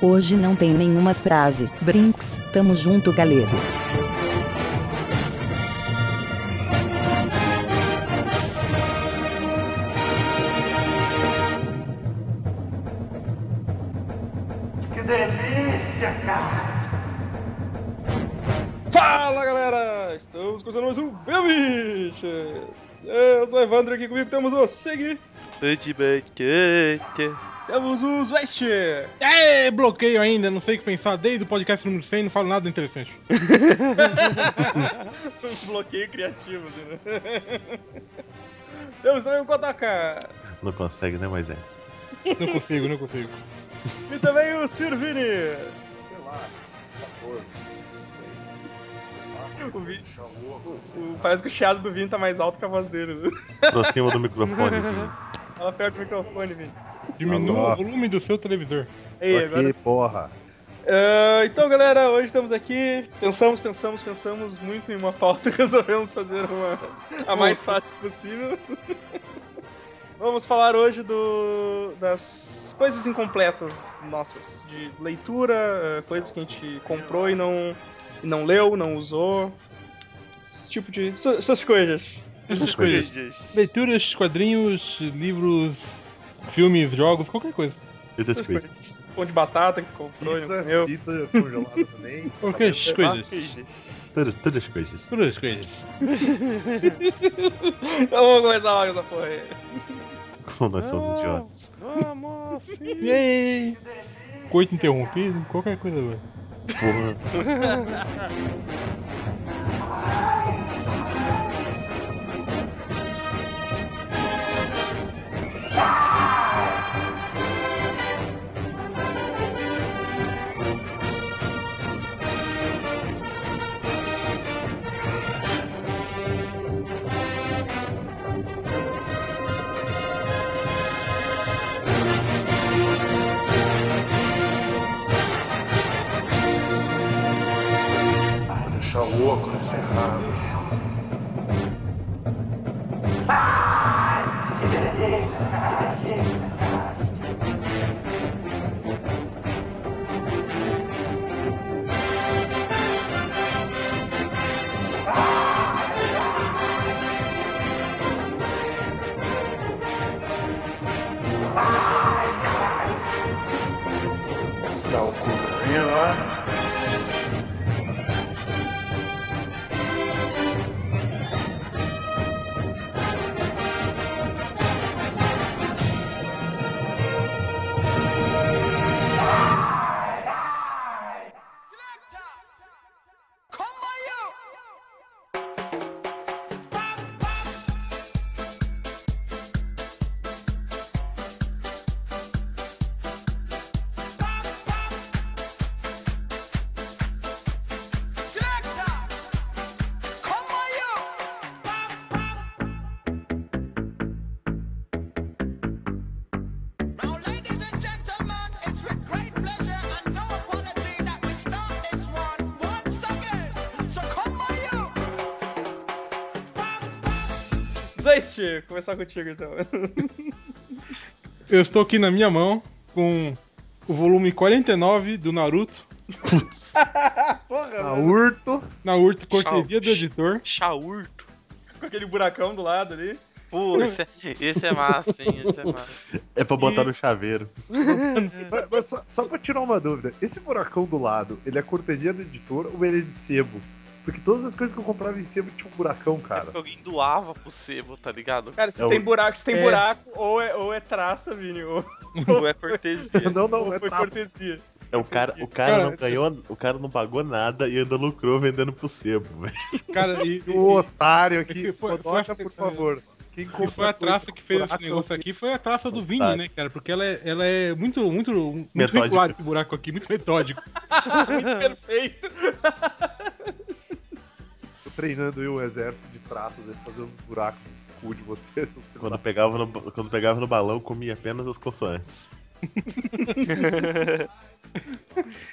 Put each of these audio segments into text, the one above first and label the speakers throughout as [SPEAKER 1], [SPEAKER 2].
[SPEAKER 1] Hoje não tem nenhuma frase. Brinks, tamo junto galego.
[SPEAKER 2] Que delícia, cara!
[SPEAKER 3] Fala galera! Estamos começando mais um Belbiches! Eu sou o Evandro aqui comigo temos o Segui, temos o Zwest!
[SPEAKER 4] É, bloqueio ainda, não sei o que pensar. Desde o podcast número 100, não falo nada interessante.
[SPEAKER 3] Um bloqueio criativo, assim, né? Temos também o Kotaka!
[SPEAKER 5] Não consegue, né, Moisés?
[SPEAKER 4] Não consigo, não consigo.
[SPEAKER 3] E também o Sirvini! O Vini- o- Parece que o chiado do Vini tá mais alto que a voz dele. né?
[SPEAKER 5] Aproxima do microfone. Vini.
[SPEAKER 3] Ela perto o microfone, Vini.
[SPEAKER 4] Diminua
[SPEAKER 5] Alô.
[SPEAKER 4] o volume do seu televisor.
[SPEAKER 3] Ei,
[SPEAKER 5] Tô
[SPEAKER 3] agora
[SPEAKER 5] aqui, porra.
[SPEAKER 3] Ah, então, galera, hoje estamos aqui. Pensamos, pensamos, pensamos muito em uma pauta e resolvemos fazer uma a mais fácil possível. Vamos falar hoje do, das coisas incompletas nossas, de leitura, ah, coisas que a gente comprou e não, e não leu, não usou. Esse tipo de. essa- essas coisas.
[SPEAKER 4] Essas coisas. Leituras, quadrinhos, livros, filmes, jogos, qualquer coisa.
[SPEAKER 5] Muitas
[SPEAKER 3] Essas coisas.
[SPEAKER 5] coisas.
[SPEAKER 3] Pão de batata que tu comprou, e não comeu.
[SPEAKER 6] pizza congelada também.
[SPEAKER 4] Qualquer coisa.
[SPEAKER 5] Todas, todas as coisas.
[SPEAKER 4] Todas as coisas.
[SPEAKER 3] Então vamos começar logo essa porra aí.
[SPEAKER 5] Como nós somos idiotas.
[SPEAKER 3] Vamos, sim.
[SPEAKER 4] E aí? Coito interrompido, qualquer coisa, velho.
[SPEAKER 5] Porra.
[SPEAKER 6] Deixar louco nesse errado. Dá o cu. Vem lá.
[SPEAKER 3] Zeist, começar contigo então.
[SPEAKER 4] Eu estou aqui na minha mão com o volume 49 do Naruto.
[SPEAKER 6] A urto.
[SPEAKER 4] Naruto, cortesia do editor.
[SPEAKER 7] Chaurto.
[SPEAKER 3] Com aquele buracão do lado ali.
[SPEAKER 7] Pô, esse é, esse é massa, hein? Esse é massa.
[SPEAKER 5] É pra botar no chaveiro.
[SPEAKER 6] Mas, mas só, só pra tirar uma dúvida, esse buracão do lado, ele é cortesia do editor ou ele é de sebo? Porque todas as coisas que eu comprava em sebo tinha um buracão,
[SPEAKER 7] É
[SPEAKER 6] cara.
[SPEAKER 7] porque alguém doava pro sebo, tá ligado?
[SPEAKER 3] Cara, se
[SPEAKER 5] É o-
[SPEAKER 3] tem buraco, se tem
[SPEAKER 4] É.
[SPEAKER 3] buraco, ou é, ou é traça, Vini, ou,
[SPEAKER 7] Ou é cortesia.
[SPEAKER 6] Não,
[SPEAKER 3] ou
[SPEAKER 6] não, é
[SPEAKER 3] foi
[SPEAKER 6] traço.
[SPEAKER 3] cortesia.
[SPEAKER 5] É o cara, o cara,
[SPEAKER 4] Cara,
[SPEAKER 5] não ganhou, o cara não pagou nada e ainda lucrou vendendo pro sebo, velho.
[SPEAKER 4] Cara, e, e,
[SPEAKER 6] O otário
[SPEAKER 4] Esse
[SPEAKER 6] aqui,
[SPEAKER 4] foi-
[SPEAKER 6] Codota,
[SPEAKER 4] foi-
[SPEAKER 6] por favor. Quem
[SPEAKER 4] Que foi a
[SPEAKER 6] compra
[SPEAKER 4] traça
[SPEAKER 6] coisa
[SPEAKER 4] que fez
[SPEAKER 6] com
[SPEAKER 4] esse
[SPEAKER 6] buraco,
[SPEAKER 4] negócio aqui, foi a traça do Vini,
[SPEAKER 5] Otário.
[SPEAKER 4] né, cara? Porque ela é, ela é muito, muito, muito
[SPEAKER 5] Metódica.
[SPEAKER 4] regular esse buraco aqui, muito metódico.
[SPEAKER 7] É.
[SPEAKER 3] Muito perfeito.
[SPEAKER 6] eu Tô treinando eu o exército de traças, ele fazer uns buracos no escudo de vocês.
[SPEAKER 5] Quando pegava no, quando pegava no balão, comia apenas as consoantes.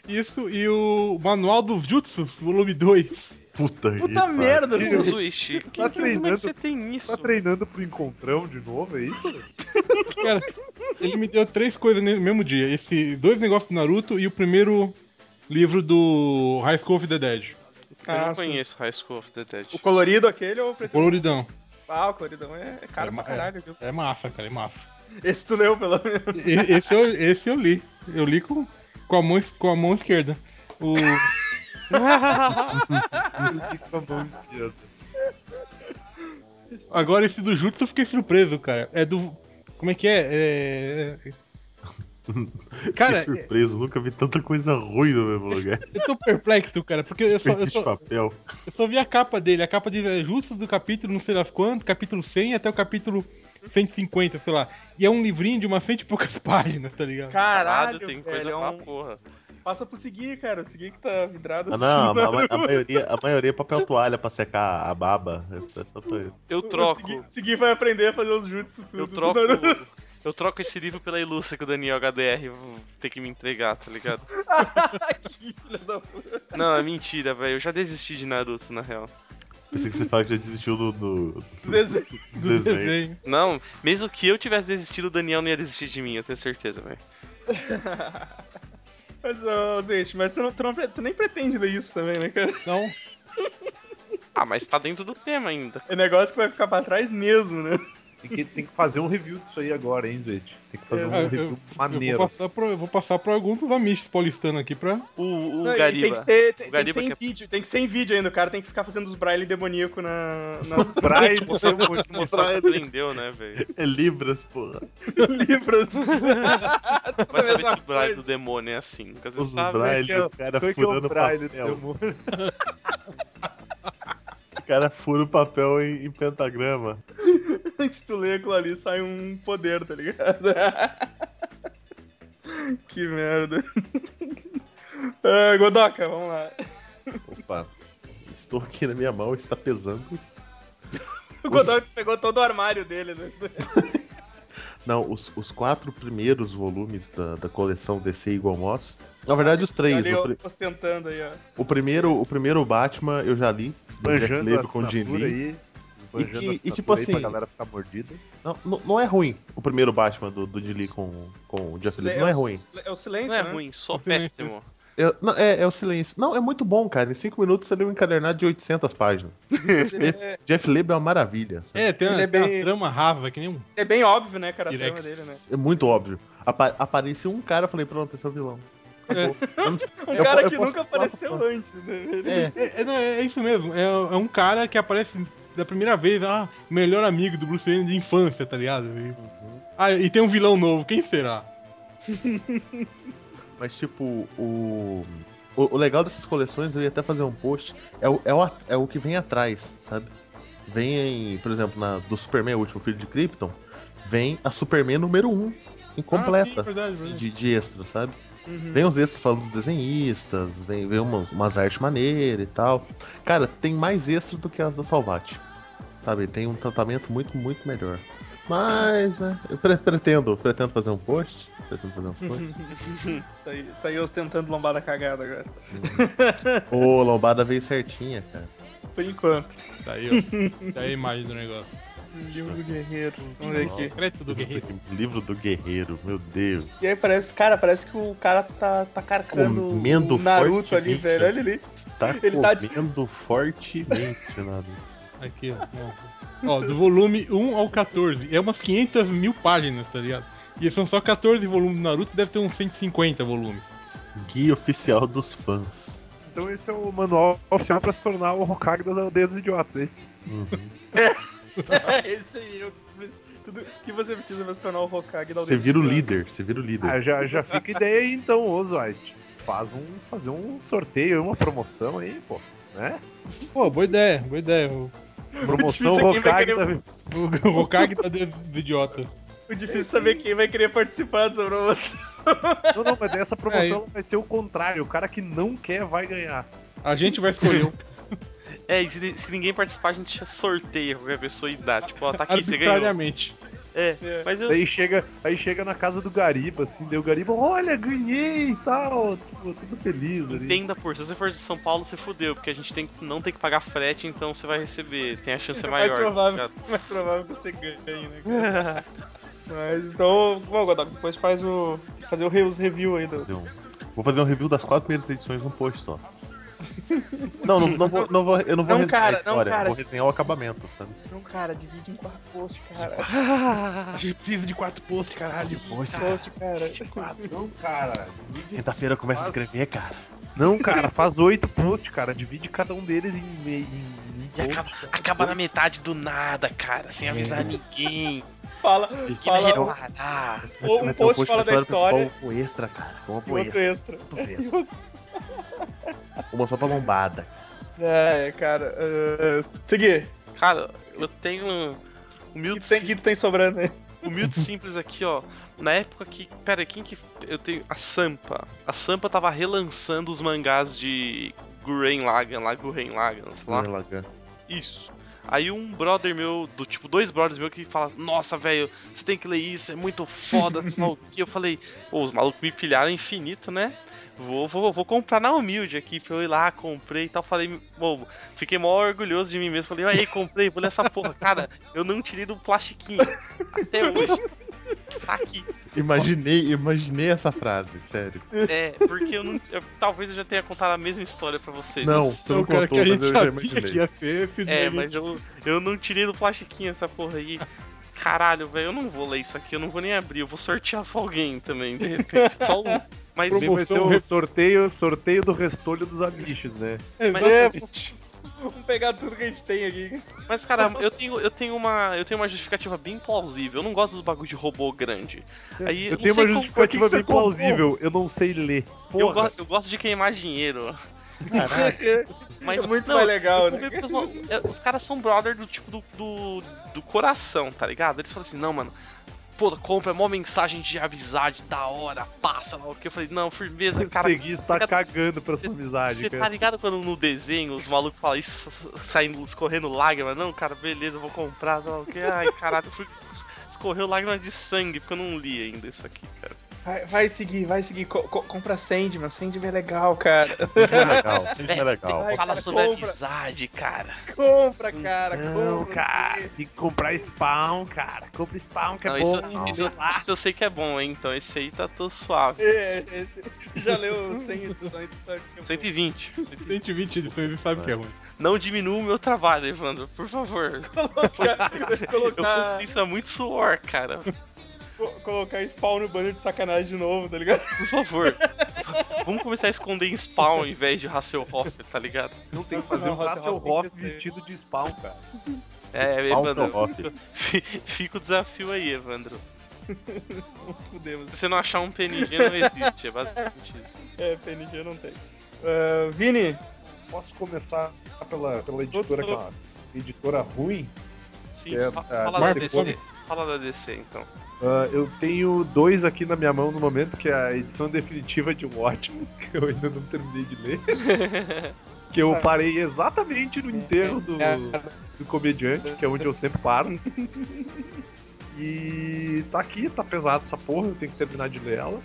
[SPEAKER 4] Isso e o Manual dos Jutsus, volume 2.
[SPEAKER 5] Puta que
[SPEAKER 3] Puta
[SPEAKER 5] pariu.
[SPEAKER 3] merda,
[SPEAKER 6] Que-
[SPEAKER 3] Zuzu.
[SPEAKER 7] Zuichi, que, que, como é que
[SPEAKER 6] Tá treinando.
[SPEAKER 7] você tem isso?
[SPEAKER 6] Tá treinando pro encontrão de novo, é isso?
[SPEAKER 4] Cara, Ele me deu três coisas no mesmo dia. Esse dois negócios do Naruto e o primeiro livro do High School of the Dead.
[SPEAKER 7] Eu
[SPEAKER 3] Ah,
[SPEAKER 7] não
[SPEAKER 3] sim.
[SPEAKER 7] conheço High School of the Dead.
[SPEAKER 3] O colorido aquele ou o preto?
[SPEAKER 4] Coloridão.
[SPEAKER 3] Ah, o coloridão é, é caro
[SPEAKER 4] É,
[SPEAKER 3] pra
[SPEAKER 4] é.
[SPEAKER 3] caralho, viu?
[SPEAKER 4] É massa, cara, é massa.
[SPEAKER 3] Esse tu leu, pelo menos.
[SPEAKER 4] E- Esse eu, esse eu li. Eu li com, com, a, mão, com a mão esquerda. O,
[SPEAKER 6] Com a mão esquerda.
[SPEAKER 4] agora esse do Jutsu eu fiquei surpreso, cara. É do. Como é que é? é... Cara,
[SPEAKER 5] Fiquei surpreso, nunca vi tanta coisa ruim no mesmo lugar.
[SPEAKER 4] eu tô perplexo, cara, porque eu só,
[SPEAKER 5] Despeito
[SPEAKER 4] eu,
[SPEAKER 5] de
[SPEAKER 4] só,
[SPEAKER 5] papel.
[SPEAKER 4] eu só vi a capa dele. A capa dele é justo do capítulo, não sei lá quanto, capítulo 100 até o capítulo 150, sei lá. E é um livrinho de uma cento e poucas páginas, tá ligado?
[SPEAKER 3] Caralho,
[SPEAKER 7] tem
[SPEAKER 3] tem
[SPEAKER 7] coisa
[SPEAKER 3] velho.
[SPEAKER 7] pra
[SPEAKER 3] é um-
[SPEAKER 7] porra.
[SPEAKER 3] Passa pro seguir, cara. O seguir que tá vidrado
[SPEAKER 5] Ah,
[SPEAKER 3] assim.
[SPEAKER 5] não, a,
[SPEAKER 3] na-
[SPEAKER 5] ma- a maioria, a maioria é papel toalha pra secar a baba. É só pra isso.
[SPEAKER 7] Eu
[SPEAKER 3] o
[SPEAKER 7] troco.
[SPEAKER 3] Segui- Segui vai aprender a fazer os jutsu tudo.
[SPEAKER 7] Eu troco. Eu troco esse livro pela ilustra que o Daniel HDR tem que me entregar, tá ligado?
[SPEAKER 3] Filha da puta.
[SPEAKER 7] Não, é mentira, velho. Eu já desisti de Naruto, na real.
[SPEAKER 5] Pensei que você fala que já desistiu do, do- do
[SPEAKER 3] Desenho.
[SPEAKER 4] Do
[SPEAKER 5] desenho.
[SPEAKER 4] desenho.
[SPEAKER 7] Não, mesmo que eu tivesse desistido, o Daniel não ia desistir de mim, eu tenho certeza, velho.
[SPEAKER 3] Mas, ô, gente, mas tu, não, tu, não pre- tu nem pretende ler isso também, né, cara?
[SPEAKER 4] Então,
[SPEAKER 7] Ah, mas tá dentro do tema ainda.
[SPEAKER 3] É negócio que vai ficar pra trás mesmo, né?
[SPEAKER 6] Tem que, tem que fazer um review disso aí agora, hein, Zwest? Tem que fazer
[SPEAKER 3] É,
[SPEAKER 6] um
[SPEAKER 4] eu- eu-
[SPEAKER 6] review
[SPEAKER 4] eu
[SPEAKER 6] maneiro.
[SPEAKER 4] vou passar pro, eu vou passar pro algum dos amigos paulistanos aqui pra.
[SPEAKER 7] O, o
[SPEAKER 3] Não, e Tem
[SPEAKER 7] Gariba.
[SPEAKER 3] que ser, tem,
[SPEAKER 7] O
[SPEAKER 3] tem que
[SPEAKER 7] Gariba
[SPEAKER 3] ser em
[SPEAKER 7] que é-
[SPEAKER 3] vídeo. Tem que ser em vídeo ainda. O cara tem que ficar fazendo os braille demoníaco na, na
[SPEAKER 6] Braille,
[SPEAKER 7] Mostrar que aprendeu, né, velho?
[SPEAKER 5] É Libras, porra.
[SPEAKER 3] libras.
[SPEAKER 7] Vai saber
[SPEAKER 3] mesma
[SPEAKER 7] se o Braille
[SPEAKER 3] é coisa.
[SPEAKER 7] do demônio é assim. Nunca se
[SPEAKER 5] Os
[SPEAKER 7] sabe. né?
[SPEAKER 5] braille,
[SPEAKER 6] que é-
[SPEAKER 5] o cara
[SPEAKER 6] Foi que é
[SPEAKER 5] furando
[SPEAKER 6] o
[SPEAKER 5] o
[SPEAKER 6] Braille do
[SPEAKER 5] papel.
[SPEAKER 6] demônio.
[SPEAKER 5] O cara fura o papel em, em pentagrama.
[SPEAKER 3] Se tu lê aquilo ali, sai um poder, tá ligado? que merda. Ah, Godoka, vamos lá.
[SPEAKER 5] Opa. Estou aqui na minha mão, está pesando.
[SPEAKER 3] O Godoka pegou todo o armário dele, né?
[SPEAKER 5] Não, os, os quatro primeiros volumes da, da coleção DC Igual Moss. Na verdade, os três.
[SPEAKER 3] Ali,
[SPEAKER 5] O,
[SPEAKER 3] ó,
[SPEAKER 5] pri-
[SPEAKER 3] ostentando aí, ó.
[SPEAKER 5] o primeiro, o primeiro Batman eu já li. do Jack
[SPEAKER 6] Esbanjando a
[SPEAKER 5] Lembre com Jim
[SPEAKER 6] assinatura
[SPEAKER 5] Lee.
[SPEAKER 6] aí. Esbanjando
[SPEAKER 5] E que-
[SPEAKER 6] a
[SPEAKER 5] e
[SPEAKER 6] assinatura
[SPEAKER 5] tipo
[SPEAKER 6] aí pra
[SPEAKER 5] assim-
[SPEAKER 6] galera ficar mordida.
[SPEAKER 5] Não, não, não é ruim o primeiro Batman do, do Jim Lee com, com o Jeff Lemire. Não é
[SPEAKER 3] o
[SPEAKER 5] ruim.
[SPEAKER 3] sil- É o silêncio,
[SPEAKER 7] Não é
[SPEAKER 3] né?
[SPEAKER 7] ruim, só
[SPEAKER 4] Complemento.
[SPEAKER 7] péssimo.
[SPEAKER 5] É- não, é, é o silêncio. Não, é muito bom, cara. Em cinco minutos você lê um encadernado de 800 páginas.
[SPEAKER 3] É,
[SPEAKER 5] Jeff Lemire é uma maravilha. sabe?
[SPEAKER 4] É, tem, uma,
[SPEAKER 3] Ele é
[SPEAKER 4] tem uma
[SPEAKER 3] bem-
[SPEAKER 4] trama rava, que nem um.
[SPEAKER 3] é bem óbvio, né, cara, a
[SPEAKER 4] Direx.
[SPEAKER 3] trama dele, né?
[SPEAKER 5] É muito óbvio. Apa apareceu um cara, eu falei, pronto, esse é o vilão.
[SPEAKER 4] É.
[SPEAKER 5] Eu não sei-
[SPEAKER 3] Um
[SPEAKER 5] eu
[SPEAKER 3] cara
[SPEAKER 5] po- eu
[SPEAKER 3] que
[SPEAKER 5] posso
[SPEAKER 3] nunca
[SPEAKER 5] falar pra
[SPEAKER 3] apareceu
[SPEAKER 5] fora.
[SPEAKER 3] antes, né?
[SPEAKER 5] É,
[SPEAKER 4] É, é, não, é isso mesmo. É, é um cara que aparece da primeira vez, ah, melhor amigo do Bruce Wayne de infância, tá ligado? E- Ah, e tem um vilão novo, quem será?
[SPEAKER 5] mas tipo, o... o. o legal dessas coleções, eu ia até fazer um post, é o, é o, at- é o que vem atrás, sabe? Vem, em- por exemplo, na do Superman, o último filho de Krypton, vem a Superman número 1,
[SPEAKER 4] Ah, sim,
[SPEAKER 5] incompleta.
[SPEAKER 4] verdade,
[SPEAKER 5] assim,
[SPEAKER 4] verdade.
[SPEAKER 5] de, de extra, sabe?
[SPEAKER 3] Uhum.
[SPEAKER 5] Vem os extras falando dos desenhistas, vem, vem umas, umas artes maneiras e tal. Cara, tem mais extra do que as da Salvati. Sabe? Tem um tratamento muito, muito melhor. Mas, né, eu pre- pretendo, pretendo fazer um post. Pretendo fazer um post.
[SPEAKER 3] Tá aí, tá aí ostentando lombada cagada agora.
[SPEAKER 5] Ô, lombada veio certinha, cara.
[SPEAKER 3] Por enquanto.
[SPEAKER 4] Tá aí, ó. Tá aí a imagem do negócio.
[SPEAKER 3] Livro do Guerreiro. Vamos ver aqui.
[SPEAKER 4] Secreto do guerreiro.
[SPEAKER 5] Livro do Guerreiro, meu Deus.
[SPEAKER 3] E aí parece, cara, parece que o cara tá, tá carcando
[SPEAKER 5] Comendo
[SPEAKER 3] o Naruto ali,
[SPEAKER 5] fortemente.
[SPEAKER 3] velho. Olha ali.
[SPEAKER 5] Tá
[SPEAKER 3] Ele tá de-
[SPEAKER 5] comendo fortemente, Naruto.
[SPEAKER 4] Aqui, ó. Ó, do volume 1 ao 14. É umas 500 mil páginas, tá ligado? E são só 14 volumes do Naruto, deve ter uns 150 volumes.
[SPEAKER 5] Guia oficial dos fãs.
[SPEAKER 6] Então esse é o manual oficial pra se tornar o Hokage das aldeias dos idiotas, é isso?
[SPEAKER 5] Uhum.
[SPEAKER 3] É esse aí. eu- Tudo que você precisa pra se tornar o Hokage um da
[SPEAKER 5] Você
[SPEAKER 3] aldeia.
[SPEAKER 5] vira o líder, você vira o líder.
[SPEAKER 6] Ah, já, já fica ideia aí então, ô Zwest. Faz um, fazer um sorteio, uma promoção aí, pô. Né?
[SPEAKER 4] Pô, boa ideia, boa ideia. O,
[SPEAKER 6] Promoção
[SPEAKER 3] Difícil é quem vai
[SPEAKER 6] Hokage
[SPEAKER 3] querer-
[SPEAKER 6] da
[SPEAKER 4] o, o Hokage tá de, do idiota.
[SPEAKER 3] O difícil é saber quem vai querer participar dessa promoção.
[SPEAKER 6] Não, não, mas essa
[SPEAKER 4] É,
[SPEAKER 6] promoção vai ser o contrário. O cara que não quer vai ganhar.
[SPEAKER 4] A gente vai escolher um
[SPEAKER 7] É, e se, se ninguém participar, a gente sorteia qualquer pessoa e dá. Tipo, ó, tá aqui, você ganhou.
[SPEAKER 4] arbitrariamente.
[SPEAKER 7] É,
[SPEAKER 3] É.
[SPEAKER 7] mas eu.
[SPEAKER 6] Aí chega, aí chega na casa do Gariba, assim, deu o Gariba, olha, ganhei e tal. Tipo, tudo feliz ali.
[SPEAKER 7] Entenda, por se você for de São Paulo, você fudeu, porque a gente tem, que- não tem que pagar frete, então você vai receber, tem a chance
[SPEAKER 3] É mais
[SPEAKER 7] maior. tá
[SPEAKER 3] provável,
[SPEAKER 7] ligado?
[SPEAKER 3] mais provável que você ganhe, né, cara? Mas então, bom, Godog, depois faz o. Fazer o re- os review aí das.
[SPEAKER 5] Fazer um- Vou fazer um review das quatro primeiras edições num post só. Não, não, não vou, não vou- eu não vou
[SPEAKER 3] Não,
[SPEAKER 5] resenhar
[SPEAKER 3] cara,
[SPEAKER 5] a
[SPEAKER 3] não,
[SPEAKER 5] história,
[SPEAKER 3] cara.
[SPEAKER 5] vou resenhar o acabamento, sabe?
[SPEAKER 3] Não, Então, cara, divide em quatro posts, cara.
[SPEAKER 7] Ah.
[SPEAKER 4] A gente precisa de quatro posts, caralho.
[SPEAKER 5] Poxa,
[SPEAKER 3] Post, cara.
[SPEAKER 6] Não, cara.
[SPEAKER 5] quinta-feira eu começo a
[SPEAKER 6] Quase.
[SPEAKER 5] escrever, cara.
[SPEAKER 6] Não, cara, faz oito posts, cara. Divide cada um deles em. em, em- em
[SPEAKER 7] E acaba,
[SPEAKER 6] posts.
[SPEAKER 7] acaba na metade do nada, cara, sem avisar ninguém.
[SPEAKER 3] Fala,
[SPEAKER 7] Ninguém vai
[SPEAKER 3] fala
[SPEAKER 7] reparar.
[SPEAKER 5] Esse
[SPEAKER 3] Ou um post fala da história.
[SPEAKER 5] principal, o extra, cara. Uma
[SPEAKER 3] um
[SPEAKER 5] pro
[SPEAKER 3] outro
[SPEAKER 5] extra,
[SPEAKER 3] extra.
[SPEAKER 5] pros extras. Uma só pra lombada.
[SPEAKER 3] É, cara. Uh, seguir.
[SPEAKER 7] Cara, eu tenho um
[SPEAKER 3] O
[SPEAKER 7] humilde,
[SPEAKER 3] que tem, que tu tem sobrando né? aí?
[SPEAKER 7] humilde simples aqui, ó. Na época que. Pera, aí, quem que. Eu tenho. A Sampa. A Sampa tava relançando os mangás de Gurren Lagan, lá, Gurren Lagan, sei lá.
[SPEAKER 5] Lagan.
[SPEAKER 7] Isso. Aí um brother meu, do tipo, dois brothers meu que fala, nossa, velho, você tem que ler isso, é muito foda, sei lá o que. Eu falei, "Ô, os malucos me pilharam infinito, né? Vou, vou, vou comprar na humilde aqui, pra eu ir lá, comprei e tal. Falei, bom, fiquei mó orgulhoso de mim mesmo. Falei, aí, comprei, vou ler essa porra. Cara, eu não tirei do plastiquinho. Até hoje. Tá aqui.
[SPEAKER 5] Imaginei, imaginei essa frase, sério.
[SPEAKER 7] É, porque eu não. eu- talvez eu já tenha contado a mesma história pra vocês.
[SPEAKER 5] Não,
[SPEAKER 7] mas-
[SPEAKER 4] É
[SPEAKER 5] você não contou, mas eu já imaginei.
[SPEAKER 4] ia ser, fiz
[SPEAKER 7] É,
[SPEAKER 4] isso.
[SPEAKER 7] mas eu, eu não tirei do plastiquinho essa porra aí. Caralho, velho, eu não vou ler isso aqui, eu não vou nem abrir, eu vou sortear pra alguém também, de repente. Só um. Mas,
[SPEAKER 6] Esse vai ser
[SPEAKER 4] Promoção,
[SPEAKER 6] o
[SPEAKER 4] rep-
[SPEAKER 6] sorteio, sorteio do restolho dos amiches, né?
[SPEAKER 4] É,
[SPEAKER 7] mas-
[SPEAKER 3] Vamos pegar tudo que a gente tem aqui.
[SPEAKER 7] mas, cara, eu tenho, eu, tenho uma, eu tenho uma justificativa bem plausível. Eu não gosto dos bagulho de robô grande. Aí,
[SPEAKER 6] Eu
[SPEAKER 7] não
[SPEAKER 6] tenho
[SPEAKER 7] sei
[SPEAKER 6] uma
[SPEAKER 7] como-
[SPEAKER 6] justificativa
[SPEAKER 3] por que que
[SPEAKER 6] bem
[SPEAKER 3] você comprou?
[SPEAKER 6] plausível. Eu não sei ler.
[SPEAKER 7] Eu,
[SPEAKER 6] Porra. É
[SPEAKER 7] go- eu gosto de queimar dinheiro. Mas,
[SPEAKER 3] é muito
[SPEAKER 7] não,
[SPEAKER 3] mais legal,
[SPEAKER 7] eu
[SPEAKER 3] né?
[SPEAKER 7] comprei porque os mal- é, Os caras são brother do tipo do, do, do coração, tá ligado? Eles falam assim, não, mano. Pô, compra, é mó mensagem de avisar, de da hora, passa lá o que. Eu falei, não, firmeza,
[SPEAKER 6] O
[SPEAKER 7] cara.
[SPEAKER 6] Segui está
[SPEAKER 7] fica-
[SPEAKER 6] cagando pra sua amizade,
[SPEAKER 7] Você tá
[SPEAKER 6] cara.
[SPEAKER 7] ligado quando no desenho os malucos falam isso, saindo, escorrendo lágrima? Não, cara, beleza, eu vou comprar, sei lá o que. Ai, caralho, eu fui- escorreu lágrima de sangue, porque eu não li ainda isso aqui, cara.
[SPEAKER 3] Vai, vai seguir, vai seguir. Co- co- compra Sandman. Sandman é legal, cara.
[SPEAKER 5] Sempre é legal, sempre é legal.
[SPEAKER 3] Ai,
[SPEAKER 7] Fala
[SPEAKER 3] cara,
[SPEAKER 7] sobre
[SPEAKER 3] compra.
[SPEAKER 7] amizade, cara.
[SPEAKER 3] Compra, cara.
[SPEAKER 6] Não,
[SPEAKER 3] compra.
[SPEAKER 6] cara. Tem que comprar spawn, cara. Compra spawn que
[SPEAKER 7] Não,
[SPEAKER 6] é
[SPEAKER 7] isso,
[SPEAKER 6] bom.
[SPEAKER 7] isso, isso eu sei que é bom, hein? Então esse aí tá tão suave.
[SPEAKER 3] É, esse- já leu 100 edições, sabe que é bom.
[SPEAKER 7] 120.
[SPEAKER 4] 120 edições e sabe que é ruim.
[SPEAKER 7] Não diminua o meu trabalho, Evandro, por favor.
[SPEAKER 3] Colocar,
[SPEAKER 7] Eu
[SPEAKER 3] colocar,
[SPEAKER 7] conquistei isso há muito suor, cara.
[SPEAKER 3] co- colocar spawn no banner de sacanagem de novo, tá ligado?
[SPEAKER 7] Por favor. Vamos começar a esconder em spawn ao invés de Hasselhoff, tá ligado?
[SPEAKER 6] Não tem que fazer
[SPEAKER 3] Não,
[SPEAKER 6] um
[SPEAKER 3] Russell
[SPEAKER 6] Hasselhoff
[SPEAKER 3] Hoff tem que ser.
[SPEAKER 6] vestido de spawn, cara.
[SPEAKER 7] É,
[SPEAKER 5] Spawn
[SPEAKER 7] Evandro.
[SPEAKER 5] Hasselhoff.
[SPEAKER 7] fi- Fica o desafio aí, Evandro.
[SPEAKER 3] Nos fudemos.
[SPEAKER 7] Se você não achar um PNG, não existe. É basicamente isso.
[SPEAKER 3] É, PNG não tem. Ah, Vini,
[SPEAKER 6] Posso começar pela, pela editora, que é uma editora ruim?
[SPEAKER 7] Sim,
[SPEAKER 6] Que é,
[SPEAKER 7] fa-
[SPEAKER 6] a
[SPEAKER 7] fala da
[SPEAKER 6] DC
[SPEAKER 7] DC.
[SPEAKER 6] Comics.
[SPEAKER 7] Fala da DC, então.
[SPEAKER 6] Ah, eu tenho dois aqui na minha mão no momento, que é a edição definitiva de Watchmen, que eu ainda não terminei de ler. que eu parei exatamente
[SPEAKER 3] É,
[SPEAKER 6] no enterro do, do comediante, que é onde eu sempre paro. E tá aqui, tá pesado essa porra, eu tenho que terminar de ler ela.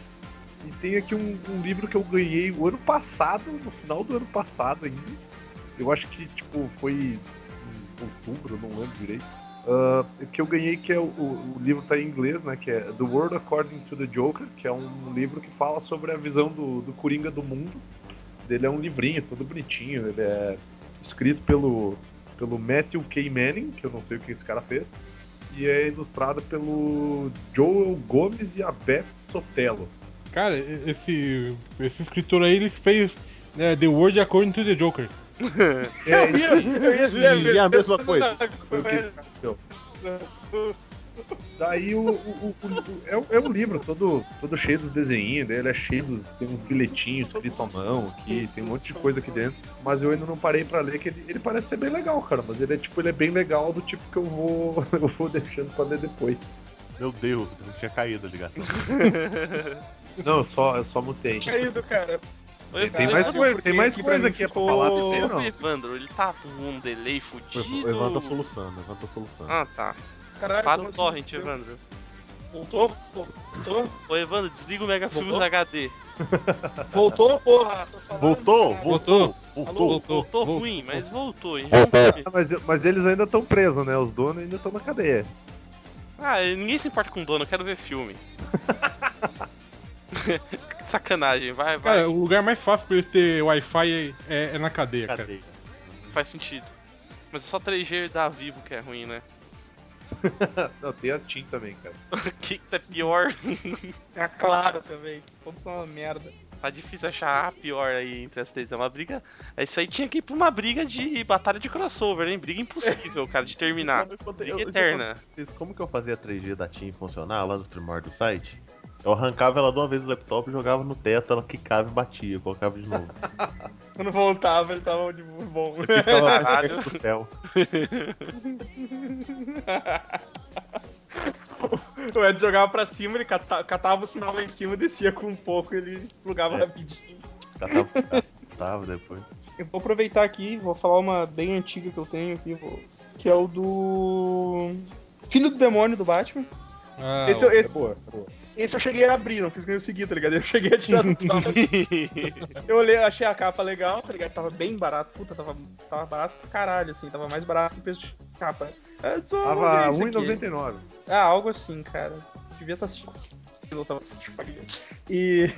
[SPEAKER 6] E tem aqui um, um livro que eu ganhei o ano passado, no final do ano passado ainda. Eu acho que, tipo, foi em outubro, não lembro direito. Ah, que eu ganhei, que é o, o- o livro tá em inglês, né? Que é The World According to the Joker, que é um livro que fala sobre a visão do, do Coringa do mundo. Ele é um livrinho, todo bonitinho. Ele é escrito pelo, pelo Matthew K. Manning, que eu não sei o que esse cara fez. E é ilustrado pelo Joel Gomes e a Beth Sotelo.
[SPEAKER 4] Cara, e- esse, esse escritor aí, ele fez né, The World According to the Joker.
[SPEAKER 6] É,
[SPEAKER 3] Eu ia- eu ia dizer
[SPEAKER 5] E a mesma coisa.
[SPEAKER 6] Foi o que esse cara deu. Daí o, o- o- o- é, um- é um livro todo, todo cheio dos desenhinhos, daí ele é cheio dos. Tem uns bilhetinhos escritos à mão aqui, tem um monte de coisa aqui dentro. Mas eu ainda não parei pra ler, que ele, ele parece ser bem legal, cara. Mas ele é tipo, ele é bem legal do tipo que eu vou. Eu vou deixando pra ler depois.
[SPEAKER 5] Meu Deus, eu pensei que tinha caído a ligação.
[SPEAKER 6] Não, eu só, eu só mutei.
[SPEAKER 3] Caído, cara.
[SPEAKER 7] Oi,
[SPEAKER 6] Tem
[SPEAKER 7] Evandro.
[SPEAKER 6] mais
[SPEAKER 3] Não,
[SPEAKER 6] coisa,
[SPEAKER 3] porque
[SPEAKER 6] tem mais
[SPEAKER 3] aqui pra
[SPEAKER 6] coisa
[SPEAKER 3] mim tipo,
[SPEAKER 6] aqui pra
[SPEAKER 3] ficou-
[SPEAKER 6] falar desse
[SPEAKER 7] Ô,
[SPEAKER 6] não. tá
[SPEAKER 7] Evandro, ele tá com um delay fudido.
[SPEAKER 5] Levanta a solução, levanta a solução.
[SPEAKER 7] Ah, tá.
[SPEAKER 3] Caralho,
[SPEAKER 7] Para o
[SPEAKER 3] como
[SPEAKER 7] torrent,
[SPEAKER 3] assim?
[SPEAKER 7] Evandro.
[SPEAKER 3] Voltou? Voltou?
[SPEAKER 7] Ô, Evandro, desliga o Mega Filmes
[SPEAKER 3] Voltou?
[SPEAKER 7] HD.
[SPEAKER 3] Voltou, porra? Tô falando,
[SPEAKER 5] Voltou,
[SPEAKER 3] cara.
[SPEAKER 5] voltou,
[SPEAKER 7] Alô,
[SPEAKER 5] voltou.
[SPEAKER 7] voltou,
[SPEAKER 4] voltou,
[SPEAKER 7] ruim, mas voltou, hein?
[SPEAKER 6] Ah, Mas, mas eles ainda estão presos, né? Os donos ainda estão na cadeia.
[SPEAKER 7] Ah, ninguém se importa com dono, eu quero ver filme. Que Sacanagem, vai, vai,
[SPEAKER 4] Cara, o lugar mais fácil pra eles ter Wi-Fi é, é- é na cadeia, cara.
[SPEAKER 5] Cadê?
[SPEAKER 7] faz sentido. Mas é só 3G da Vivo que é ruim, né?
[SPEAKER 6] Não, tem a TIM também, cara.
[SPEAKER 7] O que que tá pior?
[SPEAKER 3] É claro também. Todos são uma merda.
[SPEAKER 7] Tá difícil achar a pior aí entre as três. É uma briga. é Isso aí tinha que ir pra uma briga de batalha de crossover, hein? Briga impossível, cara, de terminar.
[SPEAKER 5] Eu contei-
[SPEAKER 7] Liga
[SPEAKER 5] eu- eu
[SPEAKER 7] Eterna.
[SPEAKER 5] contei pra vocês como que eu fazia a 3G da TIM funcionar lá nos primórdios do site? Eu arrancava ela de uma vez do laptop, jogava no teto, ela quicava e batia, colocava de novo.
[SPEAKER 3] Quando voltava, ele tava de bom.
[SPEAKER 5] Ficava mais
[SPEAKER 7] Caralho.
[SPEAKER 5] perto do céu.
[SPEAKER 3] o Ed jogava pra cima, ele cata- catava o sinal lá em cima, descia com um pouco, ele plugava
[SPEAKER 5] É.
[SPEAKER 3] rapidinho.
[SPEAKER 5] Catava, os caras, catava depois.
[SPEAKER 3] Eu vou aproveitar aqui, vou falar uma bem antiga que eu tenho aqui, vou- que é o do. Filho do Demônio do Batman.
[SPEAKER 4] Ah,
[SPEAKER 3] esse, eu-
[SPEAKER 6] É
[SPEAKER 3] esse,
[SPEAKER 6] boa, essa é boa.
[SPEAKER 3] esse eu cheguei a abrir, não fiz nem o seguinte, tá ligado? Eu cheguei a tirar do tava. Eu olhei, achei a capa legal, tá ligado? Tava bem barato, puta, tava, tava barato pra caralho, assim, tava mais barato que o preço de capa. Eu disse, "Ah, vamos ver
[SPEAKER 6] Tava
[SPEAKER 3] isso aqui."
[SPEAKER 6] 1,99.
[SPEAKER 3] Ah, algo assim, cara. Devia estar se eu tava se chupando. E.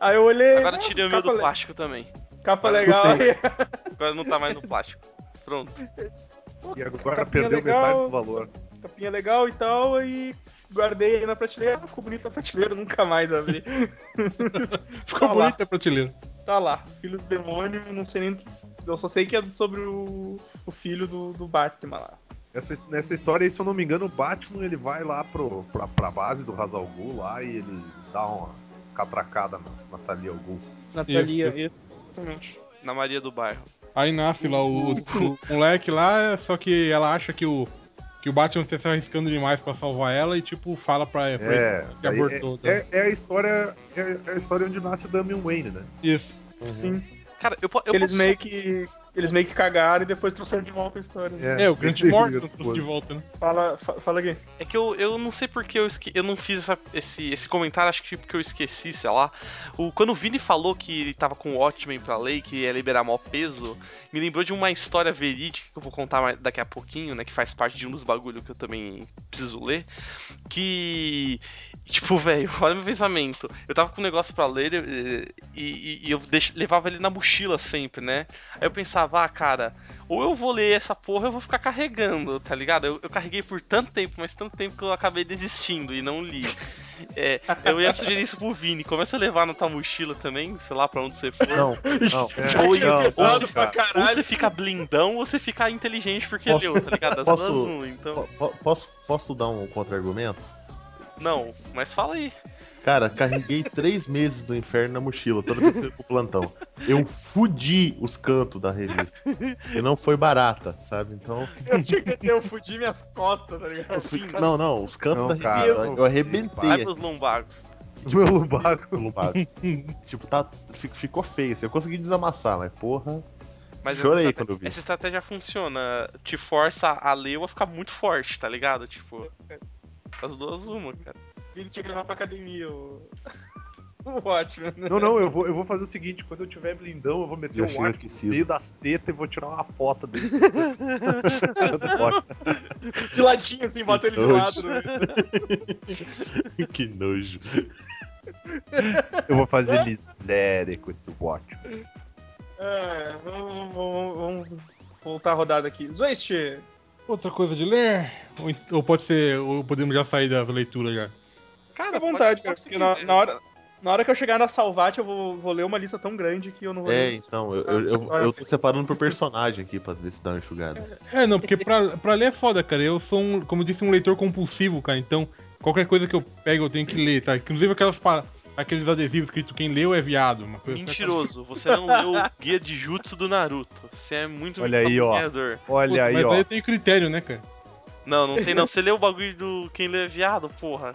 [SPEAKER 3] Aí eu olhei.
[SPEAKER 7] Agora
[SPEAKER 3] ah,
[SPEAKER 7] tirei o meu
[SPEAKER 3] capa
[SPEAKER 7] do
[SPEAKER 3] le-
[SPEAKER 7] plástico também.
[SPEAKER 3] Capa
[SPEAKER 7] Mas
[SPEAKER 3] legal.
[SPEAKER 7] Agora não tá mais no plástico. Pronto.
[SPEAKER 6] E agora
[SPEAKER 3] Capinha
[SPEAKER 6] perdeu
[SPEAKER 3] legal.
[SPEAKER 6] metade do valor.
[SPEAKER 3] capinha legal e tal, e guardei aí na prateleira, ficou bonita a prateleira, nunca mais abri.
[SPEAKER 4] Ficou
[SPEAKER 3] tá lá.
[SPEAKER 4] bonita a é prateleira.
[SPEAKER 3] Tá lá, filho do demônio, não sei nem o que. Eu só sei que é sobre o, o filho do, do Batman lá.
[SPEAKER 6] Nessa, nessa história aí, se eu não me engano, o Batman ele vai lá pro, pra, pra base do Hazal Ghul lá e ele dá uma catracada na, na Thalia Al Ghul.
[SPEAKER 3] Natalia, isso. Exatamente.
[SPEAKER 7] Na Maria do Bairro.
[SPEAKER 4] Aí nasce lá o, o moleque lá, só que ela acha que o, que o Batman tá se arriscando demais pra salvar ela e, tipo, fala pra, pra ele
[SPEAKER 6] É,
[SPEAKER 4] que
[SPEAKER 6] daí
[SPEAKER 4] abortou. tá?
[SPEAKER 6] é, é, é a história é, é a história onde nasce o Damian Wayne, né?
[SPEAKER 4] Isso.
[SPEAKER 3] Sim.
[SPEAKER 7] Cara, eu, po- eu
[SPEAKER 3] Eles
[SPEAKER 7] posso.
[SPEAKER 3] meio que. Eles meio que cagaram e depois trouxeram de volta a história.
[SPEAKER 4] É, o Grant
[SPEAKER 6] Ele-
[SPEAKER 4] Morrison
[SPEAKER 6] ele-
[SPEAKER 4] trouxe de volta, né?
[SPEAKER 3] Fala, fa- fala aqui.
[SPEAKER 7] É que eu, eu não sei porque eu, esque... eu não fiz essa- esse, esse comentário, acho que porque eu esqueci, sei lá. O, quando o Vini falou que ele tava com o Watchmen pra lei, que ia liberar maior peso, me lembrou de uma história verídica que eu vou contar mais- daqui a pouquinho, né? Que faz parte de um dos bagulhos que eu também preciso ler. Que. Tipo, velho, olha meu pensamento. Eu tava com um negócio pra ler eh, e, e- e eu deix- levava ele na mochila sempre, né? Aí eu pensava, ah, cara, ou eu vou ler essa porra, eu vou ficar carregando, tá ligado? Eu, eu carreguei por tanto tempo, mas tanto tempo que eu acabei desistindo e não li. É, eu ia sugerir isso pro Vini. Começa a levar na tua mochila também, sei lá pra onde você for.
[SPEAKER 5] Não, não.
[SPEAKER 6] É,
[SPEAKER 7] Ou,
[SPEAKER 5] não,
[SPEAKER 7] ou
[SPEAKER 5] posso-
[SPEAKER 7] você, ou você fica blindão ou você fica inteligente porque
[SPEAKER 5] Posso-
[SPEAKER 7] leu, tá ligado? As
[SPEAKER 5] posso-
[SPEAKER 7] duas um, então.
[SPEAKER 5] po- po- Posso, posso dar um contra-argumento?
[SPEAKER 7] Não, mas fala aí.
[SPEAKER 5] Cara, carreguei três meses do inferno na mochila, toda vez que eu ia pro plantão. Eu fudi os cantos da revista. E não foi barata, sabe? Então.
[SPEAKER 3] Eu tinha que dizer, eu fudi minhas costas, tá ligado?
[SPEAKER 5] eu
[SPEAKER 7] Assim,
[SPEAKER 5] fui- Não, não, os cantos
[SPEAKER 6] Não,
[SPEAKER 5] da
[SPEAKER 6] cara,
[SPEAKER 5] revista.
[SPEAKER 6] não-
[SPEAKER 5] eu arrebentei.
[SPEAKER 7] Vai
[SPEAKER 5] aqui
[SPEAKER 7] pros lombagos.
[SPEAKER 6] O meu lumbago.
[SPEAKER 5] no lado. tipo, tá, fi- ficou feio. assim, Eu consegui desamassar, mas porra.
[SPEAKER 7] Mas essa
[SPEAKER 5] Chorei
[SPEAKER 7] estrate-
[SPEAKER 5] quando eu vi.
[SPEAKER 7] Essa estratégia funciona. Te força a ler a ficar muito forte, tá ligado? Tipo. As duas uma, cara.
[SPEAKER 3] Ele tinha que levar pra academia o. O Watchmen. né?
[SPEAKER 6] Não, não, eu vou, eu vou fazer o seguinte: quando eu tiver blindão, eu vou meter
[SPEAKER 5] Eu
[SPEAKER 6] o
[SPEAKER 5] achei
[SPEAKER 6] Watchmen no
[SPEAKER 5] esquecido.
[SPEAKER 6] meio das tetas e vou tirar uma foto dele.
[SPEAKER 3] De ladinho, assim, bota ele de lado.
[SPEAKER 5] Nojo.
[SPEAKER 3] né?
[SPEAKER 5] que nojo.
[SPEAKER 6] eu vou
[SPEAKER 4] É,
[SPEAKER 6] fazer miséria com esse Watchmen.
[SPEAKER 3] É, vamos, vamos- vamos voltar a rodada aqui. Zoist!
[SPEAKER 4] Outra coisa de ler? Ou, en- ou pode ser, ou podemos já sair da leitura já.
[SPEAKER 3] Fica à
[SPEAKER 7] Cara,
[SPEAKER 3] vontade, cara,
[SPEAKER 7] pode-
[SPEAKER 3] porque é na, na hora, na hora que eu chegar na Salvat, eu vou, vou ler uma lista tão grande que eu não vou
[SPEAKER 5] É,
[SPEAKER 3] ler.
[SPEAKER 5] então, eu, eu, eu, eu tô separando por personagem aqui pra ver se dá uma enxugada.
[SPEAKER 4] É, não, porque pra, pra ler é foda, cara. Eu sou, um, como eu disse, um leitor compulsivo, cara. Então, qualquer coisa que eu pego, eu tenho que ler, tá? Inclusive aquelas pa- aqueles adesivos escrito quem leu é viado. Uma coisa
[SPEAKER 7] Mentiroso, você não leu o guia de Jutsu do Naruto. Você é muito
[SPEAKER 6] Olha aí, ó.
[SPEAKER 7] maconhador.
[SPEAKER 4] Putz,
[SPEAKER 6] Olha aí,
[SPEAKER 4] mas
[SPEAKER 6] ó.
[SPEAKER 4] aí eu tenho critério, né, cara?
[SPEAKER 7] Não, não tem não. Você leu o bagulho do quem lê é viado, porra.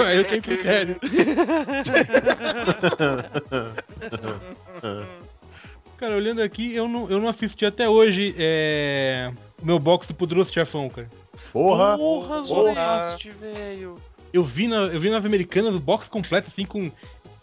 [SPEAKER 4] Aí eu tenho critério. cara, olhando aqui, eu não, eu não assisti até hoje é, o meu box do Poderoso Chefão, cara.
[SPEAKER 5] Porra!
[SPEAKER 7] Porra, Zoeste, velho.
[SPEAKER 4] Eu vi, na, eu vi nas americanas o box completo, assim, com,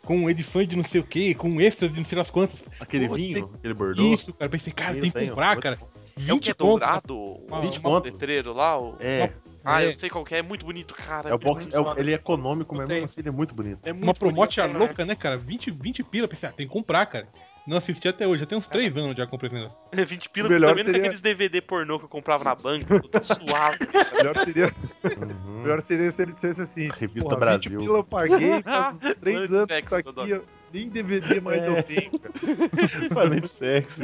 [SPEAKER 4] com edições de não sei o que, com extras de não sei das quantas.
[SPEAKER 5] Aquele
[SPEAKER 4] Puta,
[SPEAKER 5] vinho, aquele bordô.
[SPEAKER 4] Isso, cara. Pensei, cara,
[SPEAKER 5] Sim,
[SPEAKER 4] tem
[SPEAKER 5] eu
[SPEAKER 4] que
[SPEAKER 5] tenho. É
[SPEAKER 4] comprar,
[SPEAKER 5] Muito
[SPEAKER 4] cara.
[SPEAKER 5] bom.
[SPEAKER 7] É o que
[SPEAKER 4] 20
[SPEAKER 7] é
[SPEAKER 4] pontos.
[SPEAKER 7] dourado? O
[SPEAKER 5] 20
[SPEAKER 7] o
[SPEAKER 5] né? conto.
[SPEAKER 7] letreiro lá? O...
[SPEAKER 5] É,
[SPEAKER 7] Ah,
[SPEAKER 4] É.
[SPEAKER 7] eu sei qual que é, é muito bonito, cara.
[SPEAKER 5] É o box, é o- ele é econômico,
[SPEAKER 3] Eu
[SPEAKER 5] mas
[SPEAKER 3] tenho.
[SPEAKER 5] mesmo assim ele é muito bonito.
[SPEAKER 3] É
[SPEAKER 4] Uma promote
[SPEAKER 3] bonito, cara.
[SPEAKER 4] louca, né, cara? 20, 20 pila, pensei, ah, tem que comprar, cara. Não assisti até hoje, já tem uns 3 anos já comprei esse negócio.
[SPEAKER 7] É 20 pila,
[SPEAKER 6] O melhor
[SPEAKER 7] também
[SPEAKER 6] seria-
[SPEAKER 7] com aqueles DVD pornô que eu comprava na banca, tudo suave.
[SPEAKER 6] Melhor seria,
[SPEAKER 5] Uhum.
[SPEAKER 6] melhor seria se ele dissesse assim:
[SPEAKER 5] Revista
[SPEAKER 6] Porra,
[SPEAKER 5] Brasil.
[SPEAKER 6] 20 pila eu paguei, faz uns
[SPEAKER 7] Mano
[SPEAKER 6] três
[SPEAKER 7] de
[SPEAKER 6] anos que
[SPEAKER 7] sexo,
[SPEAKER 6] tá
[SPEAKER 7] Godoy.
[SPEAKER 6] aqui, eu nem DVD mais
[SPEAKER 5] É.
[SPEAKER 6] eu tenho, cara.
[SPEAKER 5] Falei de sexo,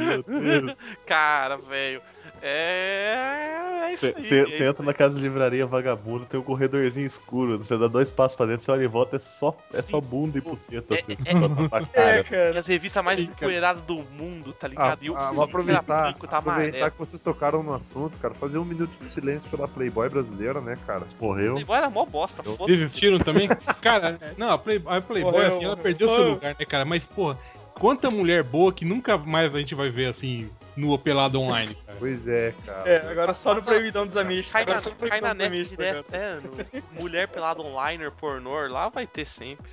[SPEAKER 4] É
[SPEAKER 5] meu Deus.
[SPEAKER 7] Cara, velho. É. é isso aí, é isso
[SPEAKER 5] Você entra
[SPEAKER 7] aí.
[SPEAKER 5] na casa de livraria vagabundo, tem um corredorzinho escuro, você dá dois passos pra dentro, você olha e volta, é só, é
[SPEAKER 7] Sim.
[SPEAKER 5] só bunda e buceta,
[SPEAKER 7] É,
[SPEAKER 5] assim,
[SPEAKER 7] é,
[SPEAKER 5] na tua
[SPEAKER 3] É,
[SPEAKER 5] cara.
[SPEAKER 7] É
[SPEAKER 3] cara.
[SPEAKER 7] As revistas mais
[SPEAKER 6] Sim, cara.
[SPEAKER 7] poeiradas do mundo, tá
[SPEAKER 6] Ah,
[SPEAKER 7] ligado?
[SPEAKER 6] ah, vou aproveitar,
[SPEAKER 7] branco, tá
[SPEAKER 6] aproveitar
[SPEAKER 7] amarelo.
[SPEAKER 6] que vocês tocaram no assunto, cara. Fazer um minuto de silêncio pela Playboy brasileira, né, cara?
[SPEAKER 5] Morreu.
[SPEAKER 7] Playboy era mó bosta, foda-se.
[SPEAKER 4] Desistiram também? Cara, não, a Play- a Playboy,
[SPEAKER 3] Porra,
[SPEAKER 4] assim,
[SPEAKER 3] eu-
[SPEAKER 4] ela perdeu
[SPEAKER 3] eu-
[SPEAKER 4] seu lugar, né, cara? Mas, porra, quanta mulher boa que nunca mais a gente vai ver, assim, nua pelada online, cara.
[SPEAKER 6] Pois é, cara.
[SPEAKER 3] É, agora só no proibidão dos amistos.
[SPEAKER 7] Cai na,
[SPEAKER 3] Agora um só no
[SPEAKER 7] cai na
[SPEAKER 3] proibidão dos tá
[SPEAKER 7] net
[SPEAKER 3] amistos. agora.
[SPEAKER 7] direto, é, no- mulher pelada online, pornô, lá vai ter sempre.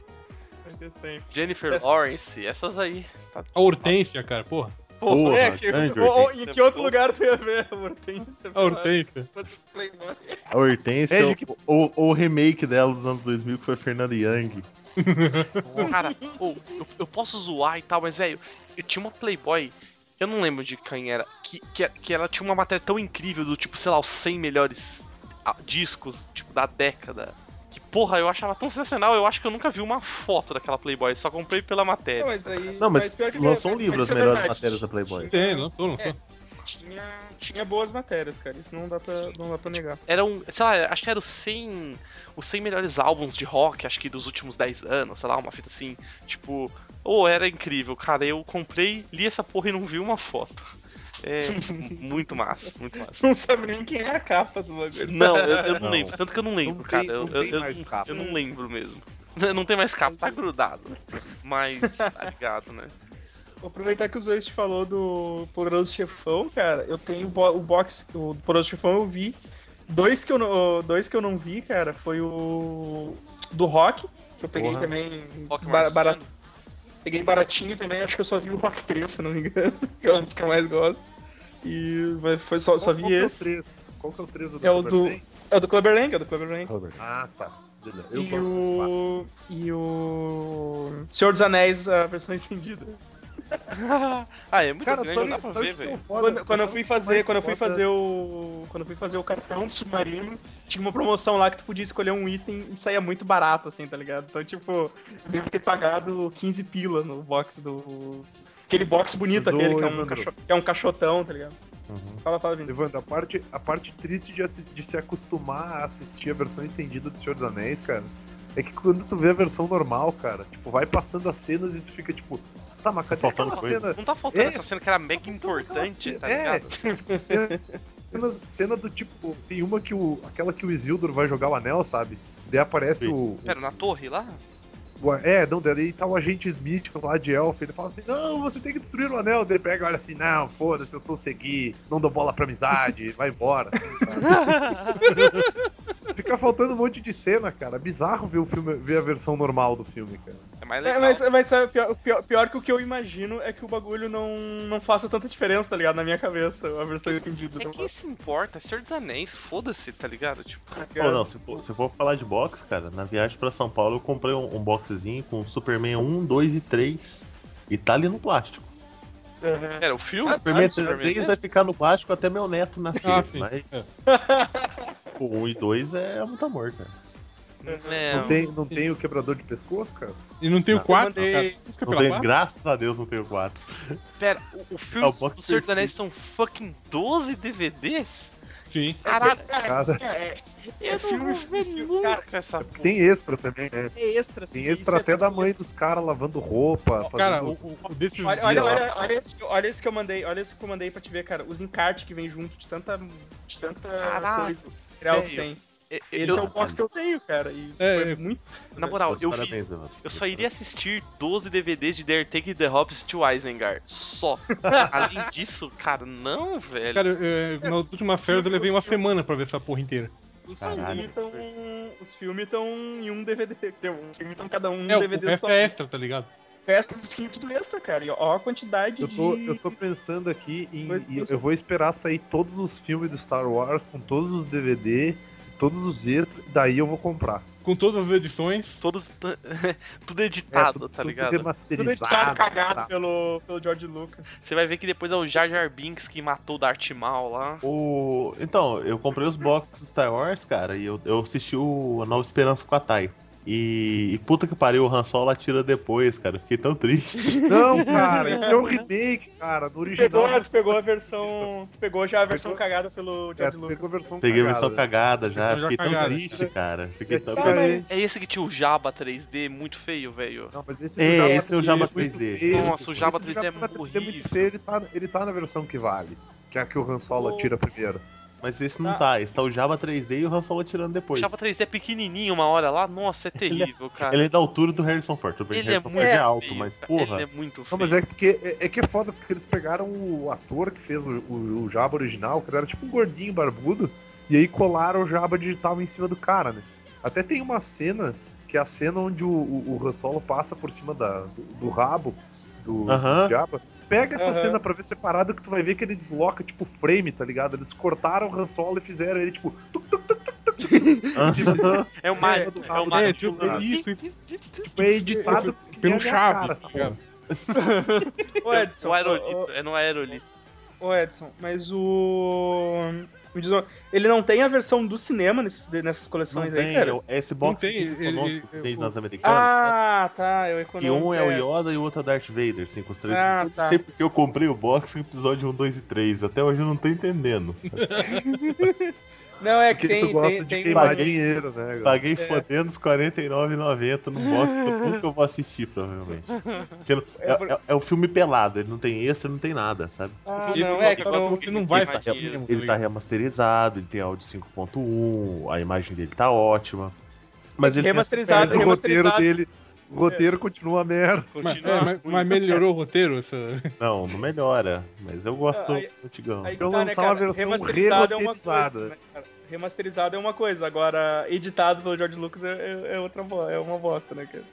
[SPEAKER 3] Vai ter sempre.
[SPEAKER 7] Jennifer
[SPEAKER 3] Sucesso.
[SPEAKER 7] Lawrence, essas aí. Tá,
[SPEAKER 4] A Hortência, cara, porra.
[SPEAKER 7] Porra,
[SPEAKER 5] Porra,
[SPEAKER 3] É, que,
[SPEAKER 5] grande
[SPEAKER 3] ou- ou
[SPEAKER 5] Hortência.
[SPEAKER 3] em que outro lugar tu ia ver a Hortência?
[SPEAKER 4] A Hortência.
[SPEAKER 5] A
[SPEAKER 4] É,
[SPEAKER 5] Hortência,
[SPEAKER 6] Veja que-
[SPEAKER 5] o- o, o remake dela dos anos 2000 que foi Fernanda Young.
[SPEAKER 7] Cara, ô, eu, eu posso zoar e tal, mas, velho, eu tinha uma Playboy, eu não lembro de quem era, que, que, que ela tinha uma matéria tão incrível do tipo, sei lá, os 100 melhores ah, discos, tipo, da década. Que, porra, eu achava tão sensacional, eu acho que eu nunca vi uma foto daquela Playboy, só comprei pela matéria.
[SPEAKER 3] Não, É, mas aí.
[SPEAKER 5] Não, mas
[SPEAKER 3] pior que-
[SPEAKER 5] lançou um
[SPEAKER 3] mas-
[SPEAKER 5] livro
[SPEAKER 3] mas
[SPEAKER 5] as
[SPEAKER 3] isso é
[SPEAKER 5] melhores
[SPEAKER 3] verdade.
[SPEAKER 5] matérias da Playboy.
[SPEAKER 4] Tem, lançou, lançou.
[SPEAKER 3] É. Tinha, tinha boas matérias, cara. Isso não dá pra, não dá pra negar.
[SPEAKER 7] Era um, sei lá, acho que era os 100, os 100 melhores álbuns de rock, acho que dos últimos 10 anos, sei lá, uma fita assim, tipo, ou era incrível, cara, eu comprei, li essa porra e não vi uma foto. É muito massa, muito massa.
[SPEAKER 3] Não sabe nem quem é a capa do bagulho.
[SPEAKER 7] Não, eu, eu não,
[SPEAKER 5] Não.
[SPEAKER 7] lembro. Tanto que eu não lembro,
[SPEAKER 6] Não tem-
[SPEAKER 7] cara.
[SPEAKER 6] não
[SPEAKER 7] eu,
[SPEAKER 6] tem
[SPEAKER 7] eu- eu
[SPEAKER 6] mais
[SPEAKER 7] não-
[SPEAKER 6] capa.
[SPEAKER 7] eu não lembro mesmo. Não tem mais capa, tá grudado. Mas, tá ligado, né?
[SPEAKER 3] Vou aproveitar que o Zoist falou do Poderoso Chefão, cara. Eu tenho bo- o box, o Poderoso Chefão eu vi. Dois que eu não, oh, dois que eu não vi, cara, foi o do Rock, que eu peguei
[SPEAKER 5] Porra.
[SPEAKER 3] também
[SPEAKER 7] Rock
[SPEAKER 3] bara- bara-
[SPEAKER 7] Marciano.
[SPEAKER 3] Peguei baratinho também, acho que eu só vi o Rock 3, se não me engano, que é um dos que eu mais gosto. E mas foi só, só
[SPEAKER 6] Qual-
[SPEAKER 3] vi
[SPEAKER 6] qual que é o
[SPEAKER 3] esse.
[SPEAKER 6] três? Qual que é o 3
[SPEAKER 3] É o do- É o do Clubber Lang, é o do Clubber Lang.
[SPEAKER 6] Ah, tá. Beleza. Eu
[SPEAKER 3] E
[SPEAKER 6] gosto do quatro.
[SPEAKER 3] o... e o Senhor dos Anéis, a versão estendida.
[SPEAKER 7] ah, é muito
[SPEAKER 6] Cara,
[SPEAKER 7] grande,
[SPEAKER 6] sabe,
[SPEAKER 7] não dá pra
[SPEAKER 6] sabe
[SPEAKER 7] ver,
[SPEAKER 6] o que é o
[SPEAKER 7] velho.
[SPEAKER 6] foda?
[SPEAKER 3] Quando, quando eu fui fazer,
[SPEAKER 6] Mas
[SPEAKER 3] quando eu fui
[SPEAKER 6] foda-
[SPEAKER 3] fazer o, quando eu fui fazer o cartão do submarino, tinha uma promoção lá que tu podia escolher um item e saía muito barato assim, tá ligado? Então, tipo, eu devo ter pagado 15 pila no box do aquele box bonito
[SPEAKER 6] Mas, ô,
[SPEAKER 3] aquele que é, um
[SPEAKER 6] Evandro.
[SPEAKER 3] cacho- que é um cachotão, tá ligado?
[SPEAKER 6] Uhum.
[SPEAKER 3] Fala, fala, Vini.
[SPEAKER 6] Levando, a parte, a parte triste de, assi- de se acostumar a assistir a versão estendida do Senhor dos Anéis, cara, é que quando tu vê a versão normal, cara, tipo, vai passando as cenas e tu fica tipo, tá, mas cadê
[SPEAKER 5] faltando
[SPEAKER 6] aquela
[SPEAKER 5] coisa.
[SPEAKER 6] cena?
[SPEAKER 7] Não tá faltando
[SPEAKER 6] É,
[SPEAKER 7] essa cena que era mega
[SPEAKER 6] faltando aquela
[SPEAKER 7] importante,
[SPEAKER 6] cena-
[SPEAKER 7] tá
[SPEAKER 6] é.
[SPEAKER 7] ligado?
[SPEAKER 6] Cena, cenas- cena do tipo, tem uma que o. aquela que o Isildur vai jogar o anel, sabe? Daí aparece
[SPEAKER 5] Sim.
[SPEAKER 6] o,
[SPEAKER 7] Pera, na torre lá?
[SPEAKER 6] o- É, não, daí tá o agente Smith lá de Elf, ele fala assim: não, você tem que destruir o anel. Daí ele pega e olha assim: não, foda-se, eu sou o Segui, não dou bola pra amizade, vai embora. assim, sabe? Fica faltando um monte de cena, cara. Bizarro ver o filme, ver a versão normal do filme, cara.
[SPEAKER 7] É mais
[SPEAKER 3] É,
[SPEAKER 7] legal.
[SPEAKER 3] mas, mas sabe, o pior, o pior, pior que o que eu imagino é que o bagulho não, não faça tanta diferença, tá ligado? Na minha cabeça, a versão estendida.
[SPEAKER 7] É quem se importa, é Senhor dos Anéis, foda-se, tá ligado? Tipo,
[SPEAKER 5] Ou não, se for, se for falar de box, cara, na viagem pra São Paulo eu comprei um, um boxezinho com Superman 1, 2 e 3 e tá ali no plástico.
[SPEAKER 7] era o filme?
[SPEAKER 5] tá, Superman
[SPEAKER 7] Ah, Superman.
[SPEAKER 5] 3 vai ficar no plástico até meu neto nascer,
[SPEAKER 4] Ah, sim.
[SPEAKER 5] mas
[SPEAKER 4] É.
[SPEAKER 5] o 1 e 2 é muito amor, cara.
[SPEAKER 7] Não,
[SPEAKER 6] Não tem, não tem o quebrador de pescoço, cara?
[SPEAKER 4] E não tem o
[SPEAKER 5] Não,
[SPEAKER 4] 4,
[SPEAKER 3] eu mandei-
[SPEAKER 4] cara.
[SPEAKER 5] Não
[SPEAKER 4] pela
[SPEAKER 5] tenho,
[SPEAKER 4] quatro?
[SPEAKER 5] graças a Deus não tenho 4.
[SPEAKER 7] pera, o, o filme
[SPEAKER 5] É o
[SPEAKER 7] do
[SPEAKER 5] box
[SPEAKER 7] Senhor dos Anéis são fucking 12 DVDs?
[SPEAKER 4] Sim.
[SPEAKER 7] Caralho,
[SPEAKER 6] Cara,
[SPEAKER 7] eu não
[SPEAKER 3] filme,
[SPEAKER 7] vou ver
[SPEAKER 3] filme,
[SPEAKER 7] nunca essa porra.
[SPEAKER 6] tem extra também, né?
[SPEAKER 3] É extra,
[SPEAKER 6] Tem extra até da mãe dos caras lavando roupa,
[SPEAKER 4] Cara, o,
[SPEAKER 6] fazendo.
[SPEAKER 4] o, o desse
[SPEAKER 3] Olha, olha,
[SPEAKER 6] lá.
[SPEAKER 3] olha, olha, esse, que- olha esse que eu mandei, olha esse que eu mandei pra te ver, cara. Os encartes que vem junto de tanta, de tanta
[SPEAKER 7] Caralho,
[SPEAKER 3] coisa material que
[SPEAKER 7] velho.
[SPEAKER 3] tem.
[SPEAKER 7] É, é,
[SPEAKER 3] Esse
[SPEAKER 7] eu-
[SPEAKER 3] é o box que eu tenho, cara. E
[SPEAKER 4] É,
[SPEAKER 3] foi
[SPEAKER 4] é.
[SPEAKER 3] muito.
[SPEAKER 7] Na moral, eu vi
[SPEAKER 5] parabéns, Evandro.
[SPEAKER 7] Eu só iria assistir 12 DVDs de Dare Take the Hobbs to Isengard. Só. Além disso, cara, não, velho.
[SPEAKER 4] Cara, eu- eu- na última férias eu levei uma semana pra ver essa porra inteira.
[SPEAKER 3] Os
[SPEAKER 5] Caralho.
[SPEAKER 3] filmes estão. então, Os filmes estão em um DVD. tem um- Os filmes estão cada um em um
[SPEAKER 4] É, o
[SPEAKER 3] DVD
[SPEAKER 4] resto
[SPEAKER 3] só.
[SPEAKER 4] é extra, tá ligado?
[SPEAKER 3] Festa dos quintos do extra, cara. E ó a quantidade
[SPEAKER 6] Eu tô,
[SPEAKER 3] de.
[SPEAKER 6] eu tô pensando aqui em.
[SPEAKER 3] Dois
[SPEAKER 6] e
[SPEAKER 3] pontos.
[SPEAKER 6] eu vou esperar sair todos os filmes do Star Wars com todos os DVD todos os extras, e daí eu vou comprar.
[SPEAKER 4] Com todas as edições.
[SPEAKER 7] Todos. tudo
[SPEAKER 6] É,
[SPEAKER 7] editado,
[SPEAKER 6] tudo-
[SPEAKER 7] tá
[SPEAKER 6] tudo
[SPEAKER 7] ligado?
[SPEAKER 3] Tudo
[SPEAKER 6] remasterizado.
[SPEAKER 3] editado, cagado
[SPEAKER 6] tá.
[SPEAKER 3] pelo, pelo George Lucas.
[SPEAKER 7] Você vai ver que depois é o Jar Jar Binks que matou o Darth Maul lá.
[SPEAKER 5] O... Então, eu comprei os boxes do Star Wars, cara, e eu, eu assisti o A Nova Esperança com a Thay. E, e puta que pariu, o Han Solo atira depois, cara. Eu Fiquei tão triste.
[SPEAKER 6] Não, cara, esse é um remake, cara. No original.
[SPEAKER 3] Pegou, tu pegou a versão. tu Pegou já a versão
[SPEAKER 6] Pegou-
[SPEAKER 3] cagada pelo
[SPEAKER 6] É,
[SPEAKER 3] George
[SPEAKER 6] tu
[SPEAKER 3] Lucas.
[SPEAKER 6] pegou a versão
[SPEAKER 5] Peguei a
[SPEAKER 6] cagada.
[SPEAKER 5] versão cagada já,
[SPEAKER 4] Versão já
[SPEAKER 5] fiquei tão
[SPEAKER 4] cagada.
[SPEAKER 5] triste, cara. Fiquei tão
[SPEAKER 6] Tá,
[SPEAKER 3] Cara,
[SPEAKER 5] triste.
[SPEAKER 3] mas-
[SPEAKER 7] É esse que tinha o Jaba 3D, muito feio, velho.
[SPEAKER 6] Não, mas esse
[SPEAKER 5] É,
[SPEAKER 6] do
[SPEAKER 5] esse é o Java
[SPEAKER 6] muito
[SPEAKER 5] 3D.
[SPEAKER 6] feio.
[SPEAKER 7] Nossa, o
[SPEAKER 6] Esse
[SPEAKER 7] Java
[SPEAKER 6] do
[SPEAKER 7] 3D é
[SPEAKER 6] Java
[SPEAKER 7] muito
[SPEAKER 6] 3D muito feio, ele tá, ele tá na versão que vale. Que é a que o Han Solo
[SPEAKER 3] O-
[SPEAKER 6] atira primeiro.
[SPEAKER 5] Mas esse não tá. Esse tá o Java 3D e o Han Solo atirando
[SPEAKER 7] O
[SPEAKER 5] depois.
[SPEAKER 7] Java 3D é pequenininho uma hora lá, nossa, é terrível, cara.
[SPEAKER 5] Ele é da altura do Harrison Ford. Tudo bem,
[SPEAKER 7] Ele
[SPEAKER 5] que Harrison Ford é alto,
[SPEAKER 7] feio,
[SPEAKER 5] mas
[SPEAKER 7] cara.
[SPEAKER 5] porra.
[SPEAKER 7] Ele é muito feio.
[SPEAKER 6] Não, mas é porque é, é que é foda, porque eles pegaram o ator que fez o, o, o Jabba original, que era tipo um gordinho barbudo, e aí colaram o Jabba digital em cima do cara, né? Até tem uma cena, que é a cena onde o, o, o Han Solo passa por cima da, do, do rabo do, do
[SPEAKER 5] Aham.
[SPEAKER 6] Jabba. Pega essa
[SPEAKER 3] Aham.
[SPEAKER 6] cena pra ver separado que tu vai ver que ele desloca, tipo, frame, tá ligado? Eles cortaram o Han Solo e fizeram ele, tipo,
[SPEAKER 7] É uma.
[SPEAKER 6] É,
[SPEAKER 7] É
[SPEAKER 6] é
[SPEAKER 7] uma.
[SPEAKER 4] é, tipo, isso,
[SPEAKER 3] Tipo,
[SPEAKER 6] foi editado que nem
[SPEAKER 4] pelo
[SPEAKER 6] a minha cara,
[SPEAKER 4] chave.
[SPEAKER 6] essa
[SPEAKER 4] tá
[SPEAKER 6] porra.
[SPEAKER 4] ligado?
[SPEAKER 3] Ô, Edson.
[SPEAKER 7] O
[SPEAKER 3] ô,
[SPEAKER 7] aerolito, é no aerolito.
[SPEAKER 3] Ô Edson, mas o. Me diz, uma- ele não tem a versão do cinema nesses- nessas
[SPEAKER 5] Não
[SPEAKER 3] coleções aí,
[SPEAKER 5] tem,
[SPEAKER 3] cara?
[SPEAKER 5] eu- esse box
[SPEAKER 4] Não tem,
[SPEAKER 5] cinco
[SPEAKER 4] ele-
[SPEAKER 5] econômico que
[SPEAKER 4] ele-
[SPEAKER 5] fez
[SPEAKER 4] o-
[SPEAKER 5] nas americanas. né?
[SPEAKER 3] Ah, tá, eu
[SPEAKER 5] Que
[SPEAKER 3] econômico.
[SPEAKER 5] um é o Yoda e o outro é o Darth Vader, 5 os 3.
[SPEAKER 3] Ah,
[SPEAKER 5] eu
[SPEAKER 3] tá.
[SPEAKER 5] sei porque eu comprei o box com episódio 1, 2 e 3. Até hoje eu não tô entendendo.
[SPEAKER 3] Não, é que
[SPEAKER 6] Porque
[SPEAKER 3] tem.
[SPEAKER 6] tu gosta
[SPEAKER 3] tem,
[SPEAKER 6] de
[SPEAKER 3] tem
[SPEAKER 6] queimar
[SPEAKER 3] uma-
[SPEAKER 6] dinheiro, né? cara?
[SPEAKER 4] É.
[SPEAKER 5] Paguei fodendo os 49,90 no box que eu nunca vou assistir, provavelmente. Porque é, é- é o filme pelado, ele não tem extra, não tem nada, sabe?
[SPEAKER 3] Ah,
[SPEAKER 4] Esse
[SPEAKER 3] não,
[SPEAKER 4] não,
[SPEAKER 3] é
[SPEAKER 4] esse
[SPEAKER 3] que
[SPEAKER 4] não-
[SPEAKER 3] não.
[SPEAKER 4] Porque não vai
[SPEAKER 7] Ele tá-
[SPEAKER 4] fazer mesmo, tá
[SPEAKER 5] Ele tá
[SPEAKER 4] ligado?
[SPEAKER 5] remasterizado, ele tem áudio 5.1, a imagem dele tá ótima. Mas ele tem essas
[SPEAKER 3] Remasterizado,
[SPEAKER 6] Mas
[SPEAKER 5] peças-
[SPEAKER 6] o
[SPEAKER 3] remasterizado.
[SPEAKER 6] roteiro dele. O roteiro continua a merda.
[SPEAKER 4] Mas,
[SPEAKER 7] Continua.
[SPEAKER 4] é, mas- mas melhorou o roteiro? Essa...
[SPEAKER 5] Não, não melhora. Mas eu gosto
[SPEAKER 3] Ah, Aí-
[SPEAKER 5] do antigão.
[SPEAKER 3] Aí que
[SPEAKER 6] Eu
[SPEAKER 3] tá, né,
[SPEAKER 6] lançar uma
[SPEAKER 3] cara?
[SPEAKER 6] versão
[SPEAKER 3] Remasterizado é uma
[SPEAKER 6] re-roteirizada.
[SPEAKER 3] coisa, né, cara? Remasterizado é uma coisa, agora editado pelo George Lucas é, é- é outra bo- é uma bosta, né, cara?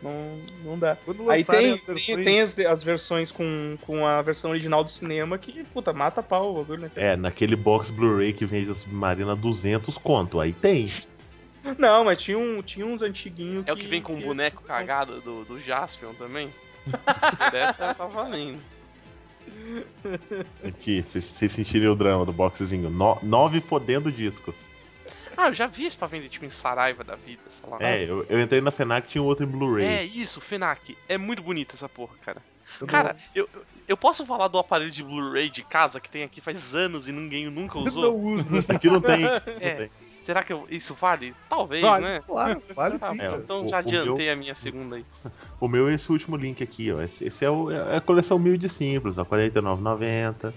[SPEAKER 3] Não, não dá.
[SPEAKER 6] Quando
[SPEAKER 3] Aí
[SPEAKER 6] lançarem
[SPEAKER 3] tem,
[SPEAKER 6] as versões-
[SPEAKER 3] tem, tem as, as versões com, com a versão original do cinema que, puta, mata a pau o bagulho, né? cara?
[SPEAKER 5] É, naquele box Blu-ray que vende a Submarina 200 conto. Aí tem.
[SPEAKER 3] Não, mas tinha, um, tinha uns antiguinhos
[SPEAKER 7] É o que vem com o boneco cagado do, do Jaspion também. Dessa tá valendo.
[SPEAKER 5] Aqui, vocês vocês sentirem o drama do boxezinho. No- nove fodendo discos.
[SPEAKER 7] Ah, eu já vi isso pra vender tipo em Saraiva da vida, sei lá.
[SPEAKER 5] É, eu, eu entrei na FENAC tinha outro em Blu-ray.
[SPEAKER 7] É isso, Fenac. É muito bonita essa porra, cara.
[SPEAKER 6] Eu não-
[SPEAKER 7] Cara, eu, eu posso falar do aparelho de Blu-ray de casa que tem aqui faz anos e ninguém nunca
[SPEAKER 6] eu
[SPEAKER 7] usou?
[SPEAKER 6] não uso.
[SPEAKER 5] Aqui não tem.
[SPEAKER 7] É, será que eu- isso vale? Talvez,
[SPEAKER 4] Vale.
[SPEAKER 7] né?
[SPEAKER 6] Claro, vale sim.
[SPEAKER 5] É,
[SPEAKER 6] cara.
[SPEAKER 7] Então
[SPEAKER 5] o-
[SPEAKER 7] já
[SPEAKER 5] o
[SPEAKER 7] adiantei a minha segunda aí.
[SPEAKER 5] O meu é esse último link aqui, ó. Esse, esse é, o- é a coleção humilde e simples, ó. R$ 49,90.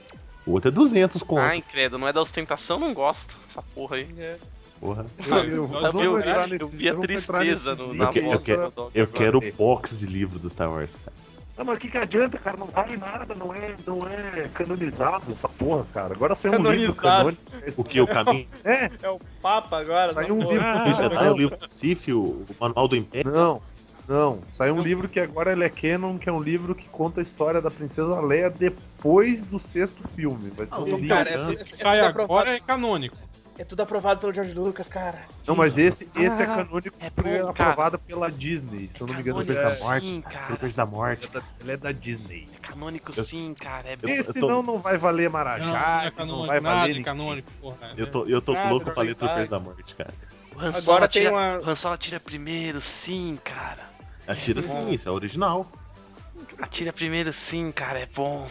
[SPEAKER 5] O outro é 200 conto.
[SPEAKER 7] Ah, incrédulo, não é da ostentação, não gosto. Essa porra
[SPEAKER 3] assim,
[SPEAKER 7] aí.
[SPEAKER 3] né?
[SPEAKER 5] porra.
[SPEAKER 6] Tá Eu, eu vou-
[SPEAKER 4] Eu
[SPEAKER 6] não
[SPEAKER 7] eu,
[SPEAKER 6] vou
[SPEAKER 7] vi-
[SPEAKER 6] entrar
[SPEAKER 7] eu
[SPEAKER 6] nesses-
[SPEAKER 7] vi a
[SPEAKER 6] não vou entrar
[SPEAKER 7] tristeza
[SPEAKER 6] nesses
[SPEAKER 7] no,
[SPEAKER 5] Eu
[SPEAKER 7] na
[SPEAKER 5] que- eu
[SPEAKER 7] voz
[SPEAKER 5] que-
[SPEAKER 7] do Doc
[SPEAKER 5] Eu
[SPEAKER 7] agora.
[SPEAKER 5] quero box de livro do Star Wars, cara.
[SPEAKER 6] Não, mas o que, que adianta, cara? Não vale nada, não é, não é canonizado essa porra, cara. Agora saiu um livro
[SPEAKER 3] Canonizado.
[SPEAKER 6] canônico. é isso.
[SPEAKER 5] O que? O caminho.
[SPEAKER 6] É,
[SPEAKER 3] É o Papa agora.
[SPEAKER 6] saiu
[SPEAKER 3] tá
[SPEAKER 6] um
[SPEAKER 3] porra.
[SPEAKER 6] livro.
[SPEAKER 5] Já tá o livro do Sif, o, o Manual do Império.
[SPEAKER 6] Não, não. Saiu um livro que agora ele é canon, que é um livro que conta a história da Princesa Leia depois do sexto filme. Vai ser um
[SPEAKER 5] Ah,
[SPEAKER 6] livro-
[SPEAKER 5] li
[SPEAKER 3] Cara, é
[SPEAKER 5] tanto.
[SPEAKER 3] tudo, é tudo
[SPEAKER 4] Sai
[SPEAKER 3] aprovado,
[SPEAKER 4] agora é canônico.
[SPEAKER 3] é tudo aprovado pelo George Lucas, cara.
[SPEAKER 6] Não, mas esse, esse é
[SPEAKER 7] Ah,
[SPEAKER 6] canônico
[SPEAKER 7] é
[SPEAKER 6] porque é
[SPEAKER 7] bom, cara.
[SPEAKER 6] aprovado pela Disney, se eu não me engano.
[SPEAKER 7] Canônico
[SPEAKER 6] ele é-
[SPEAKER 5] da morte.
[SPEAKER 7] sim, cara.
[SPEAKER 5] Troopers da Morte.
[SPEAKER 6] Ele é da Disney.
[SPEAKER 7] É canônico
[SPEAKER 5] Eu-
[SPEAKER 7] sim, cara. É
[SPEAKER 5] Eu-
[SPEAKER 6] Esse
[SPEAKER 5] tô-
[SPEAKER 6] não, não vai valer Marajá, não, vai
[SPEAKER 4] nada
[SPEAKER 6] valer
[SPEAKER 4] de
[SPEAKER 6] ninguém.
[SPEAKER 4] canônico, porra.
[SPEAKER 5] Eu tô, eu tô
[SPEAKER 3] Ah,
[SPEAKER 5] louco
[SPEAKER 3] Troopers
[SPEAKER 5] pra ler
[SPEAKER 3] da
[SPEAKER 5] Troopers da Morte, cara.
[SPEAKER 7] O Han Solo
[SPEAKER 3] Agora tem
[SPEAKER 7] atira,
[SPEAKER 3] uma.
[SPEAKER 7] o Han Solo atira primeiro, sim, cara.
[SPEAKER 5] Atira sim,
[SPEAKER 3] Bom.
[SPEAKER 5] isso é original.
[SPEAKER 7] Atira primeiro, sim, cara, é bom.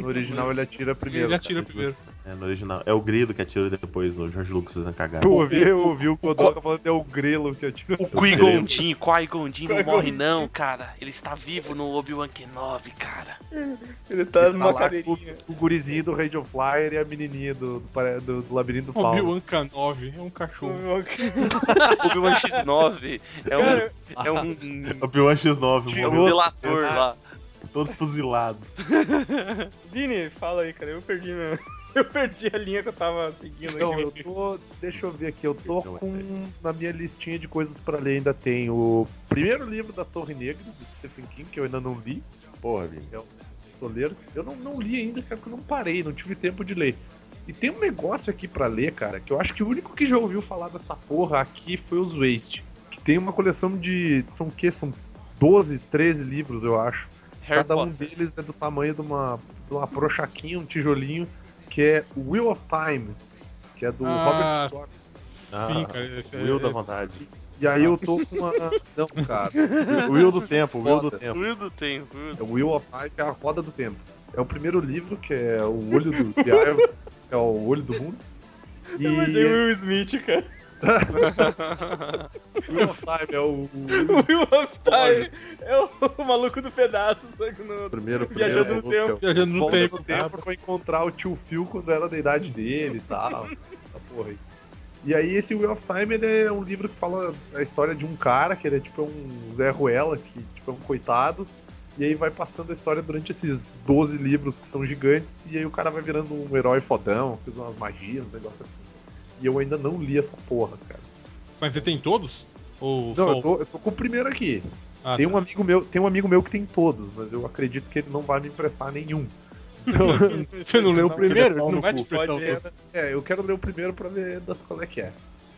[SPEAKER 6] No original ele atira primeiro.
[SPEAKER 4] Ele atira primeiro.
[SPEAKER 5] É no original. É o grilo que atira depois no Jorge Lucas na cagada.
[SPEAKER 6] Eu ouvi, eu ouvi o Kodoka falando que é o grelo que atira.
[SPEAKER 7] O Qui Gon Jinn, Qui Gon Jinn não
[SPEAKER 3] Qui-Gon
[SPEAKER 7] morre não, cara. Ele está vivo no Obi-Wan Kenobi, cara.
[SPEAKER 3] Ele tá
[SPEAKER 6] Ele tá
[SPEAKER 3] numa
[SPEAKER 6] lá
[SPEAKER 3] cadeirinha.
[SPEAKER 6] com O gurizinho do Radio Flyer e a menininha do, do, pare- do- do Labirinto do
[SPEAKER 4] O
[SPEAKER 6] Paulo.
[SPEAKER 4] Obi-Wan Kenobi é um cachorro.
[SPEAKER 7] Obi-Wan X9 é
[SPEAKER 3] Cara,
[SPEAKER 7] um, é um
[SPEAKER 5] O Obi-Wan X9, morreu
[SPEAKER 7] delator lá.
[SPEAKER 5] todo fuzilado.
[SPEAKER 3] Vini, fala aí, cara. Eu perdi meu... Eu perdi a linha que eu tava seguindo
[SPEAKER 6] Então, eu
[SPEAKER 3] aqui.
[SPEAKER 6] tô. Deixa eu ver aqui, eu tô com. Na minha listinha de coisas pra ler ainda tem o primeiro livro da Torre Negra, do Stephen King, que eu ainda não li.
[SPEAKER 5] Porra, Vini.
[SPEAKER 6] Pistoleiro. Eu não, não li ainda, cara, porque eu não parei, não tive tempo de ler. E tem um negócio aqui pra ler, cara, que eu acho que o único que já ouviu falar dessa porra aqui foi os Waste. Que tem uma coleção de. São o quê? São 12, 13 livros, eu acho.
[SPEAKER 7] Harry
[SPEAKER 6] Cada um
[SPEAKER 7] Potter.
[SPEAKER 6] deles é do tamanho de uma, de uma brochaquinha, um tijolinho, que é Wheel of Time, que é do
[SPEAKER 4] Ah,
[SPEAKER 6] Robert Storm.
[SPEAKER 4] Sim,
[SPEAKER 5] Ah,
[SPEAKER 4] cara. é-
[SPEAKER 5] Will da
[SPEAKER 4] é-
[SPEAKER 5] vontade.
[SPEAKER 6] E aí eu tô com uma. Não, cara.
[SPEAKER 5] Will do tempo, Will do
[SPEAKER 6] Foda.
[SPEAKER 5] tempo.
[SPEAKER 7] Tudo tem, tudo.
[SPEAKER 6] É o Wheel of Time, que é a roda do tempo. É o primeiro livro, que é o olho do. The Eye of- que é o olho do mundo. E
[SPEAKER 3] Eu mandei o Will Smith, cara.
[SPEAKER 6] Wheel of Time é o. o-
[SPEAKER 3] O Will of Time é o, o maluco do pedaço, só que no...
[SPEAKER 5] Primeiro, primeiro.
[SPEAKER 3] Viajando no
[SPEAKER 5] que é o-
[SPEAKER 3] tempo.
[SPEAKER 4] Viajando no
[SPEAKER 6] volta
[SPEAKER 4] tempo.
[SPEAKER 6] no tempo pra encontrar o tio Phil quando era da idade dele e tal. essa porra aí. E aí esse Wheel of Time ele é um livro que fala a história de um cara, que ele é tipo um Zé Ruela, que tipo, é um coitado. E aí vai passando a história durante esses 12 livros que são gigantes, e aí o cara vai virando um herói fodão, fez umas magias, um negócio assim. E eu ainda não li essa porra, cara.
[SPEAKER 4] Mas você tem todos? Ou
[SPEAKER 6] Não,
[SPEAKER 4] só-
[SPEAKER 6] eu tô, eu tô com o primeiro aqui.
[SPEAKER 4] Ah,
[SPEAKER 6] Tem
[SPEAKER 4] tá.
[SPEAKER 6] um amigo meu, tem um amigo meu que tem todos, mas eu acredito que ele não vai me emprestar nenhum. Então,
[SPEAKER 4] Você é não leu o primeiro?
[SPEAKER 6] pau
[SPEAKER 4] Não
[SPEAKER 6] no
[SPEAKER 4] vai te
[SPEAKER 6] cu.
[SPEAKER 4] apertar o
[SPEAKER 3] Pode ir. né?
[SPEAKER 4] todos.
[SPEAKER 6] É, eu quero ler o primeiro pra ver das qual é que é.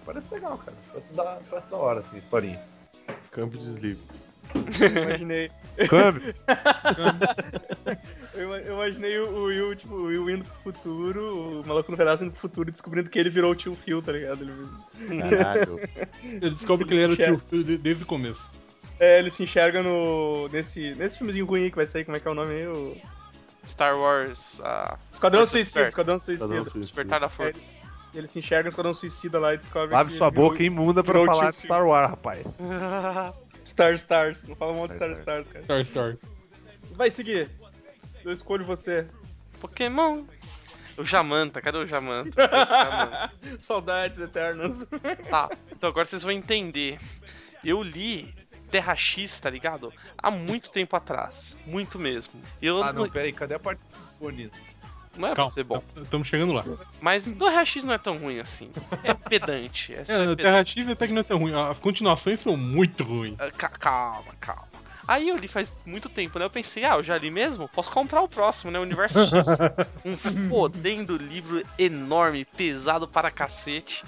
[SPEAKER 6] Parece legal, cara. Parece da, parece da hora, assim, a historinha.
[SPEAKER 5] Campo de desligo.
[SPEAKER 3] Imaginei.
[SPEAKER 6] Câmbio.
[SPEAKER 3] Eu, ima- eu imaginei o o Will, tipo, o Will indo pro futuro, o maluco no pedaço indo pro futuro e descobrindo que ele virou o tio Phil, tá ligado? Ele-
[SPEAKER 5] Caralho.
[SPEAKER 4] Eu descobri que ele é era o tio Phil de- desde o começo.
[SPEAKER 3] é, ele se enxerga no. nesse. nesse filmezinho ruim aí que vai sair, como é que é o nome aí? O...
[SPEAKER 7] Star Wars, a
[SPEAKER 3] Esquadrão
[SPEAKER 7] Força
[SPEAKER 3] Suicida,
[SPEAKER 7] Desperta.
[SPEAKER 3] Esquadrão Suicida.
[SPEAKER 5] Esquadrão Suicida.
[SPEAKER 7] Despertar da Força.
[SPEAKER 3] É. Ele se enxerga no Esquadrão Suicida lá e descobre.
[SPEAKER 6] Abre
[SPEAKER 3] que
[SPEAKER 6] sua
[SPEAKER 3] ele virou
[SPEAKER 6] boca imunda pra
[SPEAKER 3] Virou
[SPEAKER 6] falar
[SPEAKER 3] tio
[SPEAKER 6] de Star Wars, rapaz.
[SPEAKER 3] Star Stars. Não fala mal de Star
[SPEAKER 5] Star
[SPEAKER 3] Stars, cara.
[SPEAKER 4] Star Star.
[SPEAKER 3] Vai seguir. Eu escolho você.
[SPEAKER 7] Pokémon. O Jamanta, cadê o Jamanta? Cadê o Jamanta?
[SPEAKER 3] Saudades eternas.
[SPEAKER 7] Tá, então agora vocês vão entender. Eu li Terra X, tá ligado? Há muito tempo atrás. Muito mesmo. Eu
[SPEAKER 6] Ah, não,
[SPEAKER 7] não,
[SPEAKER 6] peraí, cadê a parte do bonito?
[SPEAKER 7] não é pra
[SPEAKER 4] Calma,
[SPEAKER 7] ser bom.
[SPEAKER 4] estamos chegando lá.
[SPEAKER 7] Mas o Terra X não é tão ruim assim. É pedante. É, só
[SPEAKER 4] É,
[SPEAKER 7] pedante.
[SPEAKER 4] Terra X até que não é tão ruim. As continuações são muito ruins.
[SPEAKER 7] Ah, ca- Calma, calma. Aí eu li faz muito tempo, né? Eu pensei, ah, eu já li mesmo? Posso comprar o próximo, né? Universo X. um fodendo livro enorme, pesado para cacete.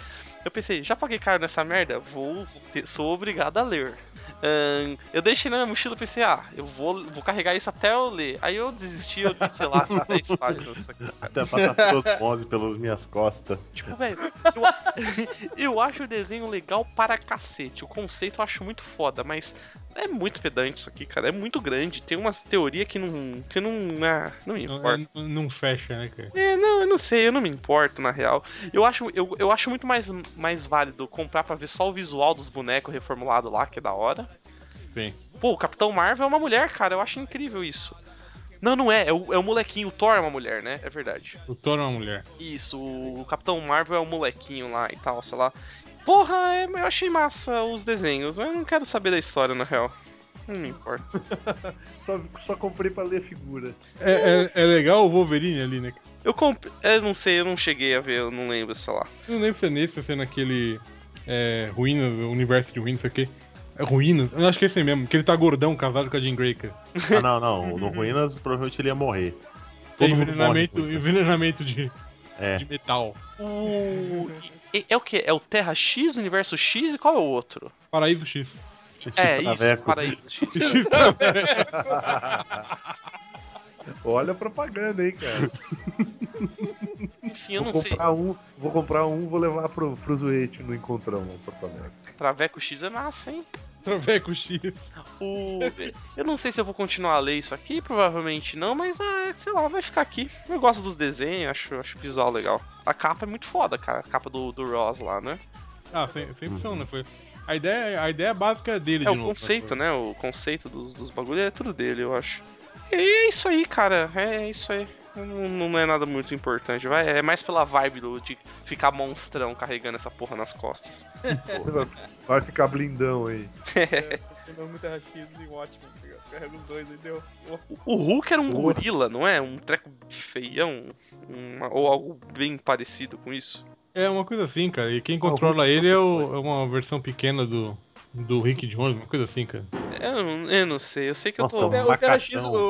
[SPEAKER 7] Eu pensei, já paguei caro nessa merda? Vou, vou ter- sou obrigado a ler. Ahn, eu deixei na minha mochila e pensei, ah, eu vou, vou carregar isso até eu ler. Aí eu desisti, eu li, sei lá, 10 páginas. Isso aqui.
[SPEAKER 5] Até passar pelos mons pelas minhas costas.
[SPEAKER 7] Tipo, velho, eu, eu acho o desenho legal para cacete. O conceito eu acho muito foda, mas é muito pedante isso aqui, cara. É muito grande. Tem umas teorias que não. que não. ah, não me
[SPEAKER 4] Não,
[SPEAKER 7] importa.
[SPEAKER 4] é- não fecha, né, cara?
[SPEAKER 7] É, não, eu não sei, eu não me importo, na real. Eu acho, eu, eu acho muito mais, mais válido comprar pra ver só o visual dos bonecos reformulado lá, que é da hora.
[SPEAKER 4] Sim.
[SPEAKER 7] Pô, o Capitão Marvel é uma mulher, cara. Eu acho incrível isso. Não, não é. É o, é o molequinho. O Thor é uma mulher, né? É verdade.
[SPEAKER 4] O Thor é uma mulher.
[SPEAKER 7] Isso, o Capitão Marvel é um molequinho lá e tal, sei lá. Porra, é- eu achei massa os desenhos, mas eu não quero saber da história, na real. Não me importa.
[SPEAKER 6] Só, só comprei pra ler figura.
[SPEAKER 4] É, é- é legal o Wolverine ali, né?
[SPEAKER 7] Eu comprei. Eu não sei, eu não cheguei a ver, eu não lembro, sei lá.
[SPEAKER 4] Eu não lembro se é nesse, ou se é naquele. É, Ruínas, o universo de Ruínas, não sei o quê. É Ruínas? Eu acho que é esse mesmo, que ele tá gordão, casado com a Jean Grey, cara.
[SPEAKER 5] Ah, não, não. No Ruínas, provavelmente ele ia morrer.
[SPEAKER 4] Tem
[SPEAKER 5] Todo mundo
[SPEAKER 4] envenenamento,
[SPEAKER 5] morre,
[SPEAKER 4] envenenamento de,
[SPEAKER 5] É.
[SPEAKER 4] de metal.
[SPEAKER 7] O. e- É o que? É o Terra X, Universo X e qual é o outro?
[SPEAKER 4] Paraíso X.
[SPEAKER 7] É, isso,
[SPEAKER 5] Traveco.
[SPEAKER 7] Paraíso X.
[SPEAKER 6] Olha a propaganda, hein, cara.
[SPEAKER 7] Enfim, eu
[SPEAKER 6] vou
[SPEAKER 7] não sei.
[SPEAKER 6] comprar um, vou comprar um, vou levar pro, pros Waste no Encontrão, em Porto Alegre.
[SPEAKER 7] Traveco X é massa, hein?
[SPEAKER 4] Traveco X.
[SPEAKER 7] O... Eu não sei se eu vou continuar a ler isso aqui, provavelmente não, mas ah, sei lá, vai ficar aqui. Eu gosto dos desenhos, acho, acho o visual legal. A capa é muito foda, cara, a capa do, do Ross lá, né?
[SPEAKER 4] Ah, sem, sem opção,
[SPEAKER 5] Uhum.
[SPEAKER 4] né? Foi. A ideia, a ideia básica dele,
[SPEAKER 7] É
[SPEAKER 4] de
[SPEAKER 7] o
[SPEAKER 4] novo,
[SPEAKER 7] conceito, né? O conceito dos, dos bagulhos é tudo dele, eu acho. E é isso aí, cara, é isso aí. Não, não é nada muito importante, vai. É mais pela vibe do, de ficar monstrão carregando essa porra nas costas.
[SPEAKER 6] Vai ficar blindão aí.
[SPEAKER 3] Eu não muito rachido e ótimo, tá ligado? Carrega os dois aí, deu.
[SPEAKER 7] O Hulk era um
[SPEAKER 6] Porra.
[SPEAKER 7] gorila, não é? Um treco feião, uma- ou algo bem parecido com isso.
[SPEAKER 4] É uma coisa assim, cara. E quem
[SPEAKER 6] Alguma
[SPEAKER 4] controla
[SPEAKER 6] coisa
[SPEAKER 4] ele
[SPEAKER 6] assim,
[SPEAKER 4] é, o- é uma versão pequena do, do Rick Jones, uma coisa assim, cara.
[SPEAKER 7] Eu, não- eu não sei, eu sei que
[SPEAKER 5] Nossa, é um
[SPEAKER 7] eu
[SPEAKER 3] O
[SPEAKER 7] tô.
[SPEAKER 3] Terra- o Terra X,
[SPEAKER 5] macacão.
[SPEAKER 3] o,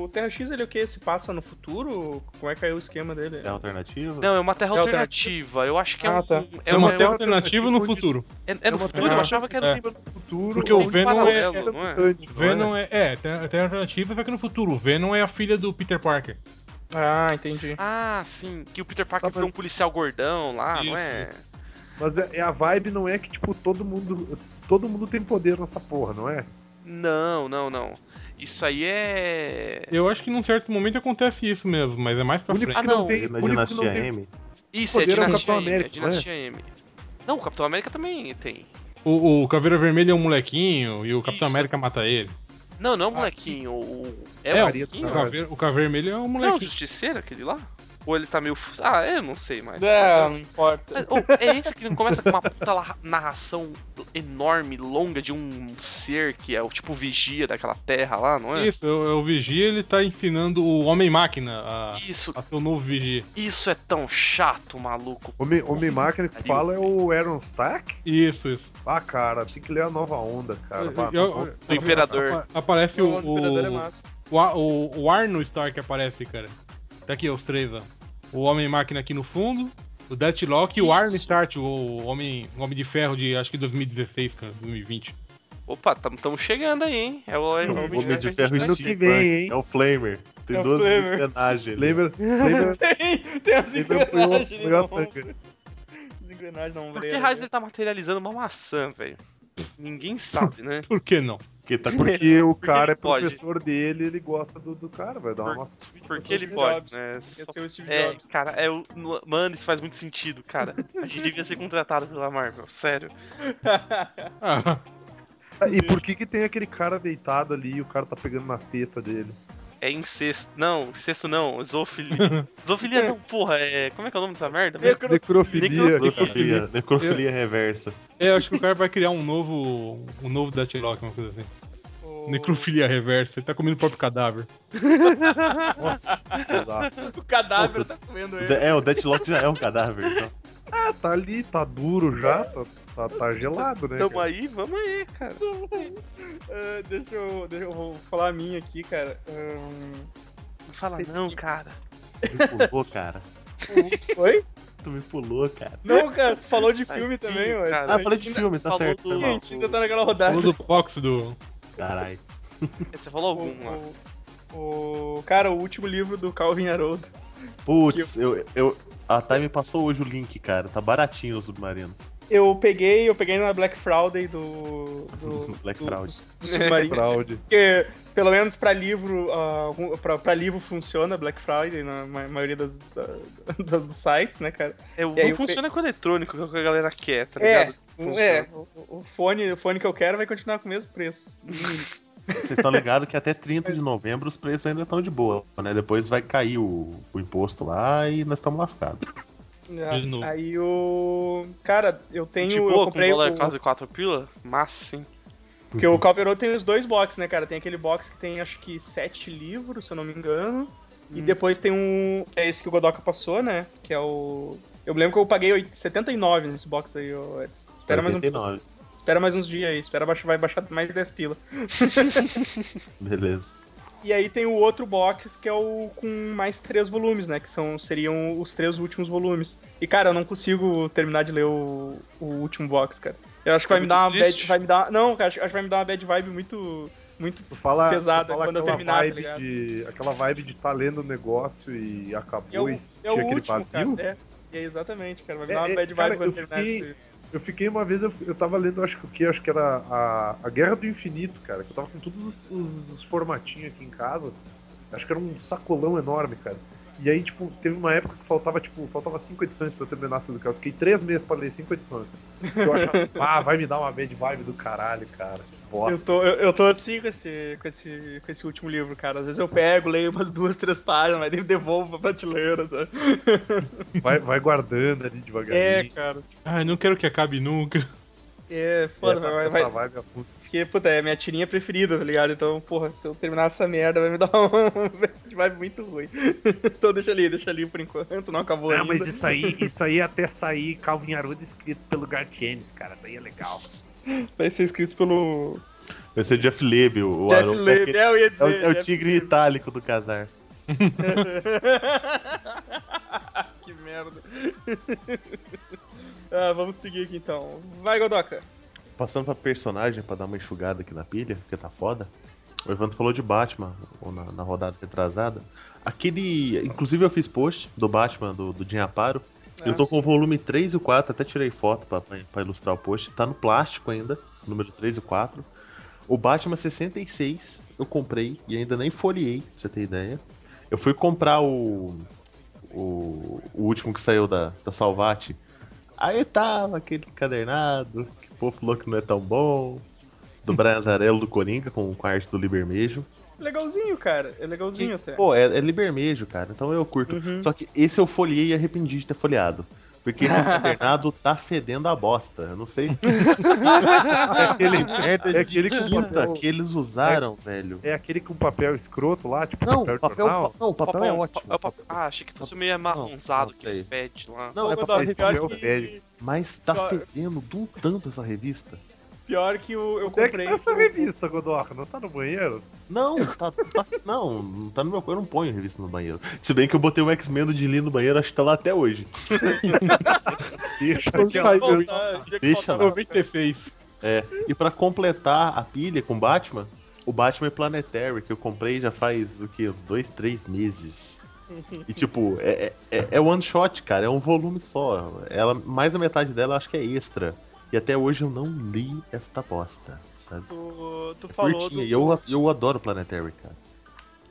[SPEAKER 3] o, o Terra X, ele é o quê? Se passa no futuro? Como é que é o esquema dele?
[SPEAKER 5] É alternativa?
[SPEAKER 7] Não, é uma terra
[SPEAKER 3] É
[SPEAKER 7] alternativa. Eu acho que é
[SPEAKER 3] Ah,
[SPEAKER 7] um.
[SPEAKER 3] tá.
[SPEAKER 7] É,
[SPEAKER 4] É
[SPEAKER 7] uma,
[SPEAKER 4] uma
[SPEAKER 7] é,
[SPEAKER 4] tela
[SPEAKER 7] um-
[SPEAKER 4] alternativa no
[SPEAKER 6] onde-
[SPEAKER 4] futuro.
[SPEAKER 7] é- é no
[SPEAKER 6] uma
[SPEAKER 7] futuro? Eu
[SPEAKER 6] terra-
[SPEAKER 7] achava que era tipo,
[SPEAKER 4] é.
[SPEAKER 7] tempo no
[SPEAKER 6] Futuro.
[SPEAKER 4] Porque o
[SPEAKER 6] tem
[SPEAKER 4] Venom é-
[SPEAKER 6] paralelo,
[SPEAKER 7] é-
[SPEAKER 6] não mutante, não é?
[SPEAKER 4] Venom é. É, tem tem a alternativa, só que no futuro. O Venom é a filha do Peter Parker.
[SPEAKER 3] Ah, entendi.
[SPEAKER 7] Ah, sim. Que o Peter Parker
[SPEAKER 6] Tá
[SPEAKER 7] virou um policial gordão lá, não
[SPEAKER 4] Isso,
[SPEAKER 7] é?
[SPEAKER 4] isso.
[SPEAKER 6] Mas é- é a vibe não é que, tipo, todo mundo. Todo mundo tem poder nessa porra, não é?
[SPEAKER 7] Não, não, não. Isso aí é.
[SPEAKER 4] Eu acho que num certo momento acontece isso mesmo, mas é mais pra
[SPEAKER 6] O único
[SPEAKER 4] frente.
[SPEAKER 7] Ah,
[SPEAKER 6] que não
[SPEAKER 7] não.
[SPEAKER 6] tem.
[SPEAKER 5] Na
[SPEAKER 6] o único que não
[SPEAKER 5] Dinastia
[SPEAKER 6] tem
[SPEAKER 5] M?
[SPEAKER 7] Isso, é
[SPEAKER 6] poder é o
[SPEAKER 7] Dinastia
[SPEAKER 6] Capitão
[SPEAKER 7] M.
[SPEAKER 6] América,
[SPEAKER 7] é Dinastia M. Não, o Capitão América também tem.
[SPEAKER 4] O, o Caveira Vermelha é um molequinho e o Capitão
[SPEAKER 7] Isso.
[SPEAKER 4] América mata ele.
[SPEAKER 7] Não, não, molequinho. O... o- É,
[SPEAKER 4] É,
[SPEAKER 7] o
[SPEAKER 4] o-
[SPEAKER 7] molequinho?
[SPEAKER 4] O
[SPEAKER 7] Não,
[SPEAKER 4] Caveira, o Caveira Vermelha é um
[SPEAKER 7] é o
[SPEAKER 4] molequinho.
[SPEAKER 7] Justiceiro, aquele lá? Ou ele tá meio. fu- Ah, eu não sei mais.
[SPEAKER 3] É, não importa.
[SPEAKER 7] Mas, ô, é esse que não começa com uma puta la- narração enorme, longa de um ser que é o tipo vigia daquela terra lá, não é?
[SPEAKER 4] Isso, é o Vigia, ele tá ensinando o Homem-Máquina a,
[SPEAKER 7] Isso,
[SPEAKER 4] a ser o novo Vigia.
[SPEAKER 7] isso é tão chato, maluco.
[SPEAKER 6] Homem- Homem-Máquina que
[SPEAKER 7] Pariu.
[SPEAKER 6] fala é o Aaron Stack?
[SPEAKER 4] Isso, isso.
[SPEAKER 6] Ah, cara, tem que ler a nova onda, cara. Vá,
[SPEAKER 4] Eu-
[SPEAKER 6] não-
[SPEAKER 4] eu-
[SPEAKER 7] Do Imperador.
[SPEAKER 4] Apa- Aparece
[SPEAKER 3] O
[SPEAKER 4] o,
[SPEAKER 3] Homem do Predador é
[SPEAKER 4] o,
[SPEAKER 3] massa.
[SPEAKER 4] o, Ar- o, o Arno Stark aparece, cara. Tá aqui, os três, ó. O Homem-Máquina aqui no fundo, o Deathlock e o
[SPEAKER 7] Isso.
[SPEAKER 4] Arno Stark, o Homem, o homem de Ferro de, acho que 2016, cara, 2020.
[SPEAKER 7] Opa, tamo, tamo chegando aí, hein? É o, é o
[SPEAKER 5] O Homem de Ferro
[SPEAKER 6] Ano
[SPEAKER 5] Steve
[SPEAKER 6] que vem,
[SPEAKER 5] Burke.
[SPEAKER 6] hein?
[SPEAKER 5] É o Flamer. Tem
[SPEAKER 3] É o
[SPEAKER 5] duas
[SPEAKER 3] Flamer.
[SPEAKER 5] engrenagens.
[SPEAKER 6] Lembra? Lembra?
[SPEAKER 3] Tem, tem as
[SPEAKER 6] Lembra? Foi uma-
[SPEAKER 3] engrenagens
[SPEAKER 6] foi
[SPEAKER 3] na
[SPEAKER 6] uma
[SPEAKER 3] mão.
[SPEAKER 6] tanga.
[SPEAKER 3] As engrenagens né? na
[SPEAKER 7] Por
[SPEAKER 3] ombreira.
[SPEAKER 7] que raios ele tá materializando uma maçã, velho? Ninguém sabe, né?
[SPEAKER 4] Por que não?
[SPEAKER 5] Porque tá com
[SPEAKER 6] Porque o cara é
[SPEAKER 7] ele pode.
[SPEAKER 6] professor dele, ele gosta do, do cara, vai dar
[SPEAKER 7] Por-
[SPEAKER 6] uma massa.
[SPEAKER 7] Porque
[SPEAKER 3] Steve
[SPEAKER 7] ele pode,
[SPEAKER 3] Jobs.
[SPEAKER 7] né?
[SPEAKER 3] Ia
[SPEAKER 7] Só-
[SPEAKER 3] ser o Steve
[SPEAKER 7] É,
[SPEAKER 3] Jobs.
[SPEAKER 7] cara, é o. no- Mano, isso faz muito sentido, cara. A gente devia ser contratado pela Marvel, sério.
[SPEAKER 4] Ah,
[SPEAKER 6] E por que que tem aquele cara deitado ali e o cara tá pegando na teta dele?
[SPEAKER 7] É incesto. Não, incesto não, zoofilia. zoofilia não, porra, é. Como é que é o nome dessa merda?
[SPEAKER 3] Eu-
[SPEAKER 6] Necrofilia.
[SPEAKER 5] necrofilia, necrofilia reversa.
[SPEAKER 4] é, eu acho que o cara vai criar um novo, um novo Deathlock, uma coisa assim.
[SPEAKER 3] O-
[SPEAKER 4] Necrofilia reversa, ele tá comendo o próprio cadáver.
[SPEAKER 6] Nossa, sei lá.
[SPEAKER 3] O cadáver tá comendo ele.
[SPEAKER 5] É, o Deathlock já é um cadáver. Então.
[SPEAKER 6] Ah, tá ali, tá duro já, tá, tá, tá gelado, né?
[SPEAKER 7] Tamo
[SPEAKER 6] cara?
[SPEAKER 7] aí, vamos aí, cara.
[SPEAKER 3] Ah, deixa, eu, deixa eu vou falar a minha aqui, cara. Ahn,
[SPEAKER 7] Não fala
[SPEAKER 3] Esse
[SPEAKER 7] não,
[SPEAKER 3] tipo-
[SPEAKER 7] cara.
[SPEAKER 5] Tu me pulou, cara.
[SPEAKER 3] Oi?
[SPEAKER 5] Tu me pulou, cara.
[SPEAKER 3] Não, cara, tu falou de filme
[SPEAKER 7] Tadinho,
[SPEAKER 3] também, ué.
[SPEAKER 7] cara.
[SPEAKER 5] Ah, eu falei de filme, tá
[SPEAKER 7] Falou
[SPEAKER 5] certo.
[SPEAKER 7] do-
[SPEAKER 5] Foi
[SPEAKER 3] A
[SPEAKER 5] mal.
[SPEAKER 3] gente ainda tá naquela rodada.
[SPEAKER 4] Falou do Fox do.
[SPEAKER 5] Caralho.
[SPEAKER 7] Você falou algum lá.
[SPEAKER 3] O- o- o- cara, o último livro do Calvin Haroldo.
[SPEAKER 5] Putz, eu, eu, a Time passou hoje o link, cara. Tá baratinho o submarino.
[SPEAKER 3] Eu peguei, eu peguei na Black Friday do. do
[SPEAKER 5] Black
[SPEAKER 3] do-
[SPEAKER 5] Fraud.
[SPEAKER 3] do Submarino.
[SPEAKER 6] Fraude.
[SPEAKER 3] Porque, pelo menos pra livro, ah, algum- pra, pra livro funciona Black Friday na ma- maioria das- da- da- dos sites, né, cara?
[SPEAKER 7] É, o-
[SPEAKER 3] E aí
[SPEAKER 7] não
[SPEAKER 3] eu pe-
[SPEAKER 7] funciona com eletrônico, que é o que a galera quer, tá
[SPEAKER 3] É,
[SPEAKER 7] ligado?
[SPEAKER 3] O- É, o, o fone, o fone que eu quero vai continuar com o mesmo preço.
[SPEAKER 5] Vocês estão ligados que até 30 de novembro os preços ainda estão de boa, né? Depois vai cair o, o imposto lá e nós estamos lascados.
[SPEAKER 4] De novo.
[SPEAKER 3] Aí o. Cara, eu tenho.
[SPEAKER 7] De
[SPEAKER 3] eu
[SPEAKER 7] boa, com
[SPEAKER 3] comprei
[SPEAKER 7] dólar
[SPEAKER 3] o,
[SPEAKER 7] quase 4 pila? Massa, sim.
[SPEAKER 3] Porque o Calperô tem os dois boxes, né, cara? Tem aquele box que tem acho que sete livros, se eu não me engano. E depois tem um. que É esse que o Godoka passou, né? Que é o. Eu me lembro que eu paguei oit- 79 nesse box aí, ô Edson. Espera mais, um,
[SPEAKER 5] 89.
[SPEAKER 3] espera mais uns dias aí, espera baixar, vai baixar mais 10 pila.
[SPEAKER 5] Beleza.
[SPEAKER 3] E aí tem o outro box que é o com mais três volumes, né? Que são, seriam os três últimos volumes. E, cara, eu não consigo terminar de ler o, o último box, cara. Eu acho que vai me dar uma bad.
[SPEAKER 7] triste.
[SPEAKER 3] Vai me dar, não, cara, acho, acho que vai me dar uma bad vibe muito. Muito
[SPEAKER 6] Tu fala, tu
[SPEAKER 3] Pesado,
[SPEAKER 6] fala
[SPEAKER 3] quando eu
[SPEAKER 6] aquela
[SPEAKER 3] terminar, tá
[SPEAKER 6] vibe
[SPEAKER 3] ligado?
[SPEAKER 6] de. Aquela vibe de tá lendo o negócio e acabou
[SPEAKER 3] É o,
[SPEAKER 6] e
[SPEAKER 3] é
[SPEAKER 6] sentir
[SPEAKER 3] o
[SPEAKER 6] aquele
[SPEAKER 3] último,
[SPEAKER 6] vazio.
[SPEAKER 3] cara. É, é exatamente, cara. Vai me
[SPEAKER 6] É,
[SPEAKER 3] dar uma
[SPEAKER 6] é,
[SPEAKER 3] bad vibe
[SPEAKER 6] cara,
[SPEAKER 3] quando
[SPEAKER 6] eu
[SPEAKER 3] terminar
[SPEAKER 6] fiquei-
[SPEAKER 3] esse-
[SPEAKER 6] Eu fiquei uma vez, eu, eu tava lendo, acho que o que? Acho que era a, a Guerra do Infinito, cara. Que eu tava com todos os, os- os formatinhos aqui em casa. Acho que era um sacolão enorme, cara. E aí, tipo, teve uma época que faltava, tipo, faltava cinco edições pra eu terminar tudo, cara. Eu fiquei três meses pra ler cinco edições. Porque Eu achava assim, ah, vai me dar uma bad vibe do caralho, cara. Bota.
[SPEAKER 3] Eu tô, eu, eu tô assim com esse, com, esse, com esse último livro, cara. Às vezes eu pego, leio umas duas, três páginas, mas daí eu devolvo pra prateleira, sabe?
[SPEAKER 6] Vai, vai guardando ali devagarinho.
[SPEAKER 3] É, cara.
[SPEAKER 4] Ai, não quero que acabe nunca.
[SPEAKER 3] É,
[SPEAKER 6] Essa,
[SPEAKER 3] foda, vai,
[SPEAKER 6] essa
[SPEAKER 3] vai,
[SPEAKER 6] vibe é puta.
[SPEAKER 3] porque, puta, é a minha tirinha preferida, tá ligado? Então, porra, se eu terminar essa merda, vai me dar um bad vibe muito ruim. Então deixa ali, deixa ali por enquanto, não acabou
[SPEAKER 6] Ah,
[SPEAKER 3] ainda.
[SPEAKER 6] aí, isso aí até sair Calvin Aruda escrito pelo Gartienes, cara. Daí é legal.
[SPEAKER 3] Vai ser escrito pelo.
[SPEAKER 5] Vai ser Jeff Leb, o o
[SPEAKER 3] Jeff
[SPEAKER 5] Arão.
[SPEAKER 3] Leb, é, eu ia
[SPEAKER 5] É o,
[SPEAKER 3] dizer.
[SPEAKER 5] é o
[SPEAKER 3] Jeff
[SPEAKER 5] tigre
[SPEAKER 3] Leb.
[SPEAKER 5] itálico do casar.
[SPEAKER 3] que merda. ah, vamos seguir aqui então. Vai, Godoka.
[SPEAKER 5] Passando pra personagem pra dar uma enxugada aqui na pilha, porque tá foda. O Evandro falou de Batman ou na, na rodada retrasada. Aquele. Inclusive eu fiz post do Batman, do, do Jim Aparo. eu tô
[SPEAKER 3] Ah,
[SPEAKER 5] com o volume 3 e o 4, até tirei foto pra, pra- pra ilustrar o post. Tá no plástico ainda, o número 3 e o 4. O Batman 66 eu comprei e ainda nem folhei, pra você ter ideia. Eu fui comprar o. O, o último que saiu da, da Salvati. Aí tava aquele encadernado, que o povo falou que não é tão bom. Do Brian Azarello do Coringa com, com a arte do Libermejo.
[SPEAKER 3] Legalzinho, cara. É legalzinho até.
[SPEAKER 5] Pô, é, é libermejo, cara. Então eu curto. Só que esse eu folhei e arrependi de ter folheado. Porque esse encadernado tá fedendo a bosta. Eu não sei. É aquele merda de
[SPEAKER 6] É aquele com
[SPEAKER 5] tinta
[SPEAKER 6] papel-
[SPEAKER 5] que eles usaram, velho.
[SPEAKER 6] É aquele com papel escroto lá, tipo
[SPEAKER 5] Não,
[SPEAKER 6] papel de
[SPEAKER 5] papel,
[SPEAKER 6] jornal.
[SPEAKER 5] pa- não, papel, é
[SPEAKER 7] Papel-
[SPEAKER 5] ótimo.
[SPEAKER 7] pa- pa- ah, achei que fosse meio amarronzado
[SPEAKER 5] não,
[SPEAKER 7] que
[SPEAKER 5] sei.
[SPEAKER 7] fede lá.
[SPEAKER 5] Não, é
[SPEAKER 3] Godoka,
[SPEAKER 5] papel,
[SPEAKER 6] papel-
[SPEAKER 3] pior
[SPEAKER 6] papel
[SPEAKER 3] que-
[SPEAKER 6] velho.
[SPEAKER 5] mas tá
[SPEAKER 3] Só-
[SPEAKER 5] fedendo de um tanto essa revista.
[SPEAKER 3] Pior que o, eu
[SPEAKER 6] Onde é que
[SPEAKER 3] comprei.
[SPEAKER 6] tá essa revista, Godoka? Não tá no banheiro?
[SPEAKER 5] Não, tá, tá- não, não tá no meu. Eu não ponho revista no banheiro. Se bem que eu botei o X-Men do Dilly no banheiro, acho que tá lá até hoje.
[SPEAKER 6] Deixa
[SPEAKER 3] Tinha que
[SPEAKER 6] aqui, ó.
[SPEAKER 3] voltar, tinha que
[SPEAKER 5] Deixa
[SPEAKER 3] voltar
[SPEAKER 5] lá.
[SPEAKER 3] pra-
[SPEAKER 4] 96.
[SPEAKER 5] É, e pra completar a pilha com Batman, o Batman é Planetary, que eu comprei já faz o que? Uns dois, três meses. E tipo, é, é, é one shot, cara, é um volume só. Ela, mais da metade dela eu acho que é extra. E até hoje eu não li esta bosta, sabe?
[SPEAKER 3] Tu, tu falou
[SPEAKER 5] Curtinha.
[SPEAKER 3] do,
[SPEAKER 5] E eu, eu adoro Planetary, cara.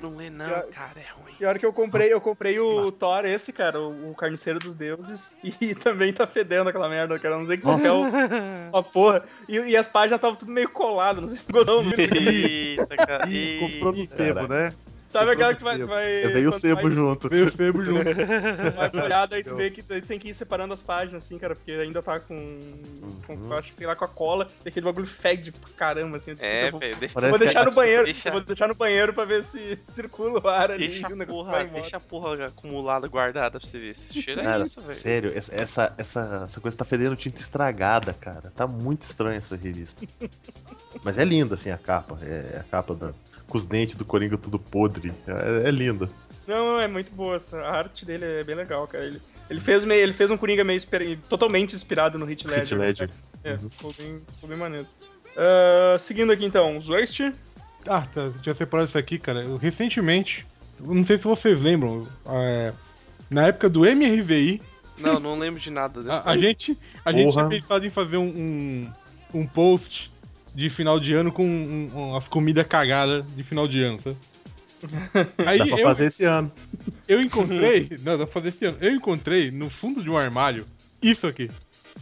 [SPEAKER 7] Não lê não,
[SPEAKER 3] Pior-
[SPEAKER 7] cara, é ruim.
[SPEAKER 3] Pior que eu comprei, eu comprei o Thor esse, cara, o, o Carniceiro dos Deuses, e também tá fedendo aquela merda, cara. Não sei que papel. Uma porra. E, e as páginas estavam tudo meio colado, não sei se tu gostou muito.
[SPEAKER 7] Eita, cara.
[SPEAKER 6] Ih,
[SPEAKER 7] eita.
[SPEAKER 6] comprou no sebo, né?
[SPEAKER 3] Sabe
[SPEAKER 6] Eu
[SPEAKER 3] aquela que vai. tu
[SPEAKER 6] sebo.
[SPEAKER 3] vai
[SPEAKER 5] Eu dei o
[SPEAKER 3] quando
[SPEAKER 5] sebo
[SPEAKER 3] vai,
[SPEAKER 5] junto.
[SPEAKER 4] Veio o sebo junto.
[SPEAKER 6] É,
[SPEAKER 3] Vai folhada aí tu vê que tu tem que ir separando as páginas, assim, cara, porque ainda tá com. com
[SPEAKER 5] Uhum.
[SPEAKER 3] eu acho, que, sei lá, com a cola, e aquele bagulho fede pra caramba, assim. eu disse,
[SPEAKER 7] É,
[SPEAKER 3] eu vou,
[SPEAKER 7] velho, deixa,
[SPEAKER 3] eu
[SPEAKER 5] Parece
[SPEAKER 3] vou
[SPEAKER 5] que
[SPEAKER 3] deixar no banheiro,
[SPEAKER 7] deixa-
[SPEAKER 3] eu vou deixar no banheiro pra ver se circula o ar ali.
[SPEAKER 7] deixa
[SPEAKER 3] e o
[SPEAKER 7] a
[SPEAKER 3] negócio
[SPEAKER 7] porra,
[SPEAKER 3] vai embora.
[SPEAKER 7] deixa a porra acumulada, guardada pra você ver. Esse cheiro é
[SPEAKER 5] Cara,
[SPEAKER 7] isso, velho.
[SPEAKER 5] sério, essa, essa, essa, essa coisa tá fedendo tinta estragada, cara. Tá muito estranha essa revista. Mas é linda, assim, a capa. É a capa da, com os dentes do Coringa tudo podre. É, é linda.
[SPEAKER 3] Não, é muito boa. Essa, a arte dele é bem legal, cara. Ele, ele, fez, meio, ele fez um Coringa meio inspira- totalmente inspirado no Hit Ledger.
[SPEAKER 7] né?
[SPEAKER 5] Heath Ledger. Uhum.
[SPEAKER 3] É, ficou bem, ficou bem maneiro. Ah, seguindo aqui então, os Waste.
[SPEAKER 4] Ah, tá, tinha separado isso aqui, cara. Eu, recentemente, eu não sei se vocês lembram, é, na época do MRVI,
[SPEAKER 5] é
[SPEAKER 7] Não, não lembro de nada dessa.
[SPEAKER 4] a, a gente, a gente
[SPEAKER 5] Porra.
[SPEAKER 4] tinha pensado em fazer um, um, um post de final de ano com um- um- as comidas cagadas de final de ano, sabe? Aí
[SPEAKER 5] Dá pra
[SPEAKER 4] eu,
[SPEAKER 5] fazer esse ano.
[SPEAKER 4] eu encontrei. Não, dá pra fazer esse ano. Eu encontrei no fundo de um armário isso aqui.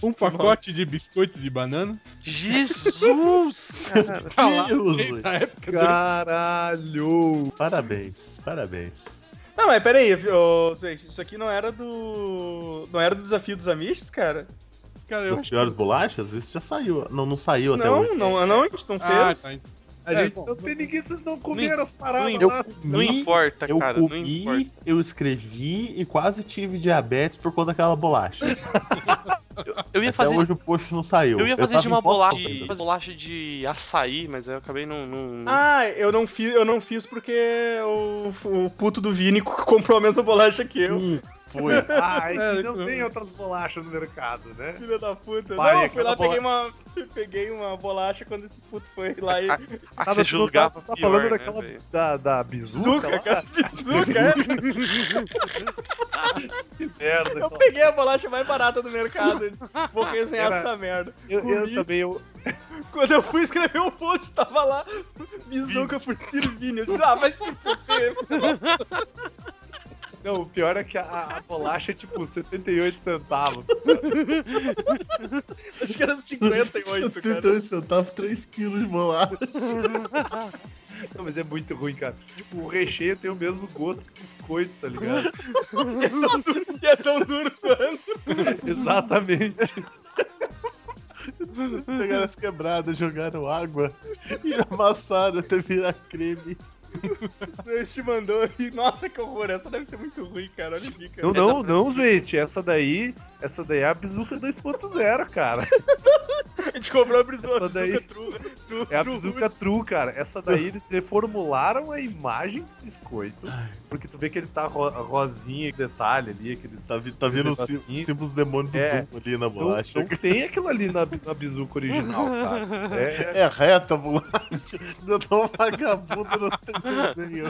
[SPEAKER 4] Um pacote de biscoito de banana.
[SPEAKER 7] Jesus, cara.
[SPEAKER 4] Tá lá,
[SPEAKER 5] Deus,
[SPEAKER 4] na
[SPEAKER 5] Luiz.
[SPEAKER 4] época do-
[SPEAKER 5] Caralho! Parabéns, parabéns.
[SPEAKER 3] Não, mas peraí, ô, os Waste, isso aqui não era do. Não era do desafio dos Amishes, cara?
[SPEAKER 4] Cara, eu
[SPEAKER 5] Das piores bolachas? Isso já saiu. Não, não saiu até
[SPEAKER 3] não,
[SPEAKER 5] hoje.
[SPEAKER 3] não, não, a gente não
[SPEAKER 4] Ah,
[SPEAKER 3] fez.
[SPEAKER 4] tá.
[SPEAKER 6] A
[SPEAKER 4] É,
[SPEAKER 6] gente
[SPEAKER 4] bom,
[SPEAKER 6] não tem ninguém, vocês não comeram as paradas
[SPEAKER 5] Eu
[SPEAKER 6] lá. vocês-
[SPEAKER 7] Não
[SPEAKER 5] comi,
[SPEAKER 7] importa,
[SPEAKER 5] eu
[SPEAKER 7] cara, não
[SPEAKER 5] comi,
[SPEAKER 7] importa.
[SPEAKER 5] eu escrevi e quase tive diabetes por conta daquela bolacha.
[SPEAKER 7] Eu ia
[SPEAKER 5] Até
[SPEAKER 7] fazer,
[SPEAKER 5] hoje o post não saiu.
[SPEAKER 7] eu ia fazer
[SPEAKER 5] tava
[SPEAKER 7] de
[SPEAKER 5] em
[SPEAKER 7] uma
[SPEAKER 5] Boston
[SPEAKER 7] bolacha,
[SPEAKER 5] ainda.
[SPEAKER 7] de, bolacha de açaí, mas aí eu acabei não. não-
[SPEAKER 3] Ah, eu não fiz, eu não fiz porque o, o puto do Vini comprou a mesma bolacha que eu.
[SPEAKER 5] Hum, foi.
[SPEAKER 6] Ah, é que
[SPEAKER 4] É,
[SPEAKER 6] não
[SPEAKER 4] eu-
[SPEAKER 6] tem outras bolachas no mercado, né?
[SPEAKER 3] Filha da puta.
[SPEAKER 6] Pai,
[SPEAKER 3] não, eu
[SPEAKER 6] aquela
[SPEAKER 3] fui
[SPEAKER 6] bola-
[SPEAKER 3] lá, peguei uma, peguei uma bolacha quando esse puto foi lá e.
[SPEAKER 7] ah,
[SPEAKER 6] Nada
[SPEAKER 7] você
[SPEAKER 6] tu não
[SPEAKER 7] julgava.
[SPEAKER 6] tá, tu tá
[SPEAKER 7] pior,
[SPEAKER 6] falando
[SPEAKER 7] né,
[SPEAKER 6] daquela
[SPEAKER 7] velho?
[SPEAKER 6] da, da bizuca,
[SPEAKER 3] Zuca,
[SPEAKER 6] lá?
[SPEAKER 3] cara. Zuca, é.
[SPEAKER 6] Que merda.
[SPEAKER 3] Eu
[SPEAKER 6] aquela-
[SPEAKER 3] peguei a bolacha mais barata do mercado. Eu disse, vou resenhar
[SPEAKER 6] Era-
[SPEAKER 3] essa merda.
[SPEAKER 6] Eu, eu
[SPEAKER 3] comi.
[SPEAKER 6] também, eu,
[SPEAKER 3] Quando eu fui escrever o post, tava lá Mizuka por Sirvini. Eu disse, ah, mas tipo,
[SPEAKER 6] não, o pior é que a, a bolacha é tipo 78 centavos.
[SPEAKER 3] acho que era 58, cara.
[SPEAKER 5] 32 centavos, 3 quilos de bolacha.
[SPEAKER 6] Não, mas é muito ruim, cara. Tipo, o recheio tem o mesmo gosto que biscoito, tá ligado?
[SPEAKER 3] E é tão duro quanto.
[SPEAKER 6] Exatamente.
[SPEAKER 5] Pegaram as quebradas, jogaram água e amassaram até virar creme.
[SPEAKER 3] Você te mandou aqui. Nossa, que horror. Essa deve ser muito ruim, cara. Olha aqui, cara.
[SPEAKER 6] Não, não, não, gente. Essa daí, essa daí é a bizuca 2.0, cara.
[SPEAKER 3] A gente comprou a Brizuca
[SPEAKER 6] Essa daí-
[SPEAKER 3] True. True,
[SPEAKER 6] É a
[SPEAKER 3] True
[SPEAKER 6] Bizuca True, cara. Essa daí eles reformularam a imagem do biscoito. Porque tu vê que ele tá ro rosinha, esse detalhe ali, aqueles.
[SPEAKER 5] Tá, vi- tá vendo o sí-
[SPEAKER 6] Negocinho.
[SPEAKER 5] símbolo do demônio do
[SPEAKER 6] É.
[SPEAKER 5] Doom ali na
[SPEAKER 6] Não,
[SPEAKER 5] bolacha.
[SPEAKER 6] não tem aquilo ali na, na bizuca original, cara. É,
[SPEAKER 5] É reta a bolacha. Não tá um vagabundo, não tem desenho.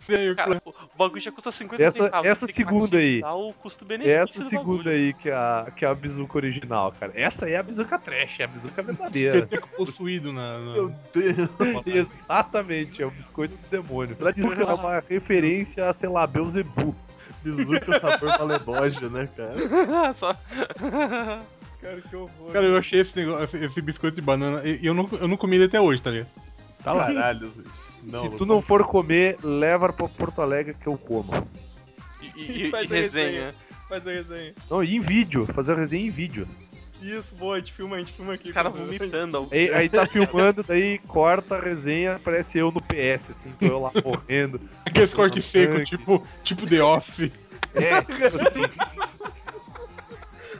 [SPEAKER 4] Feio,
[SPEAKER 7] Cara, o bagulho já custa 50
[SPEAKER 6] Essa-
[SPEAKER 7] centavos.
[SPEAKER 6] essa
[SPEAKER 7] tem que
[SPEAKER 6] segunda aí.
[SPEAKER 7] maximizar o custo-benefício
[SPEAKER 6] essa
[SPEAKER 7] do
[SPEAKER 6] segunda
[SPEAKER 7] bagulho.
[SPEAKER 6] aí que é, a, que é a bizuca original, cara. Essa aí é a bizuca trash, é a bizuca verdadeira.
[SPEAKER 4] Peteco possuído na. na-
[SPEAKER 5] Meu Deus.
[SPEAKER 6] Exatamente, é o biscoito do demônio. Ela diz que é uma referência a, sei lá, Beuzebu.
[SPEAKER 5] Bizuca sabor paleboja, né, cara?
[SPEAKER 7] Só-
[SPEAKER 3] Cara, que horror.
[SPEAKER 4] Cara, eu achei esse negócio, esse- esse biscoito de banana. E e eu não, eu não comi ele até hoje, tá ligado?
[SPEAKER 5] Tá Caralho, gente.
[SPEAKER 6] Se tu não for comer, leva pra Porto Alegre que eu como.
[SPEAKER 7] E, e- e
[SPEAKER 3] Faz a
[SPEAKER 7] resenha.
[SPEAKER 3] Faz a resenha.
[SPEAKER 6] Não, e em vídeo, fazer a resenha em vídeo.
[SPEAKER 3] Isso, boa, a gente filma, a gente filma aqui.
[SPEAKER 7] Os caras vomitando. ó.
[SPEAKER 6] Aí, aí tá filmando, daí corta a resenha, aparece eu no PS, assim, tô eu lá morrendo.
[SPEAKER 4] Aqueles corte
[SPEAKER 6] Nossa,
[SPEAKER 4] seco,
[SPEAKER 6] que-
[SPEAKER 4] tipo, tipo The Office.
[SPEAKER 6] É, tipo assim,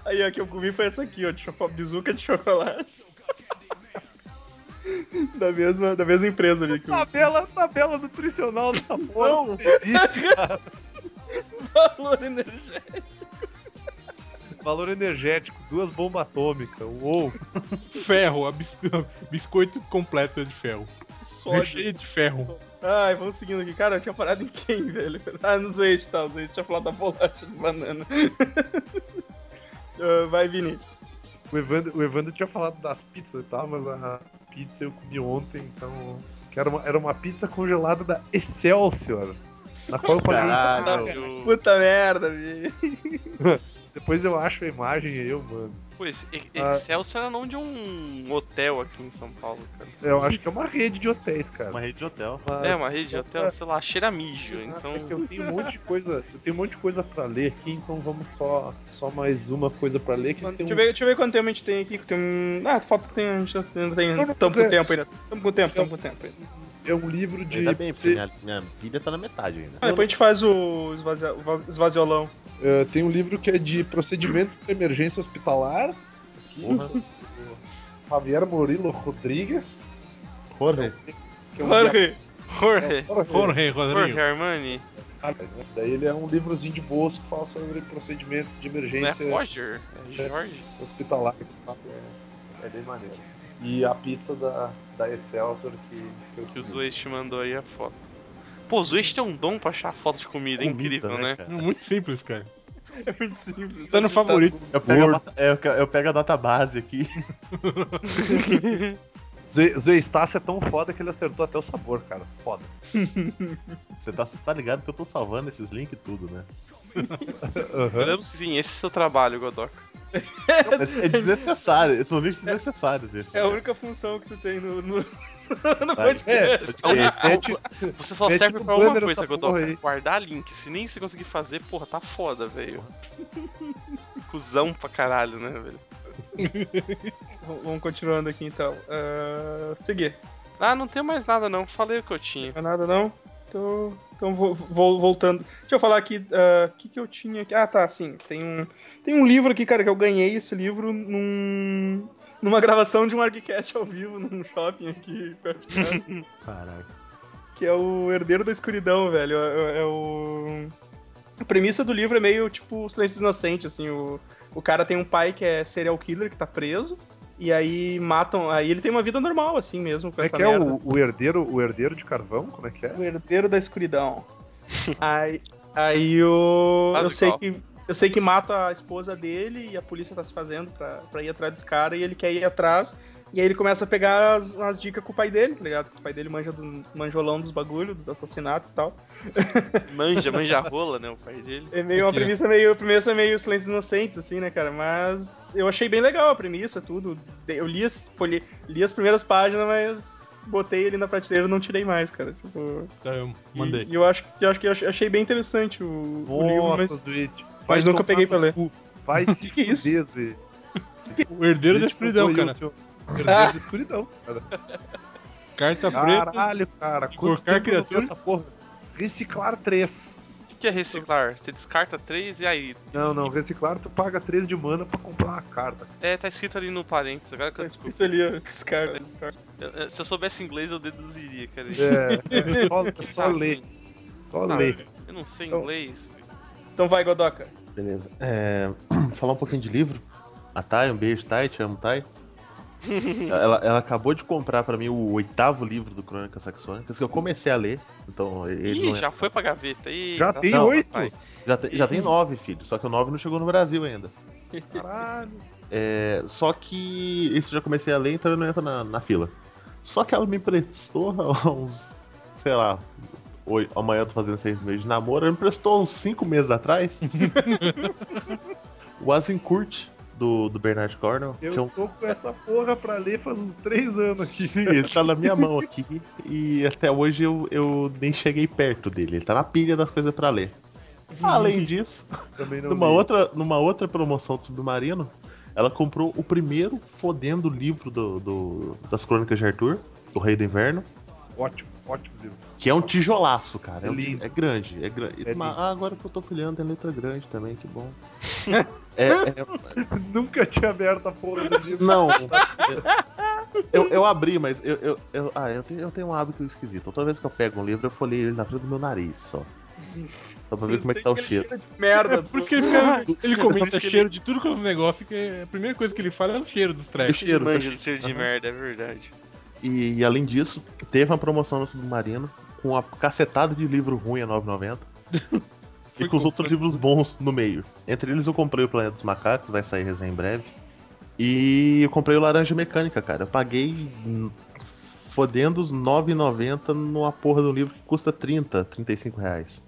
[SPEAKER 3] Aí, ó, que eu comi foi essa aqui, ó, de choco... bizuca de chocolate. da, mesma, da mesma empresa ali que eu
[SPEAKER 6] tabela, tabela nutricional dessa porra.
[SPEAKER 3] Não.
[SPEAKER 6] Não. Existe
[SPEAKER 3] Tá valor energético.
[SPEAKER 6] valor energético, duas bombas atômicas, um ovo.
[SPEAKER 4] Ferro, a bis- biscoito completo de ferro.
[SPEAKER 3] Sódio.
[SPEAKER 4] Recheio de ferro.
[SPEAKER 3] Ai, vamos seguindo aqui. Cara, eu tinha parado em quem, velho? Ah, no Zeist, tá? O Zeist tinha falado da bolacha de banana. Ah, vai, Vini.
[SPEAKER 6] O Evandro, o Evandro tinha falado das pizzas e tal, mas a pizza eu comi ontem, então. Que era, uma, era uma pizza congelada da Excelsior. Na qual eu paguei tá
[SPEAKER 5] Caralho.
[SPEAKER 3] Puta merda, Vini.
[SPEAKER 6] Depois eu acho a imagem e eu mando.
[SPEAKER 7] Pô, esse E-
[SPEAKER 6] Ah.
[SPEAKER 7] Excelsior era nome de um hotel aqui em São Paulo, cara.
[SPEAKER 6] Eu acho que é uma rede de hotéis, cara.
[SPEAKER 5] Uma rede de hotel.
[SPEAKER 7] É,
[SPEAKER 6] Mas-
[SPEAKER 7] uma rede de hotel, sei lá, cheira a mijo, então.
[SPEAKER 6] É que eu tenho um monte de coisa, eu tenho um monte de coisa para ler aqui, então vamos só só mais uma coisa para ler que tem
[SPEAKER 3] Deixa eu,
[SPEAKER 6] um...
[SPEAKER 3] ver, deixa eu ver quanto tempo a gente tem aqui. que Tem um... Ah, falta tem, a gente ainda tem.
[SPEAKER 6] Não, não,
[SPEAKER 3] Tamo
[SPEAKER 6] mas
[SPEAKER 3] com
[SPEAKER 6] é-
[SPEAKER 3] tempo ainda. Tamo com tempo, tamo com tempo ainda.
[SPEAKER 6] é um livro de
[SPEAKER 5] Ainda bem, porque
[SPEAKER 6] de-
[SPEAKER 5] minha, minha pilha tá na metade ainda.
[SPEAKER 3] Ah, depois a gente faz o esvazia- o va- esvaziolão.
[SPEAKER 6] eh, tem um livro que é de procedimentos para emergência hospitalar,
[SPEAKER 5] Porra.
[SPEAKER 6] Javier Murilo Rodrigues,
[SPEAKER 5] Porra.
[SPEAKER 6] que é um
[SPEAKER 3] Jorge,
[SPEAKER 7] Jorge,
[SPEAKER 6] diatógrafo,
[SPEAKER 4] Jorge,
[SPEAKER 7] Jorge
[SPEAKER 4] Rodrigo.
[SPEAKER 7] Armani,
[SPEAKER 6] né? Daí ele é um livrozinho de bolso que fala sobre procedimentos de
[SPEAKER 7] não é
[SPEAKER 6] emergência
[SPEAKER 7] Roger? É Jorge?
[SPEAKER 6] hospitalar, que sabe, é, é bem maneiro. E a pizza da, da Excelsior que, que eu
[SPEAKER 7] Que o
[SPEAKER 6] comi.
[SPEAKER 7] Zueste mandou aí a foto. Pô, o Zueste tem um dom pra achar foto de comida, é incrível,
[SPEAKER 5] Comida,
[SPEAKER 7] né?
[SPEAKER 5] cara?
[SPEAKER 4] Muito simples, cara.
[SPEAKER 3] É muito simples.
[SPEAKER 4] Tá no favorito.
[SPEAKER 5] Eu pego, a, data- eu, eu pego a database aqui.
[SPEAKER 6] Zé Zé Estácio é tão foda que ele acertou até o sabor, cara. Foda.
[SPEAKER 5] Você tá, você tá ligado que eu tô salvando esses links e tudo, né?
[SPEAKER 7] Digamos que sim, esse é o seu trabalho, Godok.
[SPEAKER 5] Mas é desnecessário. São links desnecessários esses. né?
[SPEAKER 3] É a única função que tu tem no, no,
[SPEAKER 5] Sabe?
[SPEAKER 3] no
[SPEAKER 6] É.
[SPEAKER 3] podcast. É.
[SPEAKER 5] Só de-
[SPEAKER 7] Você só
[SPEAKER 6] Mete
[SPEAKER 7] serve
[SPEAKER 6] no
[SPEAKER 7] pra uma
[SPEAKER 6] banner
[SPEAKER 7] coisa,
[SPEAKER 6] essa
[SPEAKER 7] Godok.
[SPEAKER 6] porra aí.
[SPEAKER 7] Guardar link. Se nem você conseguir fazer, porra, tá foda, velho. Cusão pra caralho, né, velho?
[SPEAKER 3] V- Vamos continuando aqui então. Ah, seguir.
[SPEAKER 7] Ah, não tem mais nada não. Falei o que eu tinha.
[SPEAKER 3] Não é nada não? Então, então vou, vou- voltando. Deixa eu falar aqui ah, o que, que eu tinha aqui. Ah, tá, sim. Tem um, tem um livro aqui, cara, que eu ganhei esse livro num, numa gravação de um Arquicast ao vivo num shopping aqui perto de casa.
[SPEAKER 5] Caraca.
[SPEAKER 3] que é o Herdeiro da Escuridão, velho. É, é- é o... A premissa do livro é meio tipo Silêncio Inocente, assim. O, o cara tem um pai que é serial killer, que tá preso, e aí matam... Aí ele tem uma vida normal, assim mesmo, com
[SPEAKER 6] Como é
[SPEAKER 3] essa
[SPEAKER 6] que é
[SPEAKER 3] merda.
[SPEAKER 6] o, o herdeiro, o herdeiro de carvão? Como é que é?
[SPEAKER 3] O Herdeiro da Escuridão. aí, aí o...
[SPEAKER 7] Faz
[SPEAKER 3] eu
[SPEAKER 7] igual.
[SPEAKER 3] sei que... Eu sei que mata a esposa dele e a polícia tá se fazendo pra, pra ir atrás dos caras e ele quer ir atrás. E aí ele começa a pegar as, umas dicas com o pai dele, tá ligado? O pai dele manja do manjolão dos bagulhos, dos assassinatos e tal.
[SPEAKER 7] Manja, manja rola, né, o pai dele.
[SPEAKER 3] É meio uma
[SPEAKER 4] Aqui, né?
[SPEAKER 3] premissa meio, premissa é meio Silêncios Inocentes, assim, né, cara? Mas eu achei bem legal a premissa, tudo. Eu li as, folhe... li as primeiras páginas, mas botei ele na prateleira e não tirei mais, cara. Tipo,
[SPEAKER 4] Tá, eu
[SPEAKER 3] e-
[SPEAKER 4] mandei.
[SPEAKER 3] E, eu acho, eu acho que eu ach- achei bem interessante o, o livro, mas,
[SPEAKER 6] Zuit.
[SPEAKER 3] mas nunca peguei pra ler.
[SPEAKER 6] Vai se
[SPEAKER 3] Que que é isso?
[SPEAKER 6] fuder, Zuit.
[SPEAKER 4] O herdeiro da
[SPEAKER 6] Zuit
[SPEAKER 4] escuridão,
[SPEAKER 6] mandou aí
[SPEAKER 4] cara.
[SPEAKER 6] o seu- Herdeiro da escuridão, cara.
[SPEAKER 4] Carta preta.
[SPEAKER 6] Caralho, cara.
[SPEAKER 4] Tá De
[SPEAKER 6] Quanto
[SPEAKER 4] qualquer
[SPEAKER 6] tempo eu não vi
[SPEAKER 4] criatura.
[SPEAKER 6] essa porra? Reciclar 3.
[SPEAKER 7] que, que é reciclar? Você descarta três e aí.
[SPEAKER 6] Não, não, reciclar tu paga 3 de mana pra comprar uma carta.
[SPEAKER 7] É, tá escrito ali no parênteses, agora que eu
[SPEAKER 3] Tá
[SPEAKER 7] descobri.
[SPEAKER 3] escrito ali, ó. Descarta, descarta.
[SPEAKER 7] Eu- eu- Se eu soubesse inglês, eu deduziria, cara.
[SPEAKER 6] É, é só, é só ler, só
[SPEAKER 7] Não,
[SPEAKER 6] ler.
[SPEAKER 7] Eu não sei
[SPEAKER 3] Então-
[SPEAKER 7] inglês.
[SPEAKER 3] Então vai, Godoka.
[SPEAKER 5] Beleza. É, falar um pouquinho de livro. A Thay, um beijo, Thay, te amo, Thay. ela, ela acabou de comprar pra mim o oitavo livro do Crônicas Saxônicas, que eu comecei a ler. Então, ele
[SPEAKER 7] Ih,
[SPEAKER 5] não é-
[SPEAKER 7] já foi pra gaveta. Ih,
[SPEAKER 6] Já
[SPEAKER 7] tá
[SPEAKER 6] tem
[SPEAKER 7] bom,
[SPEAKER 6] oito?
[SPEAKER 7] rapaz.
[SPEAKER 5] já, tem, já tem nove, filho. Só que o nove não chegou no Brasil ainda.
[SPEAKER 6] Caralho.
[SPEAKER 5] É, só que esse eu já comecei a ler, então ele não entra na, na fila. Só que ela me emprestou há uns, sei lá, oi, amanhã eu tô fazendo seis meses de namoro, ela me emprestou uns cinco meses atrás. o Azincourt, do, do Bernard Cornell, que é
[SPEAKER 6] Eu
[SPEAKER 5] um
[SPEAKER 6] tô com essa porra pra ler faz uns 3 anos aqui.
[SPEAKER 5] Sim, ele tá na minha mão aqui e até hoje eu, eu nem cheguei perto dele. Ele tá na pilha das coisas pra ler. Além disso,
[SPEAKER 6] Também não
[SPEAKER 5] numa
[SPEAKER 6] li.
[SPEAKER 5] outra, numa outra promoção do Submarino, ela comprou o primeiro fodendo livro do, do- das Crônicas de Arthur, O Rei do Inverno,
[SPEAKER 6] Ótimo, ótimo livro.
[SPEAKER 5] que é um tijolaço, cara. É, um ti-
[SPEAKER 6] lindo.
[SPEAKER 5] é grande, é grande.
[SPEAKER 6] É
[SPEAKER 5] Mas-
[SPEAKER 6] lindo.
[SPEAKER 5] ah, agora que eu tô folheando, tem letra grande também, que bom. É- é,
[SPEAKER 6] Nunca tinha aberto a porra do livro.
[SPEAKER 5] Não. Eu, eu abri, mas eu, eu, eu- ah, eu, tenho, eu tenho um hábito esquisito. Toda vez que eu pego um livro, eu folheio ele na frente do meu nariz só. Só pra ver como é que tá o
[SPEAKER 3] Aquele
[SPEAKER 5] cheiro.
[SPEAKER 3] de merda.
[SPEAKER 4] Por isso que ele, fica, ele comenta
[SPEAKER 5] Só que ele-
[SPEAKER 4] cheiro de tudo que eu negócio, que a primeira coisa que ele fala é o cheiro dos
[SPEAKER 5] O
[SPEAKER 4] tracks.
[SPEAKER 5] cheiro. tá
[SPEAKER 7] Manja do ser de merda, é verdade.
[SPEAKER 5] E, e além disso, teve uma promoção no Submarino com a cacetada de livro ruim a 9,90. e
[SPEAKER 4] Foi
[SPEAKER 5] com os
[SPEAKER 4] com-
[SPEAKER 5] outros livros bons no meio. Entre eles eu comprei o Planeta dos Macacos, vai sair resenha em breve. E eu comprei o Laranja Mecânica, cara. Eu paguei hum, fodendo os 9,90 numa porra de um livro que custa 30, 35 reais.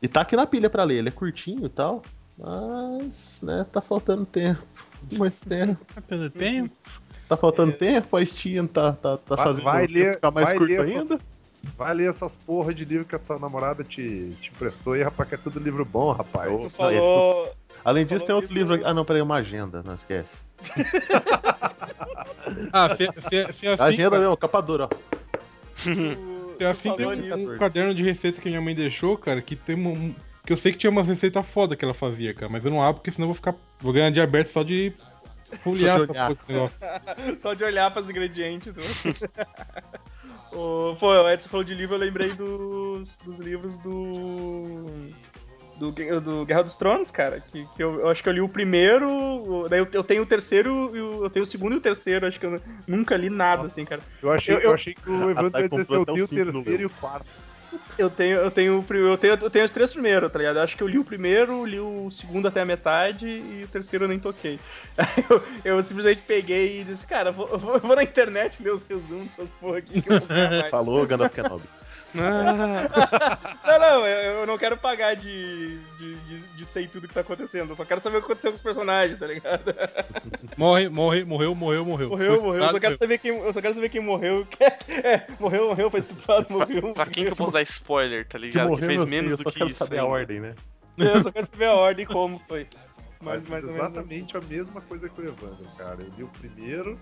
[SPEAKER 5] E tá aqui na pilha pra ler, ele é curtinho e tal. Mas, né, tá faltando tempo. Muito tempo.
[SPEAKER 4] Apenas Tem
[SPEAKER 5] Tá faltando tempo, a Steam tá, tá, tá
[SPEAKER 6] É. Vai,
[SPEAKER 5] fazendo
[SPEAKER 6] vai
[SPEAKER 5] o livro
[SPEAKER 6] ler,
[SPEAKER 5] ficar mais
[SPEAKER 6] vai
[SPEAKER 5] curto
[SPEAKER 6] ler
[SPEAKER 5] ainda.
[SPEAKER 6] essas, Vai ler essas porra de livro que a tua namorada te, te emprestou e, rapaz, que é tudo livro bom, rapaz.
[SPEAKER 5] Ô,
[SPEAKER 3] Tu falou.
[SPEAKER 5] Além disso,
[SPEAKER 3] Falou
[SPEAKER 5] tem outro
[SPEAKER 3] isso
[SPEAKER 5] livro
[SPEAKER 3] aí.
[SPEAKER 5] aqui. Ah, não, peraí, uma agenda, não esquece.
[SPEAKER 4] Ah, se, se, se a Fim-
[SPEAKER 5] agenda mesmo, capa dura, ó.
[SPEAKER 3] tu-
[SPEAKER 4] se
[SPEAKER 3] tu
[SPEAKER 4] a Fim tem
[SPEAKER 3] falou
[SPEAKER 4] um
[SPEAKER 3] nisso.
[SPEAKER 4] um caderno de receita que minha mãe deixou, cara, que tem um. Que eu sei que tinha uma receita foda que ela fazia, cara, mas eu não abro porque senão eu vou ficar. Vou ganhar diabetes só de folhear
[SPEAKER 5] Só
[SPEAKER 4] essa
[SPEAKER 5] de olhar.
[SPEAKER 4] porra desse negócio.
[SPEAKER 3] Só de olhar pras ingredientes. Né? o, pô, o Edson falou de livro, eu lembrei dos, dos livros do. Do, Gue- do Guerra dos Tronos, cara. Que, que eu, eu acho que eu li o primeiro. o- Daí eu, eu tenho o terceiro, e o- eu tenho o segundo e o terceiro. Acho que eu nunca li nada, assim, cara.
[SPEAKER 6] Eu achei,
[SPEAKER 3] Eu-
[SPEAKER 6] eu,
[SPEAKER 3] eu-
[SPEAKER 6] achei que o
[SPEAKER 5] Thay
[SPEAKER 6] Evandro ia dizer
[SPEAKER 5] comprou
[SPEAKER 6] se eu
[SPEAKER 5] Tá até
[SPEAKER 6] tenho
[SPEAKER 5] o
[SPEAKER 6] o
[SPEAKER 5] cinco no
[SPEAKER 6] terceiro
[SPEAKER 5] meu.
[SPEAKER 6] e o quarto.
[SPEAKER 3] Eu tenho, eu tenho, o pri- eu tenho, eu tenho os três primeiros, tá ligado? Eu acho que eu li o primeiro, li o segundo até a metade e o terceiro eu nem toquei. Aí eu, eu simplesmente peguei e disse, cara, eu vou, eu vou- eu vou na internet ler os resumos dessas porra aqui que eu vou pagar mais.
[SPEAKER 5] Falou, Gandalf Kenobi.
[SPEAKER 3] Não, não, eu, eu não quero pagar de, de, de, de sei tudo que tá acontecendo, eu só quero saber o que aconteceu com os personagens, tá ligado?
[SPEAKER 4] Morre, morre, morreu, morreu, morreu.
[SPEAKER 3] Morreu, morreu, eu só
[SPEAKER 4] Coitado,
[SPEAKER 3] quero saber quem, eu só quero saber quem morreu. É, morreu, morreu, foi estuprado, morreu.
[SPEAKER 7] Pra quem que eu posso dar spoiler, tá
[SPEAKER 5] Que
[SPEAKER 7] ligado? Que,
[SPEAKER 5] morreu,
[SPEAKER 7] fez
[SPEAKER 5] eu sei,
[SPEAKER 7] menos
[SPEAKER 5] eu
[SPEAKER 7] do
[SPEAKER 5] só
[SPEAKER 7] que
[SPEAKER 5] quero
[SPEAKER 7] isso.
[SPEAKER 5] saber a
[SPEAKER 7] ainda.
[SPEAKER 5] ordem, né?
[SPEAKER 3] Eu só quero saber a ordem e como foi.
[SPEAKER 6] Mas,
[SPEAKER 3] Mas mais ou menos assim.
[SPEAKER 6] exatamente a mesma coisa que o Evandro, cara. Eu li o primeiro,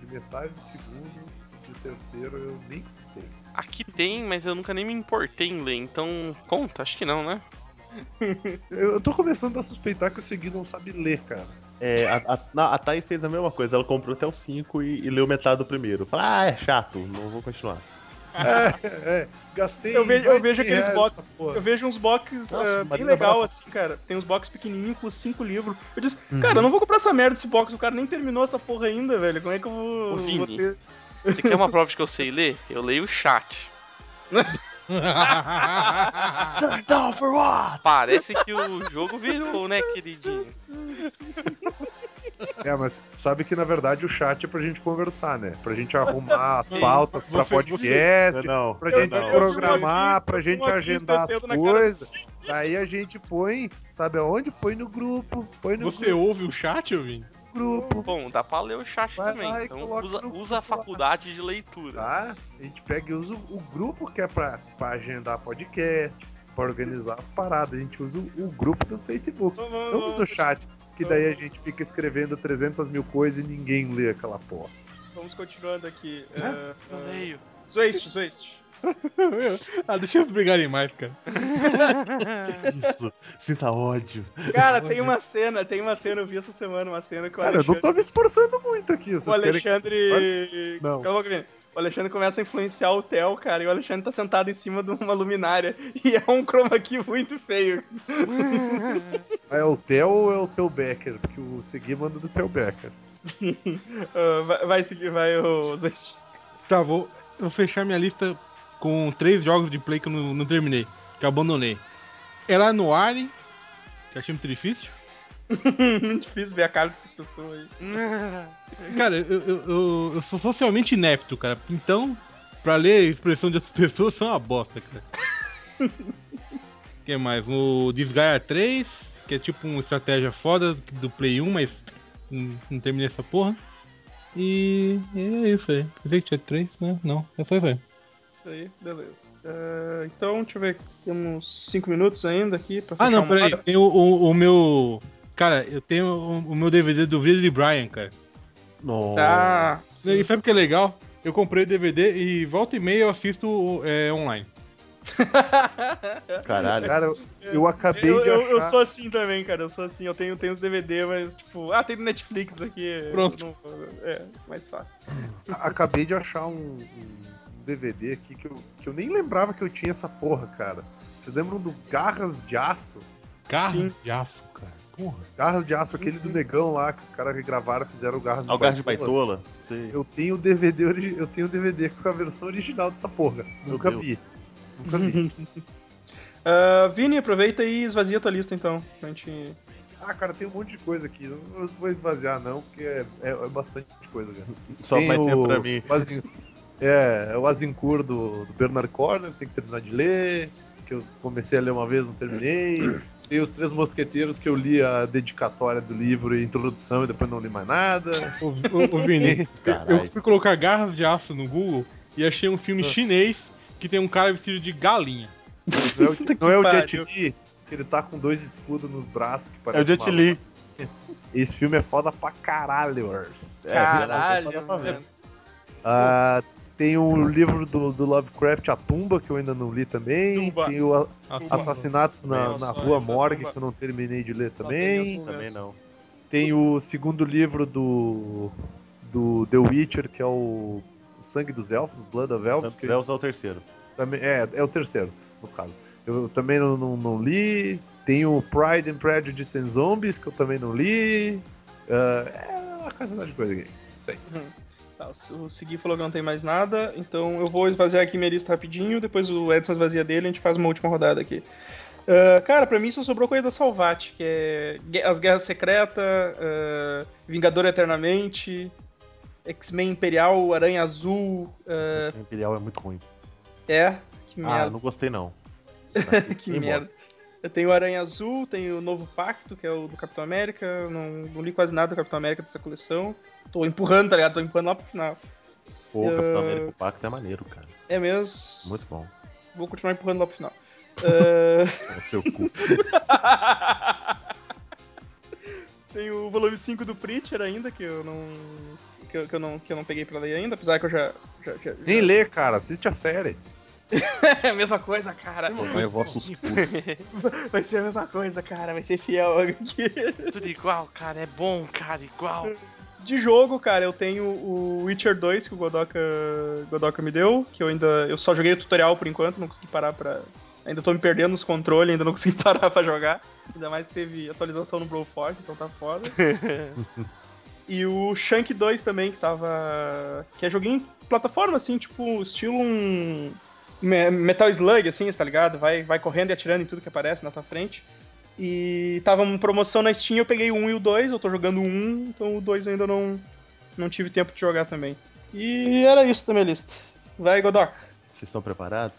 [SPEAKER 6] de metade do segundo, e o terceiro eu nem gostei.
[SPEAKER 7] Aqui tem, mas eu nunca nem me importei em ler, então conta, acho que não, né?
[SPEAKER 6] Eu, eu tô começando a suspeitar que o Segui não sabe ler, cara.
[SPEAKER 5] É, a, a, na- a Thay fez a mesma coisa, ela comprou até o 5 e, e leu metade do primeiro. Fala, ah, é chato, não vou continuar.
[SPEAKER 6] É, é, gastei.
[SPEAKER 3] Eu vejo, eu
[SPEAKER 6] mais
[SPEAKER 3] vejo
[SPEAKER 6] 100
[SPEAKER 3] aqueles
[SPEAKER 6] reais
[SPEAKER 3] box.
[SPEAKER 6] nessa É, porra.
[SPEAKER 3] Eu vejo uns boxes
[SPEAKER 5] Nossa,
[SPEAKER 3] ah,
[SPEAKER 5] o
[SPEAKER 3] bem
[SPEAKER 5] Marina
[SPEAKER 3] legal,
[SPEAKER 5] Brava.
[SPEAKER 3] assim, cara. Tem uns box pequenininhos com cinco livros. Eu disse,
[SPEAKER 7] Uhum.
[SPEAKER 3] cara, eu não vou comprar essa merda desse box. O cara nem terminou essa porra ainda, velho. Como é que eu vou.
[SPEAKER 7] Ô, Vini.
[SPEAKER 3] vou ter-
[SPEAKER 7] Você quer uma prova de que eu sei ler? Eu leio o chat.
[SPEAKER 5] Turn down for what?
[SPEAKER 7] Parece que o jogo virou, né, queridinho?
[SPEAKER 6] É, mas sabe que na verdade o chat é pra gente conversar, né? Pra gente arrumar as pautas pra
[SPEAKER 4] Você-
[SPEAKER 6] podcast,
[SPEAKER 5] Não,
[SPEAKER 6] pra
[SPEAKER 3] Eu
[SPEAKER 6] gente
[SPEAKER 3] não.
[SPEAKER 6] se
[SPEAKER 3] Eu
[SPEAKER 6] programar,
[SPEAKER 3] não
[SPEAKER 6] pra gente
[SPEAKER 3] eu não
[SPEAKER 6] agendar as
[SPEAKER 3] acredito, eu sento na cara
[SPEAKER 6] coisas. Daí a gente põe, sabe aonde? Põe no grupo, põe no
[SPEAKER 4] Você ouve o chat, eu vim?
[SPEAKER 6] grupo.
[SPEAKER 7] Bom, dá pra ler o chat
[SPEAKER 6] Vai
[SPEAKER 7] também.
[SPEAKER 6] lá e
[SPEAKER 7] então
[SPEAKER 6] coloca
[SPEAKER 7] usa,
[SPEAKER 6] no
[SPEAKER 7] usa a
[SPEAKER 6] grupo lá.
[SPEAKER 7] faculdade de leitura.
[SPEAKER 6] Tá? A gente pega e usa o grupo que é pra, pra agendar podcast, pra organizar as paradas. A gente usa o, o grupo do Facebook.
[SPEAKER 3] Vamos, vamos,
[SPEAKER 6] Não usa o
[SPEAKER 3] vamos,
[SPEAKER 6] chat, que daí a gente fica escrevendo 300 mil coisas e ninguém lê aquela porra.
[SPEAKER 3] vamos continuando aqui.
[SPEAKER 6] Hã?
[SPEAKER 3] Ah,
[SPEAKER 7] No
[SPEAKER 3] ah,
[SPEAKER 7] meio.
[SPEAKER 3] Zoist, Zoist.
[SPEAKER 4] ah, deixa eles brigarem mais, cara.
[SPEAKER 5] Isso, sinta ódio.
[SPEAKER 3] Cara, tem uma cena, tem uma cena, eu vi essa semana, uma cena que o
[SPEAKER 6] Cara, eu não
[SPEAKER 3] Alexandre.
[SPEAKER 6] tô me esforçando muito aqui. Vocês
[SPEAKER 3] O
[SPEAKER 6] querem que eu me
[SPEAKER 3] Alexandre.
[SPEAKER 6] Não.
[SPEAKER 3] Calma, Guilherme. O Alexandre começa a influenciar o Theo, cara, e o Alexandre tá sentado em cima de uma luminária. E é um chroma key muito feio.
[SPEAKER 6] esforce? É o Theo ou é o Theo Becker? Porque o Segui manda do Theo Becker.
[SPEAKER 3] Ah, vai, vai seguir, vai, o Zoist.
[SPEAKER 4] Tá, vou, eu vou fechar minha lista com três jogos de play que eu não, não terminei, que eu abandonei. Era no Alien, que eu achei muito difícil.
[SPEAKER 3] Muito difícil ver a cara dessas pessoas aí.
[SPEAKER 4] Cara, eu, eu, eu, eu sou socialmente inepto, cara. Então, pra ler a expressão de outras pessoas, são uma bosta, cara. que mais? O Desgaia 3, que é tipo uma estratégia foda do Play 1, mas não, não terminei essa porra. E é isso aí. Quer dizer que tinha 3, né? Não, é só isso aí.
[SPEAKER 3] Isso aí, beleza. Ah, então, deixa eu ver, temos cinco minutos ainda aqui pra
[SPEAKER 4] Ah,
[SPEAKER 3] fechar
[SPEAKER 4] não,
[SPEAKER 3] uma
[SPEAKER 4] peraí.
[SPEAKER 3] roda.
[SPEAKER 4] Tem o, o, o meu. Cara, eu tenho o, o meu DVD do Billy Brian, cara.
[SPEAKER 5] Nossa.
[SPEAKER 3] Tá.
[SPEAKER 4] E sabe o que é legal? Eu comprei o DVD e volta e meia eu assisto é, online.
[SPEAKER 5] Caralho.
[SPEAKER 6] Cara, eu- eu acabei
[SPEAKER 3] Eu,
[SPEAKER 6] de
[SPEAKER 3] eu-
[SPEAKER 6] achar.
[SPEAKER 3] eu sou assim também, cara. Eu sou assim. Eu tenho, tenho os DVD, mas tipo, ah, tem no Netflix aqui.
[SPEAKER 4] Pronto.
[SPEAKER 3] não- é, mais fácil.
[SPEAKER 6] Acabei de achar um, um DVD aqui que eu, que eu nem lembrava que eu tinha essa porra, cara. Vocês lembram do Garras de Aço?
[SPEAKER 4] Carro
[SPEAKER 3] Sim.
[SPEAKER 4] de aço, cara. Porra.
[SPEAKER 6] Garras de Aço, aquele
[SPEAKER 3] Uhum.
[SPEAKER 6] do negão lá que os caras regravaram, fizeram o Garras de
[SPEAKER 5] Algar É de Baitola. Sei.
[SPEAKER 6] Eu tenho o DVD, ori- eu tenho o DVD com a versão original dessa porra.
[SPEAKER 5] Meu
[SPEAKER 6] Nunca
[SPEAKER 5] Deus.
[SPEAKER 6] vi. Nunca vi.
[SPEAKER 3] Ah, Vini, aproveita e esvazia a tua lista então. Pra gente.
[SPEAKER 6] ah, cara, tem um monte de coisa aqui. Eu não vou esvaziar, não, porque é, é- é bastante coisa, cara.
[SPEAKER 5] Só
[SPEAKER 6] Tem
[SPEAKER 5] vai
[SPEAKER 6] o-
[SPEAKER 5] ter pra mim.
[SPEAKER 6] o Azin- É, é o Azincourt do, do Bernard Corner, tem que terminar de ler, que eu comecei a ler uma vez, não terminei. Tem os Três Mosqueteiros que eu li a dedicatória do livro e a introdução e depois não li mais nada.
[SPEAKER 4] Ô, ô, ô, Vini, eu
[SPEAKER 5] Caralho.
[SPEAKER 4] fui colocar garras de aço no Google e achei um filme chinês que tem um cara vestido de galinha.
[SPEAKER 6] Não é o, não é o Jet
[SPEAKER 3] pariu.
[SPEAKER 6] Li, que ele tá com dois escudos nos braços. Que
[SPEAKER 5] É o
[SPEAKER 6] parece
[SPEAKER 5] Jet
[SPEAKER 6] uma-
[SPEAKER 5] Li.
[SPEAKER 6] Esse filme é foda pra caralho, ers.
[SPEAKER 5] É,
[SPEAKER 3] Caralho,
[SPEAKER 5] verdade,
[SPEAKER 3] mano.
[SPEAKER 6] Ah, tem o livro do, do Lovecraft, A Tumba, que eu ainda não li também.
[SPEAKER 3] Tumba.
[SPEAKER 6] Tem o A-
[SPEAKER 4] Ah,
[SPEAKER 3] Tumba.
[SPEAKER 6] Assassinatos na,
[SPEAKER 3] Também,
[SPEAKER 6] na
[SPEAKER 3] eu só
[SPEAKER 6] Rua
[SPEAKER 3] li da
[SPEAKER 6] Morgue,
[SPEAKER 3] Tumba.
[SPEAKER 6] que eu não terminei de ler
[SPEAKER 3] tem
[SPEAKER 6] também.
[SPEAKER 3] alguns
[SPEAKER 5] Também não.
[SPEAKER 6] Tem o segundo livro do, do The Witcher, que é o o Sangue dos Elfos, Blood of Elves.
[SPEAKER 5] Tanto
[SPEAKER 6] que
[SPEAKER 5] Zeus é o terceiro.
[SPEAKER 6] também, é, é o terceiro, no caso. Eu, também não, não, não li. Tem o Pride and Prejudice and Zombies, que eu também não li. Ah, é uma quantidade de coisa aqui.
[SPEAKER 3] Tá, o Segui falou que não tem mais nada, então eu vou esvaziar aqui minha lista rapidinho, depois o Edson esvazia dele e a gente faz uma última rodada aqui. Ah, cara, pra mim só sobrou coisa da Salvat, que é Gue- As Guerras Secretas, ah, Vingador Eternamente, X-Men Imperial, Aranha Azul,
[SPEAKER 5] Essa edição Imperial é muito ruim.
[SPEAKER 3] é, que
[SPEAKER 5] Ah,
[SPEAKER 3] merda.
[SPEAKER 5] eu não gostei não.
[SPEAKER 3] que merda. Eu tenho o Aranha Azul, tenho o Novo Pacto, que é o do Capitão América. eu Não, não li quase nada do Capitão América dessa coleção. Tô empurrando, tá ligado? Tô empurrando lá pro final.
[SPEAKER 5] Pô, o Capitão América Pacto é maneiro, cara.
[SPEAKER 3] É mesmo.
[SPEAKER 5] Muito bom.
[SPEAKER 3] Vou continuar empurrando lá pro final. Ah,
[SPEAKER 5] É seu cu.
[SPEAKER 3] Tem o volume 5 do Preacher ainda, que eu não. Que eu, que eu não, que eu não peguei pra ler ainda, apesar que eu já. já, já-
[SPEAKER 6] Nem
[SPEAKER 3] já-
[SPEAKER 6] lê, cara, assiste a série.
[SPEAKER 3] É a mesma coisa, cara.
[SPEAKER 5] Vai vossos cus.
[SPEAKER 3] Vai ser a mesma coisa, cara. Vai ser fiel aqui.
[SPEAKER 7] Tudo igual, cara. É bom, cara. Igual.
[SPEAKER 3] De jogo, cara, eu tenho o Witcher 2 que o Godoka, Godoka me deu, que eu ainda. Eu só joguei o tutorial por enquanto, não consegui parar pra. Ainda tô me perdendo nos controles, ainda não consegui parar pra jogar. Ainda mais que teve atualização no Broforce, então tá foda. e o Shank 2 também, que tava. que é joguinho em plataforma, assim, tipo, estilo um. Me- Metal Slug, assim, tá ligado? Vai, vai correndo e atirando em tudo que aparece na tua frente. E tava uma promoção na Steam, eu peguei o 1 e o 2, eu tô jogando o 1, então o 2 eu ainda não, não tive tempo de jogar também. E era isso da minha lista. Vai, Godok.
[SPEAKER 5] Vocês estão preparados?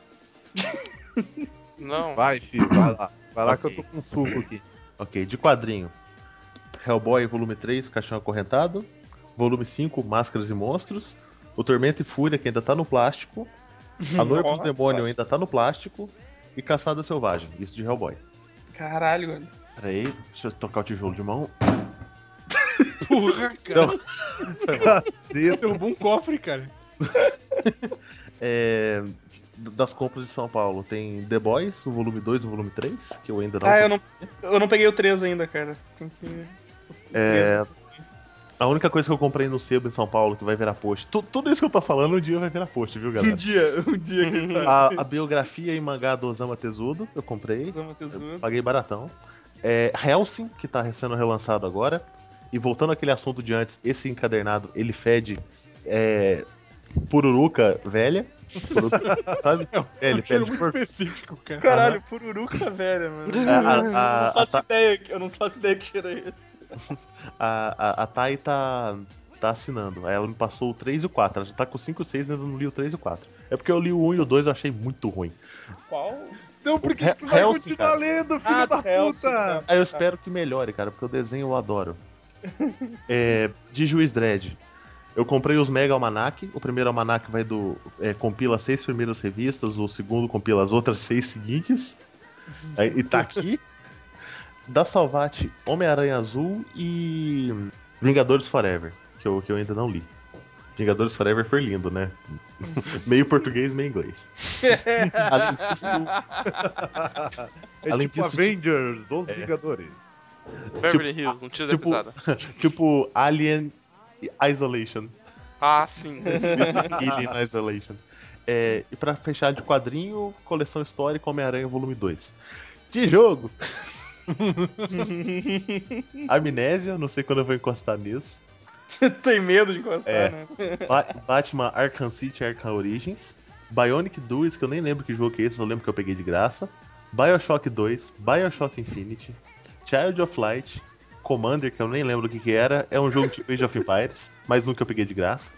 [SPEAKER 7] Não.
[SPEAKER 6] Vai, filho, vai lá. Vai lá
[SPEAKER 5] Ok.
[SPEAKER 6] que eu tô com suco aqui.
[SPEAKER 5] Ok, de quadrinho. Hellboy, volume 3, Caixão Acorrentado. Volume 5, Máscaras e Monstros. O Tormento e Fúria, que ainda tá no plástico. A Noiva do
[SPEAKER 3] Nossa.
[SPEAKER 5] Demônio ainda tá no plástico. E Caçada Selvagem, isso de Hellboy.
[SPEAKER 3] Caralho, velho.
[SPEAKER 5] Peraí, deixa eu tocar o tijolo de mão.
[SPEAKER 4] Porra, cara.
[SPEAKER 5] Não.
[SPEAKER 6] Caceta.
[SPEAKER 4] Derrubou um cofre, cara.
[SPEAKER 5] É, das compras de São Paulo. Tem The Boys, o volume 2 e o volume 3, que eu ainda não.
[SPEAKER 3] Ah, eu não, eu não peguei o 3 ainda, cara. Tem que. o
[SPEAKER 5] É,
[SPEAKER 3] 3.
[SPEAKER 5] A única coisa que eu comprei no sebo em São Paulo que vai virar post. Tu- tudo isso que eu tô falando um dia vai virar post, viu,
[SPEAKER 3] Um
[SPEAKER 5] galera?
[SPEAKER 3] dia, um dia, quem sabe.
[SPEAKER 5] A, a biografia em mangá do Osama Tezudo, eu comprei.
[SPEAKER 3] Usamos o tesouro.
[SPEAKER 5] Paguei baratão. É, Helsing, que tá sendo relançado agora. E voltando àquele assunto de antes, esse encadernado, ele fede é, pururuca velha. Pururuca, sabe?
[SPEAKER 3] um
[SPEAKER 5] É, ele
[SPEAKER 4] Cheiro
[SPEAKER 5] fede
[SPEAKER 4] muito
[SPEAKER 5] por...
[SPEAKER 4] específico, cara.
[SPEAKER 3] Caralho, pururuca velha, mano.
[SPEAKER 5] A, a,
[SPEAKER 3] não
[SPEAKER 5] a, a,
[SPEAKER 3] faço ideia, que- eu não faço ideia que cheiro é esse.
[SPEAKER 5] a, a- a Thay tá, tá assinando. Aí ela me passou o 3 e o 4. Ela já tá com o 5 e o 6 e ainda não li o 3 e o 4. É porque eu li o 1 e o 2 eu achei muito ruim.
[SPEAKER 3] Qual?
[SPEAKER 6] Não, porque
[SPEAKER 5] Hel-
[SPEAKER 6] tu vai
[SPEAKER 5] Helsing,
[SPEAKER 6] continuar
[SPEAKER 5] cara.
[SPEAKER 6] lendo, filho
[SPEAKER 3] Ah,
[SPEAKER 6] da
[SPEAKER 3] do Hell's,
[SPEAKER 6] puta!
[SPEAKER 3] tá.
[SPEAKER 5] Aí eu espero que melhore, cara, porque o desenho eu adoro. É, de Juiz Dredd. Eu comprei os Mega Almanac. O primeiro Almanac vai do. é, compila as seis primeiras revistas, o segundo compila as outras seis seguintes. Aí, e tá aqui. Da Salvati, Homem-Aranha Azul e. Vingadores Forever, que eu, que eu ainda não li. Vingadores Forever foi lindo, né? meio português, meio inglês. Além disso,
[SPEAKER 6] É
[SPEAKER 5] Além
[SPEAKER 6] tipo
[SPEAKER 5] disso,
[SPEAKER 6] Avengers, Os
[SPEAKER 5] é.
[SPEAKER 6] Vingadores.
[SPEAKER 7] Beverly Hills, não tira da
[SPEAKER 5] tipo-
[SPEAKER 7] pisada.
[SPEAKER 5] tipo Alien Isolation.
[SPEAKER 7] Ah, sim.
[SPEAKER 5] Alien Isolation. É, e pra fechar de quadrinho, coleção histórica Homem-Aranha Volume 2. De jogo! Amnésia, não sei quando eu vou encostar nisso.
[SPEAKER 3] Você tem medo de encostar,
[SPEAKER 5] É.
[SPEAKER 3] né?
[SPEAKER 5] Ba- Batman Arkham City Arkham Origins. Bionic 2, que eu nem lembro que jogo que é esse, só lembro que eu peguei de graça. Bioshock 2, Bioshock Infinity, Child of Light, Commander, que eu nem lembro o que, que era, é um jogo de Age of Empires, mais um que eu peguei de graça.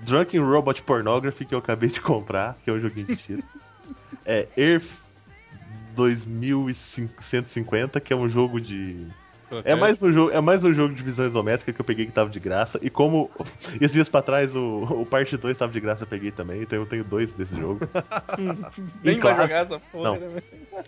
[SPEAKER 5] Drunken Robot Pornography, que eu acabei de comprar, que é um joguinho de tiro. É, Earth 2150, que é um jogo de é mais, um jogo, é mais um jogo de visão isométrica que eu peguei que tava de graça. E como esses dias pra trás o, o parte 2 tava de graça, eu peguei também. Então eu tenho dois desse jogo.
[SPEAKER 3] Nem vai
[SPEAKER 5] Enclave.
[SPEAKER 3] jogar essa porra,
[SPEAKER 5] Não.
[SPEAKER 3] né? velho?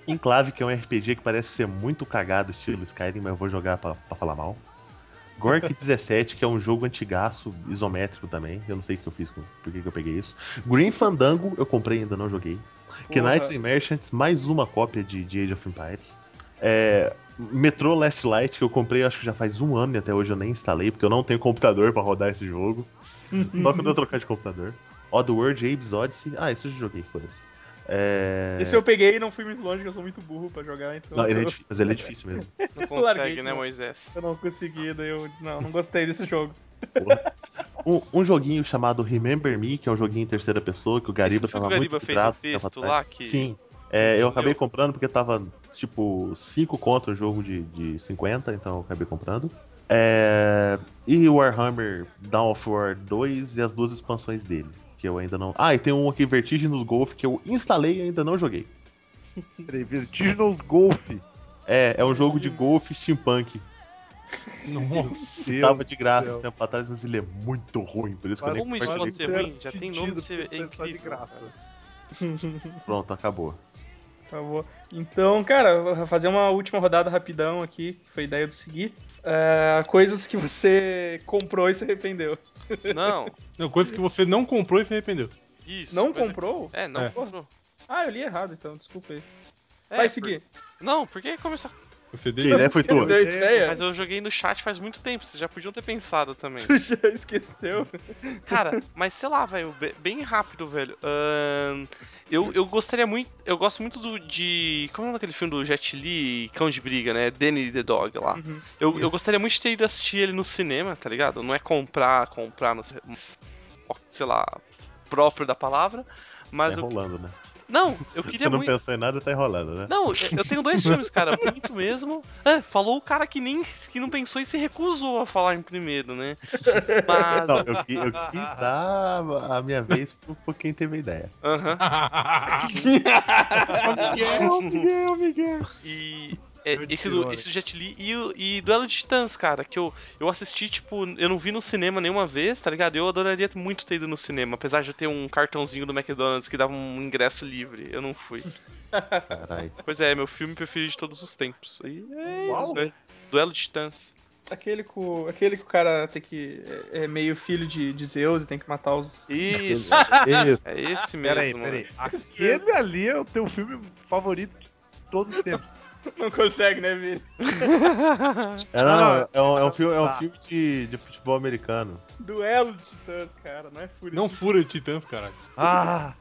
[SPEAKER 5] Enclave, que é um RPG que parece ser muito cagado, estilo Skyrim, mas eu vou jogar pra, pra falar mal. Gork 17, que é um jogo antigaço, isométrico também. Eu não sei o que eu fiz, com, por que, que eu peguei isso. Green Fandango, eu comprei ainda, não joguei. Knights and Merchants, mais uma cópia de, de Age of Empires. É, Metro Last Light, que eu comprei acho que já faz um ano e até hoje eu nem instalei, porque eu não tenho computador pra rodar esse jogo.
[SPEAKER 3] Uhum.
[SPEAKER 5] Só quando eu trocar de computador. Oddworld, Abe's Odyssey. Ah, isso eu já joguei, foda-se. É...
[SPEAKER 3] Esse eu peguei e não fui muito longe, que eu sou muito burro pra jogar, então.
[SPEAKER 5] Não, ele é
[SPEAKER 3] eu-
[SPEAKER 5] difícil, mas ele é difícil mesmo.
[SPEAKER 7] Não
[SPEAKER 3] Larguei,
[SPEAKER 7] consegue, né,
[SPEAKER 3] não.
[SPEAKER 7] Moisés?
[SPEAKER 3] Eu não consegui, daí eu não, não gostei desse jogo.
[SPEAKER 5] Um, um joguinho chamado Remember Me, que é um joguinho em terceira pessoa, que o Gariba
[SPEAKER 7] Esse que o
[SPEAKER 5] tava
[SPEAKER 7] Gariba
[SPEAKER 5] muito
[SPEAKER 7] fez
[SPEAKER 5] grato
[SPEAKER 7] o
[SPEAKER 5] que tava
[SPEAKER 7] texto
[SPEAKER 5] atrás.
[SPEAKER 7] lá que-
[SPEAKER 5] Sim. É, eu acabei
[SPEAKER 7] Eu-
[SPEAKER 5] comprando porque tava, tipo, 5 contra o jogo de, de 50, então eu acabei comprando. É, e o Warhammer Dawn of War 2 e as duas expansões dele, que eu ainda não... Ah, e tem um aqui, Vertigem nos Golf, que eu instalei e ainda não joguei.
[SPEAKER 6] Peraí, Vertiginals Golf.
[SPEAKER 5] É, é um jogo
[SPEAKER 7] Hum.
[SPEAKER 5] de golfe steampunk.
[SPEAKER 4] Nossa,
[SPEAKER 5] Tava de graça um tempo atrás, mas ele é muito ruim, por isso que eu nem
[SPEAKER 7] Mas como isso
[SPEAKER 5] compartilhei.
[SPEAKER 7] pode ser ruim? Já tem nome de ser
[SPEAKER 6] de
[SPEAKER 7] incrível,
[SPEAKER 6] graça.
[SPEAKER 5] Pronto, acabou.
[SPEAKER 3] Por favor. Então, cara, eu vou fazer uma última rodada rapidão aqui, que foi ideia do seguir. Ah, coisas que você comprou e se arrependeu.
[SPEAKER 7] Não,
[SPEAKER 4] não, coisa que você não comprou e se arrependeu.
[SPEAKER 7] isso.
[SPEAKER 3] Não
[SPEAKER 7] coisa-
[SPEAKER 3] comprou?
[SPEAKER 7] É, não
[SPEAKER 4] É.
[SPEAKER 7] comprou.
[SPEAKER 3] Ah, eu li errado, então, desculpa aí.
[SPEAKER 7] É,
[SPEAKER 3] Vai
[SPEAKER 7] por-
[SPEAKER 3] seguir.
[SPEAKER 7] Não, porque começou.
[SPEAKER 4] Você
[SPEAKER 5] Que
[SPEAKER 6] né?
[SPEAKER 5] ideia foi tua?
[SPEAKER 6] É,
[SPEAKER 3] Deu ideia?
[SPEAKER 7] Mas eu joguei no chat faz muito tempo, vocês já podiam ter pensado também.
[SPEAKER 3] Tu já esqueceu?
[SPEAKER 7] Cara, mas sei lá, velho, be- bem rápido, velho. Ahn, eu, eu gostaria muito. Eu gosto muito do de. Como é aquele filme do Jet Li, Cão de Briga, né? Danny the Dog lá.
[SPEAKER 3] Uhum.
[SPEAKER 7] Eu, eu
[SPEAKER 3] Isso.
[SPEAKER 7] gostaria muito de ter ido assistir ele no cinema, tá ligado? Não é comprar, comprar, no, sei lá, próprio da palavra. Mas
[SPEAKER 5] tá
[SPEAKER 7] eu.
[SPEAKER 5] enrolando, né?
[SPEAKER 7] Não, eu
[SPEAKER 5] Você
[SPEAKER 7] queria
[SPEAKER 5] não
[SPEAKER 7] muito.
[SPEAKER 5] pensou em nada, tá enrolando, né?
[SPEAKER 7] Não, eu- eu tenho dois filmes, cara. Bonito mesmo. É, falou o cara que nem que não pensou e se recusou a falar em primeiro, né? Mas.
[SPEAKER 5] Não, eu, qui- eu quis dar a minha vez por, por quem teve a ideia.
[SPEAKER 7] Aham.
[SPEAKER 4] Miguel, Miguel, Miguel.
[SPEAKER 7] E é,
[SPEAKER 6] Eu
[SPEAKER 7] esse,
[SPEAKER 6] tiro,
[SPEAKER 7] do,
[SPEAKER 6] olha.
[SPEAKER 7] esse do Jet Li e, o- e Duelo de Titãs, cara, que eu, eu assisti, tipo, eu não vi no cinema nenhuma vez, tá ligado? Eu adoraria muito ter ido no cinema, apesar de eu ter um cartãozinho do McDonald's que dava um ingresso livre. Eu não fui.
[SPEAKER 5] Caralho.
[SPEAKER 7] Pois é, meu filme preferido de todos os tempos. E é
[SPEAKER 6] Uau.
[SPEAKER 7] isso, é. Duelo de Titãs.
[SPEAKER 3] Aquele com. Aquele que o cara tem que. É é meio filho de, de Zeus e tem que matar os.
[SPEAKER 7] Isso,
[SPEAKER 5] Isso.
[SPEAKER 7] é esse mesmo.
[SPEAKER 6] Peraí, peraí. Aquele ali é o teu filme favorito de todos os tempos.
[SPEAKER 3] Não consegue, né, Vini?
[SPEAKER 8] É, não,
[SPEAKER 6] Não,
[SPEAKER 8] é um, é um filme, é um
[SPEAKER 6] tá.
[SPEAKER 8] filme de, de futebol americano.
[SPEAKER 3] Duelo de titãs, cara, não é fúria.
[SPEAKER 4] Não fura o Titãs, caralho.
[SPEAKER 6] Ah,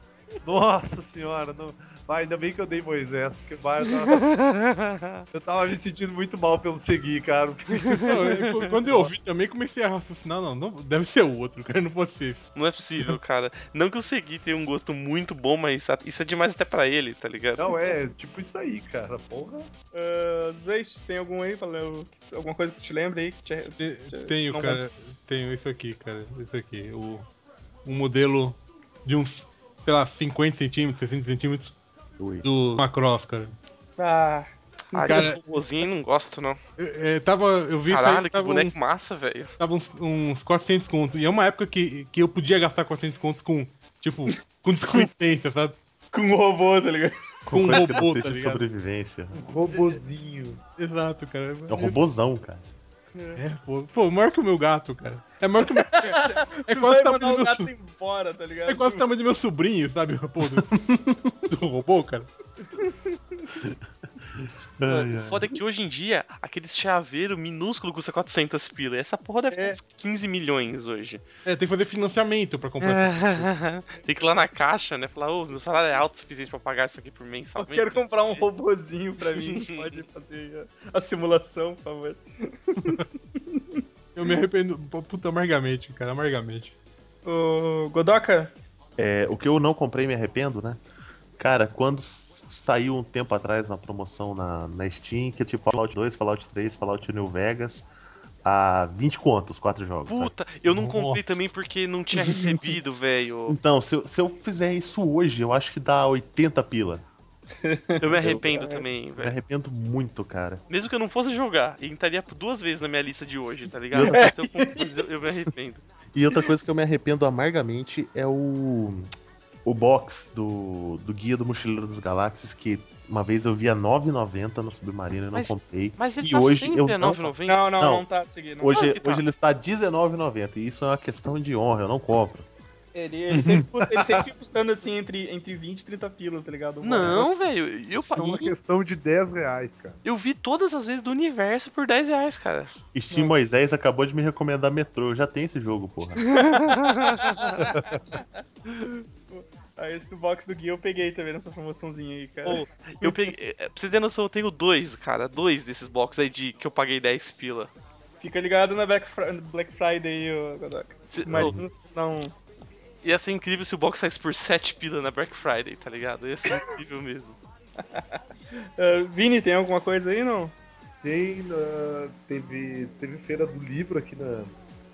[SPEAKER 6] nossa senhora. Não... Mas ainda bem que eu dei Moisés, porque vai, eu, tava... eu tava me sentindo muito mal pelo seguir, cara.
[SPEAKER 4] Não, eu- Quando eu ouvi também, comecei a raciocinar, não, não deve ser o outro, cara, não pode ser esse.
[SPEAKER 7] Não é possível, cara. Não que o Segui tenha um gosto muito bom, mas a- isso é demais até pra ele, tá ligado?
[SPEAKER 6] Não, é tipo isso aí, cara. Porra.
[SPEAKER 3] Ah, Zeus, tem algum aí? Valeu. Alguma coisa que tu te lembra aí? Que te-
[SPEAKER 4] Te-
[SPEAKER 3] te-
[SPEAKER 4] Tenho,
[SPEAKER 3] não-
[SPEAKER 4] cara, tenho isso aqui, cara, isso aqui. O, um modelo de uns, sei lá, 50 centímetros, 60 centímetros
[SPEAKER 5] Ui.
[SPEAKER 4] do Macross, cara.
[SPEAKER 3] Ah,
[SPEAKER 7] Ah,
[SPEAKER 4] cara-
[SPEAKER 7] esse robôzinho não gosto, não.
[SPEAKER 4] É, é, tava, eu vi isso aí,
[SPEAKER 7] Caralho, que
[SPEAKER 4] tava,
[SPEAKER 7] boneco
[SPEAKER 4] uns,
[SPEAKER 7] massa, velho.
[SPEAKER 4] tava uns, uns 400 contos. E é uma época que, que eu podia gastar 400 contos com, tipo, com descontência, sabe?
[SPEAKER 3] com um robô, tá ligado?
[SPEAKER 4] Com um
[SPEAKER 8] coisa que
[SPEAKER 4] robô,
[SPEAKER 8] precisa
[SPEAKER 4] tá
[SPEAKER 5] é
[SPEAKER 8] de
[SPEAKER 4] ligado?
[SPEAKER 8] sobrevivência.
[SPEAKER 6] Robozinho.
[SPEAKER 4] Exato, cara.
[SPEAKER 8] É um robozão, cara.
[SPEAKER 4] É, pô, pô, maior que o meu gato, cara. É maior que o meu. É,
[SPEAKER 3] Tu
[SPEAKER 4] quase o
[SPEAKER 3] vai
[SPEAKER 4] tamanho
[SPEAKER 3] mandar
[SPEAKER 4] do
[SPEAKER 3] o
[SPEAKER 4] meu
[SPEAKER 3] gato
[SPEAKER 4] sobrinho.
[SPEAKER 3] embora, tá ligado?
[SPEAKER 4] É quase o tamanho do meu sobrinho, sabe? Pô, do, do robô, cara.
[SPEAKER 8] Ai,
[SPEAKER 7] O
[SPEAKER 8] ai.
[SPEAKER 7] foda é que hoje em dia, aquele chaveiro minúsculo custa 400 pila. E essa porra deve ter
[SPEAKER 3] É.
[SPEAKER 7] uns 15 milhões hoje.
[SPEAKER 4] É, tem que fazer financiamento pra comprar. essa-
[SPEAKER 7] Tem que ir lá na caixa, né? Falar, ô, meu salário é alto o suficiente pra pagar isso aqui por
[SPEAKER 3] Eu
[SPEAKER 7] mensalmente.
[SPEAKER 3] quero comprar um robozinho pra mim. Pode fazer a, a simulação, por favor.
[SPEAKER 4] Eu me arrependo, pô, puta, amargamente, cara, amargamente.
[SPEAKER 3] Ô, Godoka,
[SPEAKER 5] É, o que eu não comprei me arrependo, né? Cara, quando s- saiu um tempo atrás uma promoção na, na Steam, que é tipo Fallout 2, Fallout 3, Fallout New Vegas, a 20 contos, os quatro jogos. sabe?
[SPEAKER 7] Puta, eu não
[SPEAKER 4] Nossa.
[SPEAKER 7] comprei também porque não tinha recebido, velho.
[SPEAKER 5] Então, se eu, se eu fizer isso hoje, eu acho que dá 80 pila.
[SPEAKER 7] Eu me arrependo também,
[SPEAKER 5] Me
[SPEAKER 7] velho.
[SPEAKER 5] arrependo muito, cara.
[SPEAKER 7] Mesmo que eu não fosse jogar, ele estaria por duas vezes na minha lista de hoje, tá ligado? Se eu, compro, mas eu- eu me arrependo.
[SPEAKER 5] E outra coisa que eu me arrependo amargamente é o. O box do, do Guia do Mochileiro das Galáxias, que uma vez eu via 9,90 no Submarino e não
[SPEAKER 7] Mas-
[SPEAKER 5] comprei.
[SPEAKER 7] Mas ele
[SPEAKER 5] E
[SPEAKER 7] tá
[SPEAKER 5] hoje eu
[SPEAKER 7] sempre a
[SPEAKER 5] não-
[SPEAKER 7] 9,90.
[SPEAKER 3] Não, não, não,
[SPEAKER 5] Não.
[SPEAKER 3] tá seguindo.
[SPEAKER 5] Hoje,
[SPEAKER 7] Claro que tá.
[SPEAKER 5] hoje ele está R$19,90 e isso é uma questão de honra, eu não compro.
[SPEAKER 3] Ele, ele sempre, custa- ele sempre fica custando assim entre, entre 20 e 30 pila, tá ligado? Uma-
[SPEAKER 7] Não, velho. Eu,
[SPEAKER 6] Isso é uma
[SPEAKER 7] eu,
[SPEAKER 6] questão de 10 reais, cara.
[SPEAKER 7] vi todas as vezes do universo por 10 reais, cara.
[SPEAKER 6] É.
[SPEAKER 5] Steam Moisés acabou de me recomendar Metrô, eu já tenho esse jogo, porra.
[SPEAKER 3] Aí esse do box do Gui eu peguei também nessa promoçãozinha aí, cara.
[SPEAKER 7] Pô, eu peguei. é, Pra você ter noção, eu tenho dois, cara. Dois desses boxes aí de que eu paguei 10 pila.
[SPEAKER 3] Fica ligado na Black Fri- Black Friday aí, ô, Godoka.
[SPEAKER 7] Se- ô,
[SPEAKER 3] Imagina se não.
[SPEAKER 7] ia ser incrível se o box saísse por 7 pila na Black Friday, tá ligado? Ia ser incrível mesmo. É,
[SPEAKER 3] Ah, Vini, tem alguma coisa aí, não?
[SPEAKER 6] Tem na- teve, teve feira do livro aqui na,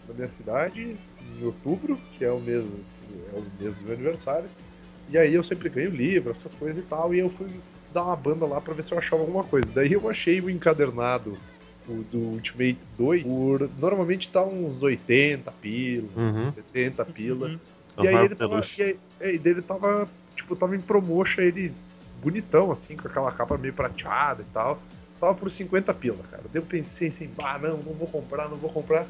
[SPEAKER 6] na minha cidade, em outubro, que é o mês, é o mês do meu aniversário. E aí eu sempre ganho livro, essas coisas e tal, e eu fui dar uma banda lá pra ver se eu achava alguma coisa. Daí eu achei o encadernado o do Ultimates 2 por. Normalmente tá uns 80 pila,
[SPEAKER 5] Uhum.
[SPEAKER 6] 70 pila.
[SPEAKER 5] As
[SPEAKER 6] E aí
[SPEAKER 5] Marvel
[SPEAKER 6] ele tava,
[SPEAKER 5] Peluche.
[SPEAKER 6] e aí, é, e daí ele tava, tipo, tava em promotion, ele bonitão, assim, com aquela capa meio prateada e tal. Tava por 50 pila, cara. Daí eu pensei assim, bah, não, não vou comprar, não vou comprar.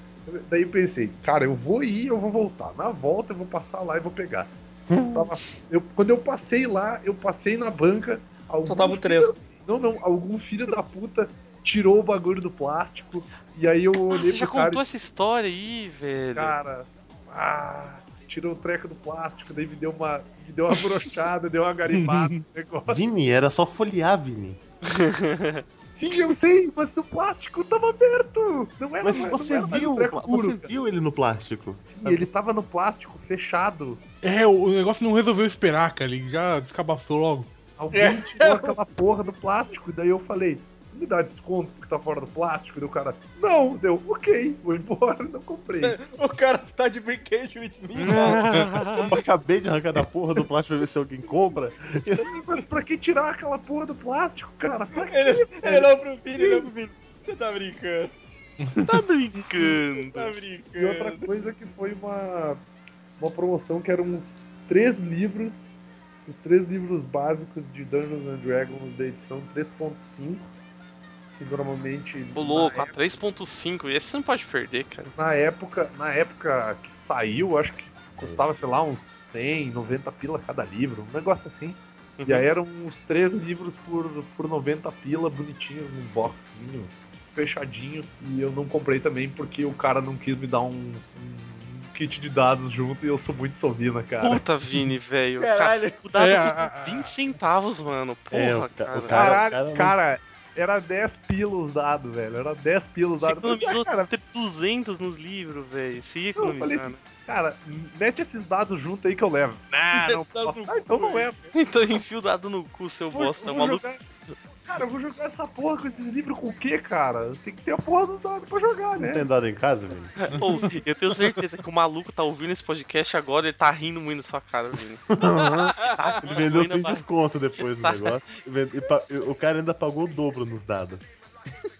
[SPEAKER 6] Daí eu pensei, cara, eu vou ir, eu vou voltar. Na volta eu vou passar lá e vou pegar. Tava- eu- quando eu passei lá, eu passei na banca. algum
[SPEAKER 3] Só tava o
[SPEAKER 6] filho
[SPEAKER 3] 3.
[SPEAKER 6] da- Não, não, algum filho da puta tirou o bagulho do plástico. E aí eu
[SPEAKER 7] Ah,
[SPEAKER 6] olhei
[SPEAKER 7] você já
[SPEAKER 6] pro cara e
[SPEAKER 7] contou essa história aí, velho.
[SPEAKER 6] Cara, ah, tirou o treco do plástico, daí me deu uma, me deu uma brochada, deu uma garimbada no negócio.
[SPEAKER 5] Vini, era só folhear, Vini.
[SPEAKER 6] Sim, eu sei, mas do plástico tava aberto. Não era,
[SPEAKER 5] Mas
[SPEAKER 6] mais- não
[SPEAKER 5] você
[SPEAKER 6] era mais
[SPEAKER 5] viu,
[SPEAKER 6] um treco puro.
[SPEAKER 5] você
[SPEAKER 6] cara.
[SPEAKER 5] viu ele no plástico.
[SPEAKER 6] Sim, ele tava no plástico fechado.
[SPEAKER 4] É, o, o negócio não resolveu esperar, cara, ele já descabaçou logo.
[SPEAKER 6] Alguém tirou aquela porra do plástico, daí eu falei. Me dá desconto porque tá fora do plástico, deu o cara. Não, deu, ok, vou embora, não comprei.
[SPEAKER 3] O cara tá de brinquedo with me,
[SPEAKER 5] Eu acabei de arrancar da porra do plástico pra ver se alguém compra.
[SPEAKER 6] Sim, mas pra que tirar aquela porra do plástico, cara? Pra quê?
[SPEAKER 3] Ele, ele olhou É, pro Vini, ele olhou pro Vini. Você tá brincando,
[SPEAKER 7] Tá brincando.
[SPEAKER 3] tá
[SPEAKER 6] E outra
[SPEAKER 3] brincando.
[SPEAKER 6] coisa que foi uma, uma promoção que eram uns três livros, os três livros básicos de Dungeons and Dragons da edição 3.5, que normalmente.
[SPEAKER 7] Ô, louco, a 3.5. E esse você não pode perder, cara.
[SPEAKER 6] Na época, na época que saiu, acho que custava, sei lá, uns 100, 90 pila cada livro, um negócio assim. E aí eram uns três livros por, por 90 pila, bonitinhos, num boxzinho, fechadinho. E eu não comprei também porque o cara não quis me dar um, um kit de dados junto e eu sou muito sovina, cara. ah,
[SPEAKER 7] Puta, Vini, velho.
[SPEAKER 3] Caralho.
[SPEAKER 7] O dado
[SPEAKER 4] É,
[SPEAKER 7] custa
[SPEAKER 4] a- a-
[SPEAKER 7] 20 centavos, mano. Porra,
[SPEAKER 8] É, o ca-
[SPEAKER 7] cara.
[SPEAKER 8] o cara-
[SPEAKER 6] Caralho,
[SPEAKER 8] não-
[SPEAKER 6] cara, era 10 pilos dado, velho. Era 10 pilos
[SPEAKER 7] Você
[SPEAKER 6] dado. Eu pensei, ah,
[SPEAKER 7] economizou
[SPEAKER 6] cara,
[SPEAKER 7] 200 nos livros, velho. Se ia
[SPEAKER 6] Não, eu falei
[SPEAKER 7] economizar,
[SPEAKER 6] assim,
[SPEAKER 7] né?
[SPEAKER 6] cara, mete esses dados junto aí que eu levo. Nah, não,
[SPEAKER 3] Esses dados
[SPEAKER 6] posso.
[SPEAKER 3] no
[SPEAKER 6] Ah, então
[SPEAKER 3] cu,
[SPEAKER 6] não é.
[SPEAKER 7] Então enfia o dado no cu, seu
[SPEAKER 6] Vou-
[SPEAKER 7] bosta. é
[SPEAKER 6] vou
[SPEAKER 7] O maluco
[SPEAKER 6] jogar- Cara, eu vou jogar essa porra com esses livros com o quê, cara? Tem que ter a porra dos dados pra jogar,
[SPEAKER 8] Não
[SPEAKER 6] né?
[SPEAKER 8] tem dado em casa, velho?
[SPEAKER 7] Ô, eu tenho certeza que o maluco tá ouvindo esse podcast agora, ele tá rindo muito da sua cara, Vini.
[SPEAKER 8] Ele vendeu
[SPEAKER 7] Põe na
[SPEAKER 8] sem
[SPEAKER 7] barra.
[SPEAKER 8] desconto depois do
[SPEAKER 7] Tá.
[SPEAKER 8] negócio. E vende- e pa- e o cara ainda pagou o dobro nos dados.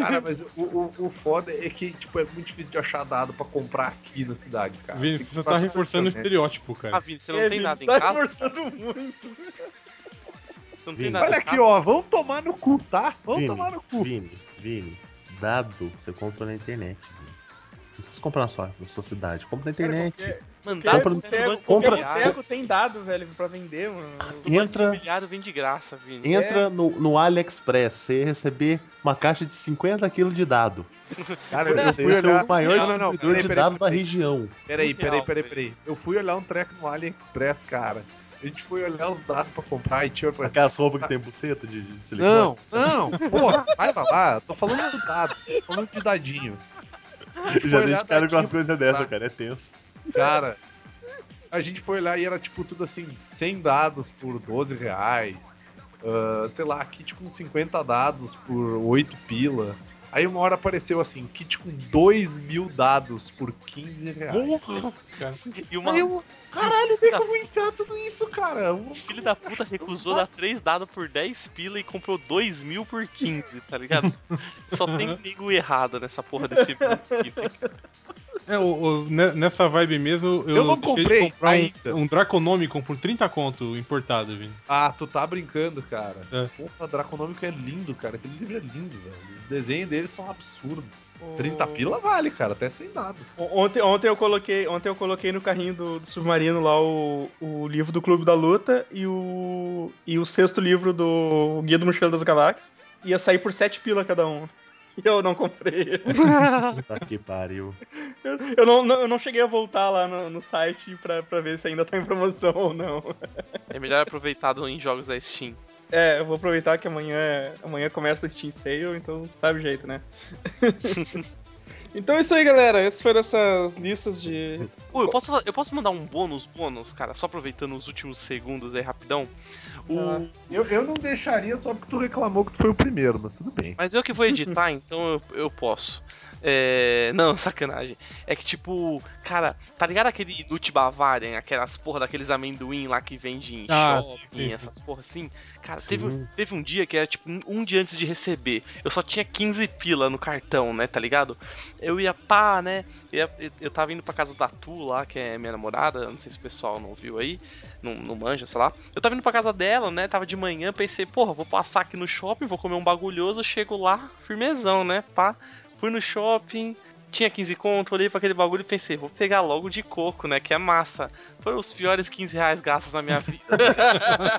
[SPEAKER 6] Cara, mas o, o, o foda é que, tipo, é muito difícil de achar dado pra comprar aqui na cidade, cara.
[SPEAKER 4] Vini,
[SPEAKER 6] Ah, Tem que
[SPEAKER 4] você tá
[SPEAKER 6] fazer
[SPEAKER 4] reforçando o
[SPEAKER 6] isso, né?
[SPEAKER 4] estereótipo,
[SPEAKER 7] Ah,
[SPEAKER 4] cara.
[SPEAKER 7] Vini, você
[SPEAKER 6] É
[SPEAKER 7] não tem nada em
[SPEAKER 3] tá
[SPEAKER 7] casa?
[SPEAKER 3] forçando muito.
[SPEAKER 7] Você não tem
[SPEAKER 8] Vini.
[SPEAKER 7] nada
[SPEAKER 6] Olha
[SPEAKER 7] em
[SPEAKER 6] aqui,
[SPEAKER 7] casa?
[SPEAKER 6] ó, vamos tomar no cu, tá? Vamos
[SPEAKER 8] Vini,
[SPEAKER 6] tomar no cu.
[SPEAKER 8] Vini, Vini, dado você compra na internet. Vini. Não precisa comprar na sua, na sua cidade, compra na internet.
[SPEAKER 7] Mandado
[SPEAKER 8] Compra-
[SPEAKER 7] pelo
[SPEAKER 8] compra-
[SPEAKER 3] boteco tem dado, velho, pra vender, mano.
[SPEAKER 8] Entra,
[SPEAKER 7] Milhado vem de graça, Vini.
[SPEAKER 8] entra no, no AliExpress, você ia receber uma caixa de 50 kg de dado.
[SPEAKER 6] Cara,
[SPEAKER 8] Você ia ser o maior
[SPEAKER 6] Não, não, não,
[SPEAKER 8] distribuidor
[SPEAKER 6] peraí,
[SPEAKER 8] de
[SPEAKER 6] peraí,
[SPEAKER 8] dado da
[SPEAKER 6] peraí.
[SPEAKER 8] região.
[SPEAKER 6] Peraí, peraí,
[SPEAKER 7] Real,
[SPEAKER 6] peraí,
[SPEAKER 7] velho.
[SPEAKER 6] peraí. Eu fui olhar um treco no AliExpress, cara. A gente foi olhar os dados pra comprar e tinha.
[SPEAKER 8] Aquelas roupas que tem buceta de, de silicone.
[SPEAKER 6] Não, não, porra, sai pra lá. Tô falando do dado, tô falando de dadinho.
[SPEAKER 8] Já
[SPEAKER 6] olhar
[SPEAKER 8] deixa o cara com
[SPEAKER 6] daqui,
[SPEAKER 8] as coisas dessa,
[SPEAKER 6] tá?
[SPEAKER 8] cara. É tenso.
[SPEAKER 6] Cara, a gente foi olhar e era tipo tudo assim, 100 dados por 12 reais. Ah, sei lá, kit com 50 dados por 8 pila. Aí uma hora apareceu assim, kit com 2 mil dados por 15 reais.
[SPEAKER 4] Porra, cara.
[SPEAKER 7] E o maluco,
[SPEAKER 6] Eu, caralho, tem como enfiar tudo isso, cara? Um-
[SPEAKER 7] o filho da puta recusou dar 3 dados por 10 pila e comprou 2 mil por 15, tá ligado? Só tem nego errado nessa porra desse mundo aqui, né?
[SPEAKER 4] É, o, o- ne- nessa vibe mesmo, eu,
[SPEAKER 6] Eu não
[SPEAKER 4] deixei de
[SPEAKER 6] comprei
[SPEAKER 4] comprar
[SPEAKER 6] ainda.
[SPEAKER 4] um, um Draconomicon por 30 conto importado, Vini.
[SPEAKER 6] Ah, tu tá brincando, cara.
[SPEAKER 4] É.
[SPEAKER 6] Porra, Draconômico é lindo, cara. Aquele livro é lindo, velho. Os desenhos deles são absurdos. 30 pila vale, cara, até sem dado.
[SPEAKER 3] O- Ontem, ontem, eu coloquei, ontem eu coloquei no carrinho do, do Submarino lá o, o livro do Clube da Luta e o, e o sexto livro do Guia do Mochileiro das Galáxias. Ia sair por sete pila cada um. E eu não comprei.
[SPEAKER 8] Tá que pariu.
[SPEAKER 3] Eu, eu não, não- eu não cheguei a voltar lá no, no site pra, pra ver se ainda tá em promoção ou não.
[SPEAKER 7] É melhor aproveitado em jogos da Steam.
[SPEAKER 3] É, eu vou aproveitar que amanhã, amanhã começa o Steam Sale, então sabe o jeito, né? então é isso aí, galera. Essas foram essas listas de.
[SPEAKER 7] Ô, eu posso, eu posso mandar um bônus, bônus, cara, só aproveitando os últimos segundos aí rapidão. O,
[SPEAKER 6] Ah, Eu, eu não deixaria só porque tu reclamou que tu foi o primeiro, mas tudo bem.
[SPEAKER 7] Mas eu que vou editar, então eu, eu posso. É, não, sacanagem. É que tipo, cara, tá ligado aquele Nut Bavarian, aquelas porra daqueles amendoim lá que vende em
[SPEAKER 4] Ah,
[SPEAKER 7] shopping,
[SPEAKER 4] sim, sim.
[SPEAKER 7] essas porra assim? Cara, teve um, teve um dia que era tipo um- um dia antes de receber. Eu só tinha 15 pila no cartão, né, tá ligado? Eu ia pá, né? Eu, ia- eu- eu tava indo pra casa da Tu lá, que é minha namorada, não sei se o pessoal não viu aí não, não manja, sei lá. Eu tava indo pra casa dela, né? Tava de manhã, pensei, porra, vou passar aqui no shopping, vou comer um bagulhoso, chego lá, firmezão, né? Pá. Fui no shopping, tinha 15 conto, olhei pra aquele bagulho e pensei, vou pegar logo de coco, né? Que é massa. Foram os piores 15 reais gastos na minha vida.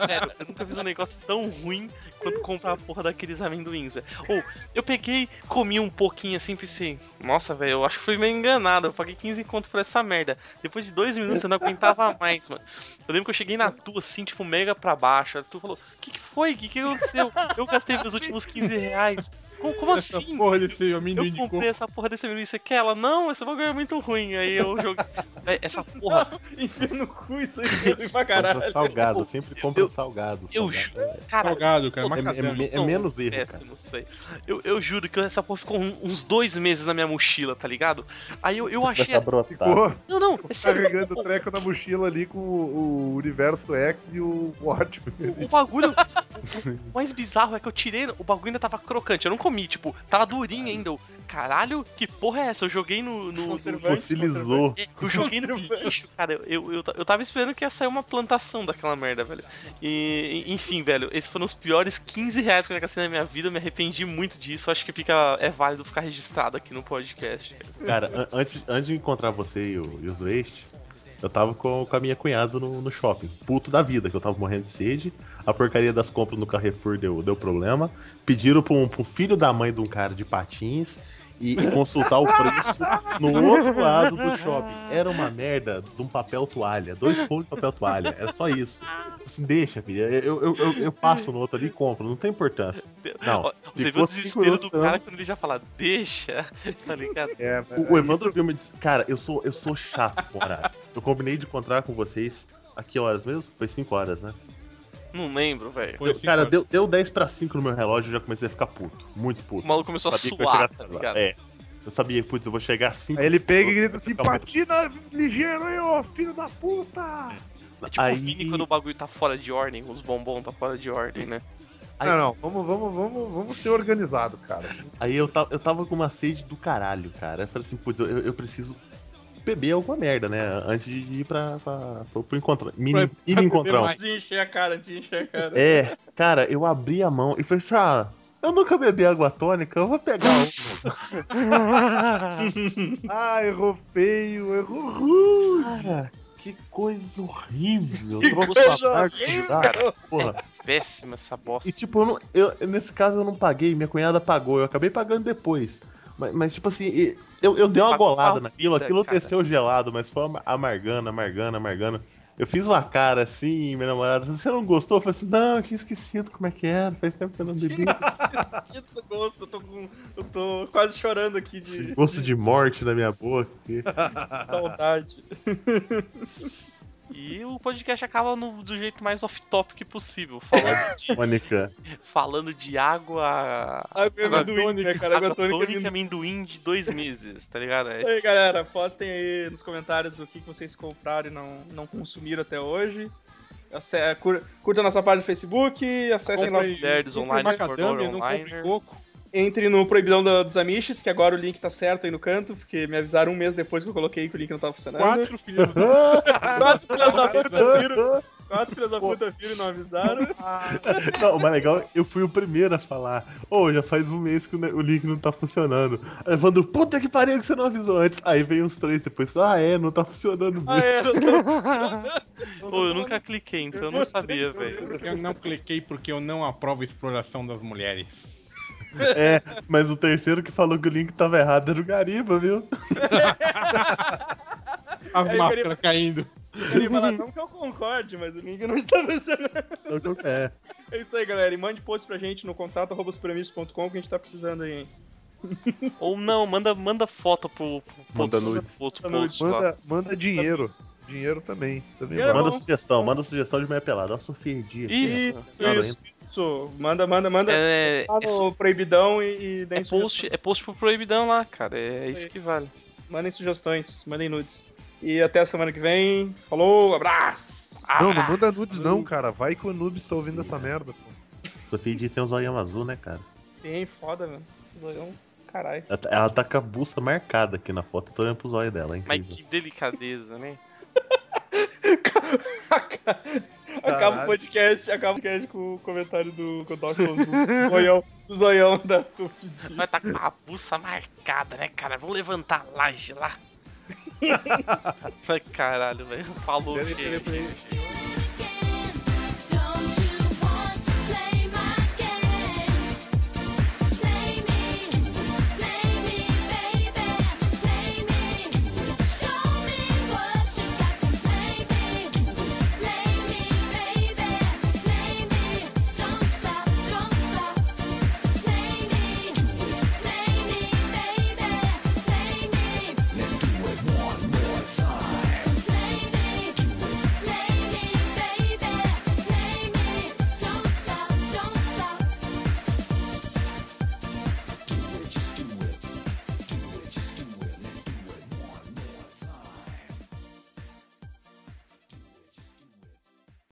[SPEAKER 7] Sério, eu nunca fiz um negócio tão ruim quanto comprar a porra daqueles amendoins, velho. Ou, eu peguei, comi um pouquinho assim, pensei, nossa, velho, eu acho que fui meio enganado, eu paguei 15 conto por essa merda. Depois de dois minutos eu não aguentava mais, mano. Eu lembro que eu cheguei na tua, assim, tipo, mega pra baixo. Aí Tu falou, o que, que foi? O que, que aconteceu? Eu gastei meus últimos 15 reais. Como, como
[SPEAKER 4] Essa
[SPEAKER 7] assim?
[SPEAKER 4] porra desse amendoim
[SPEAKER 7] Eu
[SPEAKER 4] de coco.
[SPEAKER 7] comprei essa porra desse amendoim, você quer? Ela, não, esse bagulho é muito ruim. Aí eu joguei. Véi, Essa porra,
[SPEAKER 3] Enfia no cu isso aí, doeu pra caralho.
[SPEAKER 8] Compra salgado, sempre compra
[SPEAKER 7] Eu-
[SPEAKER 8] salgado.
[SPEAKER 7] eu
[SPEAKER 8] salgado.
[SPEAKER 7] ju-
[SPEAKER 8] É-
[SPEAKER 7] cara,
[SPEAKER 4] Salgado, cara.
[SPEAKER 7] Pô,
[SPEAKER 8] é-
[SPEAKER 4] macarrão.
[SPEAKER 8] é,
[SPEAKER 7] são
[SPEAKER 8] menos erro, cara.
[SPEAKER 7] péssimos, velho. Eu, eu juro que essa porra ficou um- uns dois meses na minha mochila, tá ligado? Aí eu,
[SPEAKER 5] Tipo
[SPEAKER 7] eu achei.
[SPEAKER 8] Começa a brotar.
[SPEAKER 6] Ficou
[SPEAKER 7] Não, não, é sério.
[SPEAKER 6] carregando Tá o treco na mochila ali com o, o Universo X e o Watchmen.
[SPEAKER 7] O bagulho. o- O mais bizarro é que eu tirei. O bagulho ainda tava crocante. Eu não comi, tipo, tava durinho ainda. Eu, caralho, que porra é essa? Eu joguei no. no, no
[SPEAKER 3] Conservante,
[SPEAKER 5] Fossilizou.
[SPEAKER 7] eu joguei no lixo, cara. Eu, eu, eu tava esperando que ia sair uma plantação daquela merda, velho. E, enfim, velho, esses foram os piores 15 reais que eu já gastei na minha vida. Eu me arrependi muito disso. Acho que fica, é válido ficar registrado aqui no podcast.
[SPEAKER 5] Cara, an- antes, antes de encontrar você e, o, e os Waste, eu tava com, com a minha cunhada no, no shopping. Puto da vida, que eu tava morrendo de sede. A porcaria das compras no Carrefour deu, deu problema. Pediram pra um, pra um filho da mãe de um cara de patins e, e consultar o preço no outro lado do shopping. Era uma merda de um papel toalha. Dois pontos de papel toalha. Era só isso. Assim, deixa, filha. Eu, eu, eu, eu passo no outro ali e compro. Não tem importância. Não,
[SPEAKER 7] Ó, Você viu
[SPEAKER 5] ficou
[SPEAKER 7] o
[SPEAKER 5] cinco
[SPEAKER 7] desespero
[SPEAKER 5] minutos
[SPEAKER 7] do cara quando ele já fala, deixa, tá ligado?
[SPEAKER 6] É,
[SPEAKER 5] O, o Evandro viu me disse, cara, eu sou, eu sou chato com horário. Eu combinei de encontrar com vocês a que horas mesmo? Foi 5 horas, né?
[SPEAKER 7] Não lembro, velho.
[SPEAKER 4] Foi
[SPEAKER 5] Deu-
[SPEAKER 4] assim,
[SPEAKER 5] cara, deu, deu 10 pra 5 no meu relógio e eu já comomecei a ficar puto. Muito
[SPEAKER 7] O
[SPEAKER 5] puto.
[SPEAKER 7] maluco começou a
[SPEAKER 5] Sabia que eu ia
[SPEAKER 7] suar,
[SPEAKER 5] chegar
[SPEAKER 7] tá
[SPEAKER 5] atrasado.
[SPEAKER 7] ligado?
[SPEAKER 5] É. Eu sabia, putz, eu vou chegar às 5.
[SPEAKER 6] Aí ele pega e grita assim,
[SPEAKER 5] Fica muito-
[SPEAKER 6] patina ligeiro aí, ô filho da puta!
[SPEAKER 7] É tipo
[SPEAKER 5] Aí-
[SPEAKER 7] o Vini quando o bagulho tá fora de ordem, os bombons tá fora de ordem, né?
[SPEAKER 5] Aí-
[SPEAKER 6] Não, não, vamos, vamos, vamos, vamos ser organizado, cara.
[SPEAKER 5] Aí eu tava, eu tava com uma sede do caralho, cara. Eu falei assim, putz, eu, eu- eu preciso beber alguma merda, né? Antes de ir pra, pra, pro- pro encontro. Mini, mini encontrão.
[SPEAKER 3] Antes de encher a cara, antes de encher a cara.
[SPEAKER 5] É, cara, eu abri a mão e falei assim, ah, eu nunca bebi água tônica, eu vou pegar um.
[SPEAKER 6] Ah, errou feio, errou
[SPEAKER 5] Cara, que coisa horrível.
[SPEAKER 7] Que
[SPEAKER 5] Trouxe
[SPEAKER 7] coisa
[SPEAKER 5] a parte de dar,
[SPEAKER 7] cara.
[SPEAKER 5] porra.
[SPEAKER 7] Péssima essa bosta.
[SPEAKER 5] E tipo, eu não- eu- nesse caso eu não paguei, minha cunhada pagou, eu acabei pagando depois. Mas, mas, tipo assim, e- eu, eu dei uma
[SPEAKER 7] Pagou
[SPEAKER 5] golada
[SPEAKER 7] a
[SPEAKER 5] naquilo,
[SPEAKER 7] vida,
[SPEAKER 5] aquilo
[SPEAKER 7] cara.
[SPEAKER 5] desceu gelado, mas foi ama- amargando, amargando, amargando. Eu fiz uma cara assim, minha namorada falou, você não gostou? Eu falei assim, não, eu tinha esquecido como é que era, faz tempo que eu não bebi.
[SPEAKER 3] Isso do gosto, eu tô, com, eu tô quase chorando aqui de
[SPEAKER 5] Esse gosto de morte na minha boca.
[SPEAKER 3] saudade.
[SPEAKER 7] E o podcast acaba no- do jeito mais off-topic possível,
[SPEAKER 5] É.
[SPEAKER 7] falando de,
[SPEAKER 5] Mônica.
[SPEAKER 7] falando de água.
[SPEAKER 3] Água
[SPEAKER 7] Água
[SPEAKER 3] tônica, cara. Água tônica é
[SPEAKER 7] e amendoim de dois meses, tá ligado?
[SPEAKER 3] Isso aí, galera. Postem aí nos comentários o que que vocês compraram e não, não consumiram até hoje. Ace- é, cur- Curta nossa página no Facebook, acessem
[SPEAKER 7] Compre
[SPEAKER 3] nosso.
[SPEAKER 7] nerds online, pornô
[SPEAKER 4] macadâmia, não
[SPEAKER 7] online.
[SPEAKER 4] compre coco.
[SPEAKER 3] Entre no proibidão da- dos Amiches, que agora o link tá certo aí no canto, porque me avisaram um mês depois que eu coloquei que o link não tava funcionando.
[SPEAKER 4] Quatro filhos do
[SPEAKER 3] Quatro filhas da puta viram. Quatro filhas da puta viram e não avisaram.
[SPEAKER 5] Não, mas legal, eu fui o primeiro a falar. Ô, já faz um mês que o ne- o link não tá funcionando. Aí, Evandro, puta que pariu que você não avisou antes. Aí veio uns três depois. Ah, é, não tá funcionando mesmo.
[SPEAKER 3] Ah, é, não tava
[SPEAKER 7] Pô, eu nunca cliquei, então eu não sabia, velho.
[SPEAKER 4] Eu não cliquei porque eu não aprovo a exploração das mulheres.
[SPEAKER 5] É, mas o terceiro que falou que o link tava errado era o Gariba, viu?
[SPEAKER 4] As
[SPEAKER 3] Aí,
[SPEAKER 4] máscaras caindo.
[SPEAKER 3] Ele fala, não que eu concorde, mas o link não está funcionando.
[SPEAKER 5] É o que eu- É.
[SPEAKER 3] É isso aí, galera. E mande post pra gente no contato arroba superamigos.com que a gente tá precisando aí, hein?
[SPEAKER 7] Ou não, manda, manda foto pro, pro, pro
[SPEAKER 5] Manda
[SPEAKER 7] outro,
[SPEAKER 5] nudes.
[SPEAKER 7] pro outro
[SPEAKER 3] Manda
[SPEAKER 7] post lá.
[SPEAKER 6] Manda, manda dinheiro. Dinheiro também. também
[SPEAKER 3] Eu-
[SPEAKER 6] vai.
[SPEAKER 5] Manda sugestão, manda sugestão de meia pelada. Nossa, ofendi. aqui,
[SPEAKER 7] Isso.
[SPEAKER 5] ó. Nada
[SPEAKER 3] isso. Isso, manda, manda, manda.
[SPEAKER 7] É, é,
[SPEAKER 3] Lá
[SPEAKER 7] su-
[SPEAKER 3] no proibidão e, e deem
[SPEAKER 7] é, post, é post pro proibidão lá, cara. É isso que vale.
[SPEAKER 3] sugestões. Mandem sugestões, mandem nudes. E até a semana que vem. Falou, abraço!
[SPEAKER 7] Ah.
[SPEAKER 6] Não, não manda nudes não, cara. Vai que o Nubes tá ouvindo essa merda, pô.
[SPEAKER 5] Isso, ofendi tem uns olhão azul, né, cara?
[SPEAKER 3] Tem, foda, velho. Zoião, Caralho.
[SPEAKER 5] Ela tá- Ela tá com a buça marcada aqui na foto. Eu tô olhando pros olhos dela, é
[SPEAKER 7] Mas
[SPEAKER 5] incrível.
[SPEAKER 7] que delicadeza, né?
[SPEAKER 3] Acaba o podcast, acaba o podcast com o comentário do Kodoku do zoião, do zoião da
[SPEAKER 7] Vai tá com a buça marcada, né, cara? Vamos levantar a laje lá. Vai, Caralho, velho. Falou,
[SPEAKER 6] Peraí, peraí,
[SPEAKER 7] gente.
[SPEAKER 6] peraí.